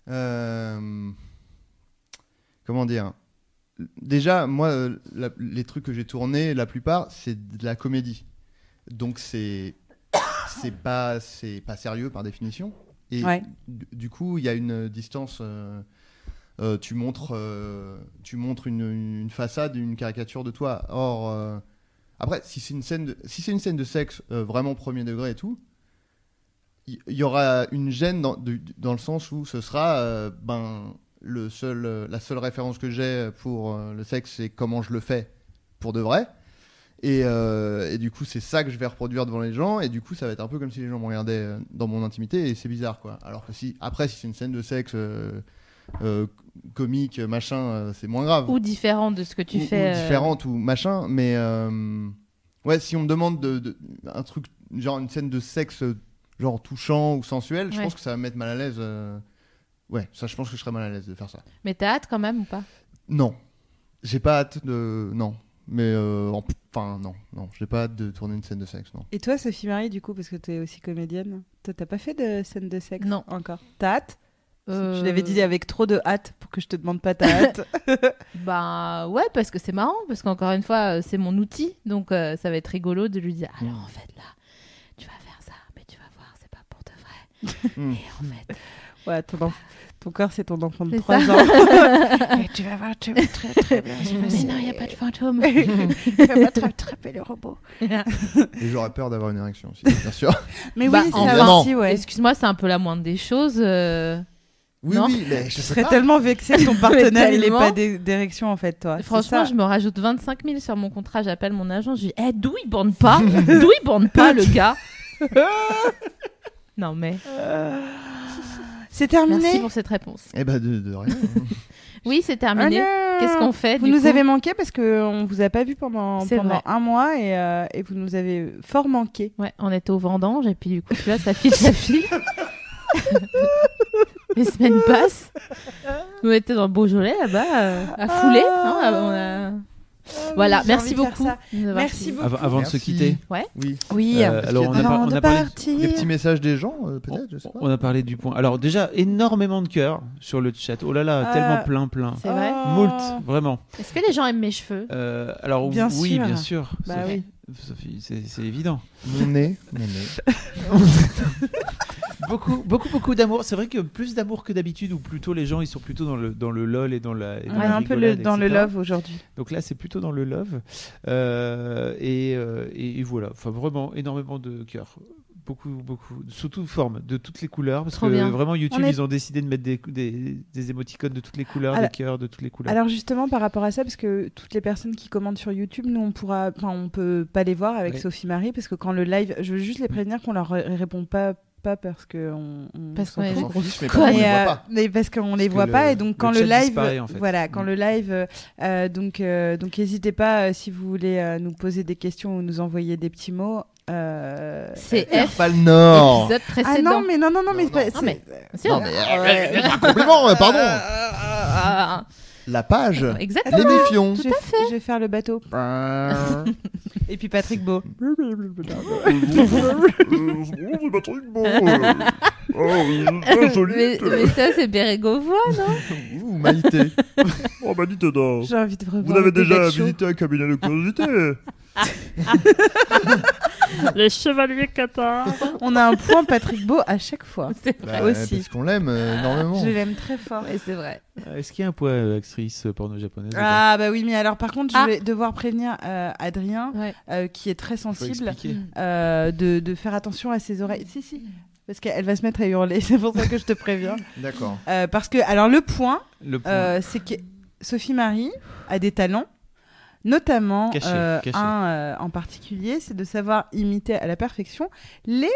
euh, comment dire Déjà, moi, euh, la- les trucs que j'ai tournés, la plupart, c'est de la comédie. Donc, c'est. C'est pas, c'est pas sérieux par définition. Et Ouais. du du coup, il y a une distance. euh, euh, tu montres, euh, tu montres une, une façade, une caricature de toi. Or, euh, après, si c'est une scène de, si c'est une scène de sexe euh, vraiment premier degré et tout, il il y, aura une gêne dans, du- dans le sens où ce sera, euh, ben, le seul, euh, la seule référence que j'ai pour euh, le sexe, c'est comment je le fais pour de vrai. Et, euh, et du coup, c'est ça que je vais reproduire devant les gens. Et du coup, ça va être un peu comme si les gens me regardaient euh, dans mon intimité. Et c'est bizarre, quoi. Alors que si, après, si c'est une scène de sexe euh, euh, comique, machin, euh, c'est moins grave Ou différent de ce que tu ou- fais ou euh, différente ou machin mais euh, ouais si on me demande de, de- un truc genre une scène de sexe euh, genre touchant ou sensuel je Ouais. pense que ça va me mettre mal à l'aise euh, ouais ça je pense que je serais mal à l'aise de faire ça Mais t'as hâte quand même ou pas non j'ai pas hâte de non mais euh, en- enfin non non j'ai pas hâte de tourner une scène de sexe non Et toi, Sophie Marie, du coup, parce que t'es aussi comédienne, toi, t'as pas fait de scène de sexe Non. encore. T'as hâte Euh, Je l'avais dit avec trop de hâte pour que je te demande pas ta hâte. Bah ouais, parce que c'est marrant, parce qu'encore une fois, euh, c'est mon outil, donc euh, ça va être rigolo de lui dire alors en fait là, tu vas faire ça, mais tu vas voir, c'est pas pour de vrai. Mm. Et en fait, ouais, ton, enf- ton corps, c'est ton enfant de C'est 3 ça. ans. Et tu vas voir, tu vas très très bien. se mais passer. non, il n'y a pas de fantôme. Tu vas pas te rattraper le robot. et j'aurais peur d'avoir une érection aussi bien sûr Mais Bah, oui, enfin, ça aussi, ouais. Excuse-moi, c'est un peu la moindre des choses. Bah, euh, oui Non. oui mais je Je sais serais pas tellement vexée que ton partenaire, il est tellement. pas d'é- d'érection en fait, toi. C'est Franchement, ça. je me rajoute 25 000 sur mon contrat. J'appelle mon agent, je lui dis Eh, d'où il bande pas D'où il bande pas le gars Non, mais Euh, c'est terminé. merci pour cette réponse. eh ben de, de rien Oui, c'est Ah terminé. non. Qu'est-ce qu'on fait Vous du nous coup avez manqué parce que on vous a pas vu pendant, C'est pendant vrai. un mois et, euh, et vous nous avez fort manqué. Ouais, on était au vendange et puis du coup, tu vois, ça file, ça file. Les semaines passent. Nous, on était dans le Beaujolais là-bas, euh, à Fouler. hein, on a- Voilà, Ah. j'ai merci envie de faire beaucoup. ça. de nous avoir Merci suivis. beaucoup. Avant, avant de se Merci. quitter, oui Oui. euh, alors on a, Avant par- on de a parlé, partir. les petits messages des gens euh, peut-être je sais pas on a parlé du point. Alors déjà énormément de cœur sur le chat. Oh là là, Euh, tellement plein, plein. C'est vrai. Oh. Moult, vraiment. Oh. Est-ce que les gens aiment mes cheveux Euh, alors Bien oui, sûr. bien sûr. Bah Sophie, oui. Sophie, c'est c'est évident. mon nez mon nez beaucoup, beaucoup, beaucoup d'amour. C'est vrai que plus d'amour que d'habitude, ou plutôt les gens, ils sont plutôt dans le, dans le lol et dans la. et dans On est la un peu le- rigolade, dans le etc.. love aujourd'hui. Donc là, c'est plutôt dans le love. Euh, et, euh, et- et voilà. Enfin, vraiment, énormément de cœur. Beaucoup, beaucoup. Sous toutes formes, de toutes les couleurs. Parce Trop que bien. vraiment, YouTube, On est- ils ont décidé de mettre des, des, des émoticônes de toutes les couleurs, Alors- des cœurs de toutes les couleurs. Alors justement par rapport à ça, parce que toutes les personnes qui commandent sur YouTube, nous on pourra, enfin on peut pas les voir avec Oui. Mm. Sophie Marie, parce que quand le live, je veux juste les prévenir qu'on leur ré- répond pas pas parce que on, on Parce s'en qu'on est fout. On s'en fiche, mais Quoi par contre, on les mais, voit euh, pas. mais parce qu'on les que voit le- pas et donc le quand le chat live disparaît, en fait. voilà quand Mm. le live euh, euh, donc euh, donc n'hésitez pas euh, si vous voulez euh, nous poser des questions ou nous envoyer des petits mots euh, C'est F, pas le nord épisode ah précédent. non mais non non non mais Non, c'est pas- non. c'est- mais- Si, Non, on- Ah, mais euh, euh, un compliment, euh, pardon. Ah, ah, ah, ah. la page. Les Exactement. méfions. Je, vais- je vais faire le bateau. Et puis Patrick Beau. mais, euh, mais ça, c'est Bérégovois, non Ou Maïté. J'ai envie de revoir Oh, Vous avez le déjà Puget Show. visité un cabinet de curiosité Les chevaliers cathares. On a un point Patrick Beau à chaque fois. Bah, Aussi. Parce qu'on l'aime euh, Ah, énormément. Je l'aime très fort. Ouais, c'est vrai. Est-ce qu'il y a un point euh, actrice euh, porno japonaise ou pas Ah bah oui, mais alors par contre, je Ah. vais devoir prévenir euh, Adrien, Ouais. euh, qui est très Faut sensible, expliquer. euh, de, de faire attention à ses oreilles. Si, si. Parce qu'elle va se mettre à hurler, c'est pour ça que je te préviens. D'accord. Euh, parce que, alors le point, Le point. euh, c'est que Sophie Marie a des talents, notamment Caché, euh, caché. un euh, en particulier, c'est de savoir imiter à la perfection les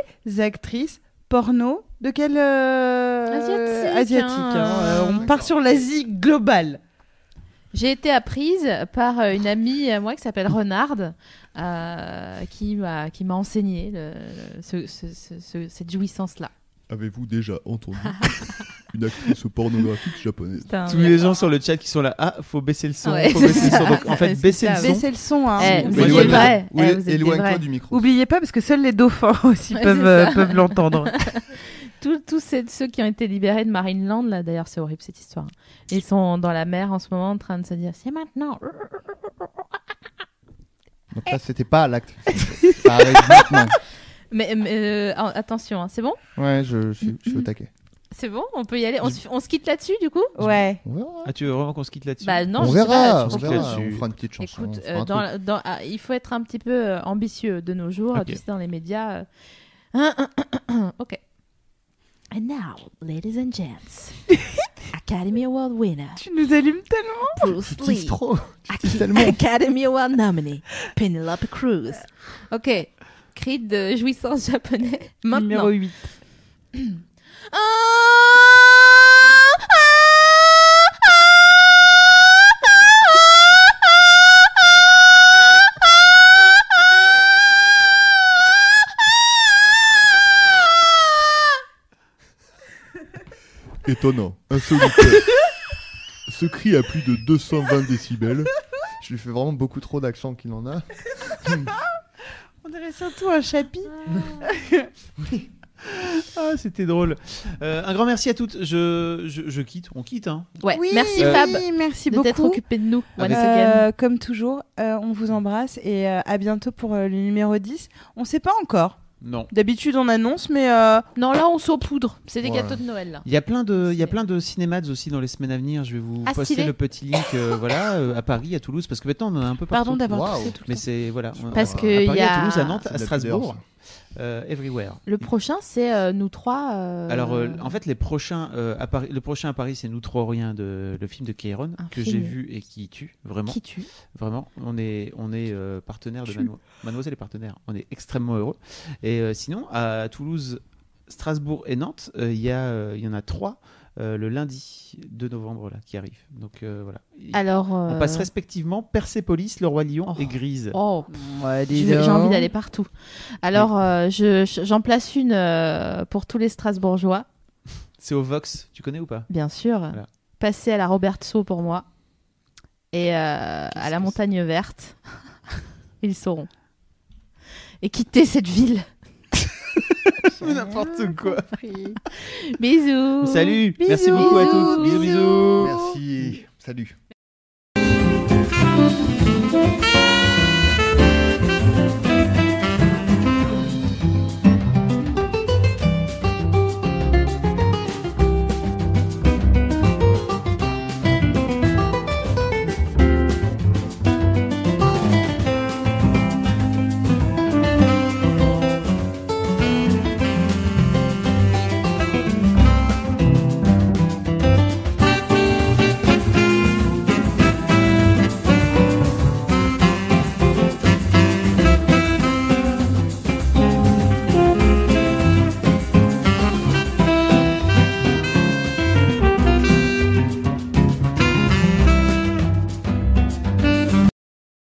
actrices porno de quelle euh, Asiatique, asiatique, hein. hein. Euh, on D'accord. part sur l'Asie globale. J'ai été apprise par euh, une amie à moi qui s'appelle Renarde, euh, qui m'a qui m'a enseigné le- le- ce- ce- ce- ce- cette jouissance-là. Avez-vous déjà entendu Ah. une actrice pornographique japonaise Putain, Tous mais- les gens sur le chat qui sont là, ah, faut baisser le son, Ouais, faut baisser c'est le son. ça. Donc en fait, C'est baisser le ça. son. Baissez le son, hein. Ah Eh, Vous vous étiez voyez pas. vrai. Ou Eh, é- vous étiez Éloigne-toi vrai. du micro. Oubliez pas parce que seuls les dauphins aussi Ouais, peuvent, c'est euh, ça. peuvent l'entendre. Tous tous ces- ceux qui ont été libérés de Marineland, là, d'ailleurs, c'est horrible cette histoire. hein. Ils sont dans la mer en ce moment en train de se dire c'est maintenant. Donc là, c'était pas l'acte. Ça arrive maintenant. Mais, mais, euh, ah, attention, hein, c'est bon Ouais, je, je suis, je suis au Mm. taquet. C'est bon On peut y aller On, se, on se quitte là-dessus du coup ouais. On verra. Ah, tu veux vraiment qu'on se quitte là-dessus Bah non, on je sais verra. pas, je- on, pense verra. que- on fera une petite chanson. Écoute, on fera un euh, dans truc. la- dans- ah, il faut être un petit peu euh, ambitieux de nos jours, Ok. tu sais, dans les médias. euh. Hein, hein, hein, hein, ok. And now, ladies and gents, Academy Award winner, Tu nous allumes tellement. Bruce Tu Lee. teases trop. Ah, Tu teases tellement. Academy Award nominee, Penelope Cruz. Ok, cri de jouissance japonais. Numéro Maintenant. 8. Étonnant, insolite. Ce cri à plus de 220 décibels. Je lui fais vraiment beaucoup trop d'accent qu'il en a. On dirait surtout un chapi. Ah, c'était drôle. Euh, un grand merci à toutes. Je, je, je quitte, on quitte. Hein. Ouais, merci Fab Oui, merci de t'être beaucoup. occupé de nous. Once Euh, again. comme toujours, euh, on vous embrasse et euh, à bientôt pour euh, le numéro 10. On sait pas encore. Non. D'habitude, on annonce, mais euh, Non, là on saupoudre. C'est des Ouais. gâteaux de Noël là. Il y a plein de, il y a plein de cinémas aussi dans les semaines à venir. Je vais vous Ah, poster stylé. le petit link, euh, voilà, euh, à Paris, à Toulouse, parce que maintenant on en a un peu partout. pardon d'avoir Waouh. toussé tout le Mais temps. c'est voilà. on- Parce on- que à il Paris, y a- à Toulouse, à Nantes, C'est de à la Strasbourg, pudeur, euh, everywhere. Le prochain c'est euh, nous trois. euh, Alors, euh, en fait, les prochains, euh, à Paris, le prochain à Paris, c'est Nous trois rien de le film de Kairon Un que j'ai film. vu et qui tue vraiment, qui tue vraiment. On est, on est euh, partenaire de Mano- Mademoiselle est partenaire. On est extrêmement heureux. Et euh, sinon, à Toulouse, Strasbourg et Nantes, euh, il y a, euh, il y en a trois euh, le lundi 2 novembre là qui arrive. Donc euh, voilà. Alors. On euh, passe respectivement Persépolis, Le Roi Lion Oh. et Grise. Oh, Ouais, je- dis j'ai donc. envie d'aller partout. Alors, euh, je- je- j'en place une euh, pour tous les Strasbourgeois, C'est au Vox, tu connais ou pas bien sûr. Voilà. Passer à la Robertso pour moi et euh, à la que Montagne Verte. Ils sauront. Et quitter cette ville. N'importe quoi. Bisous. Salut, merci Bisous. beaucoup à tous. Bisous, bisous. Merci. Salut. Merci.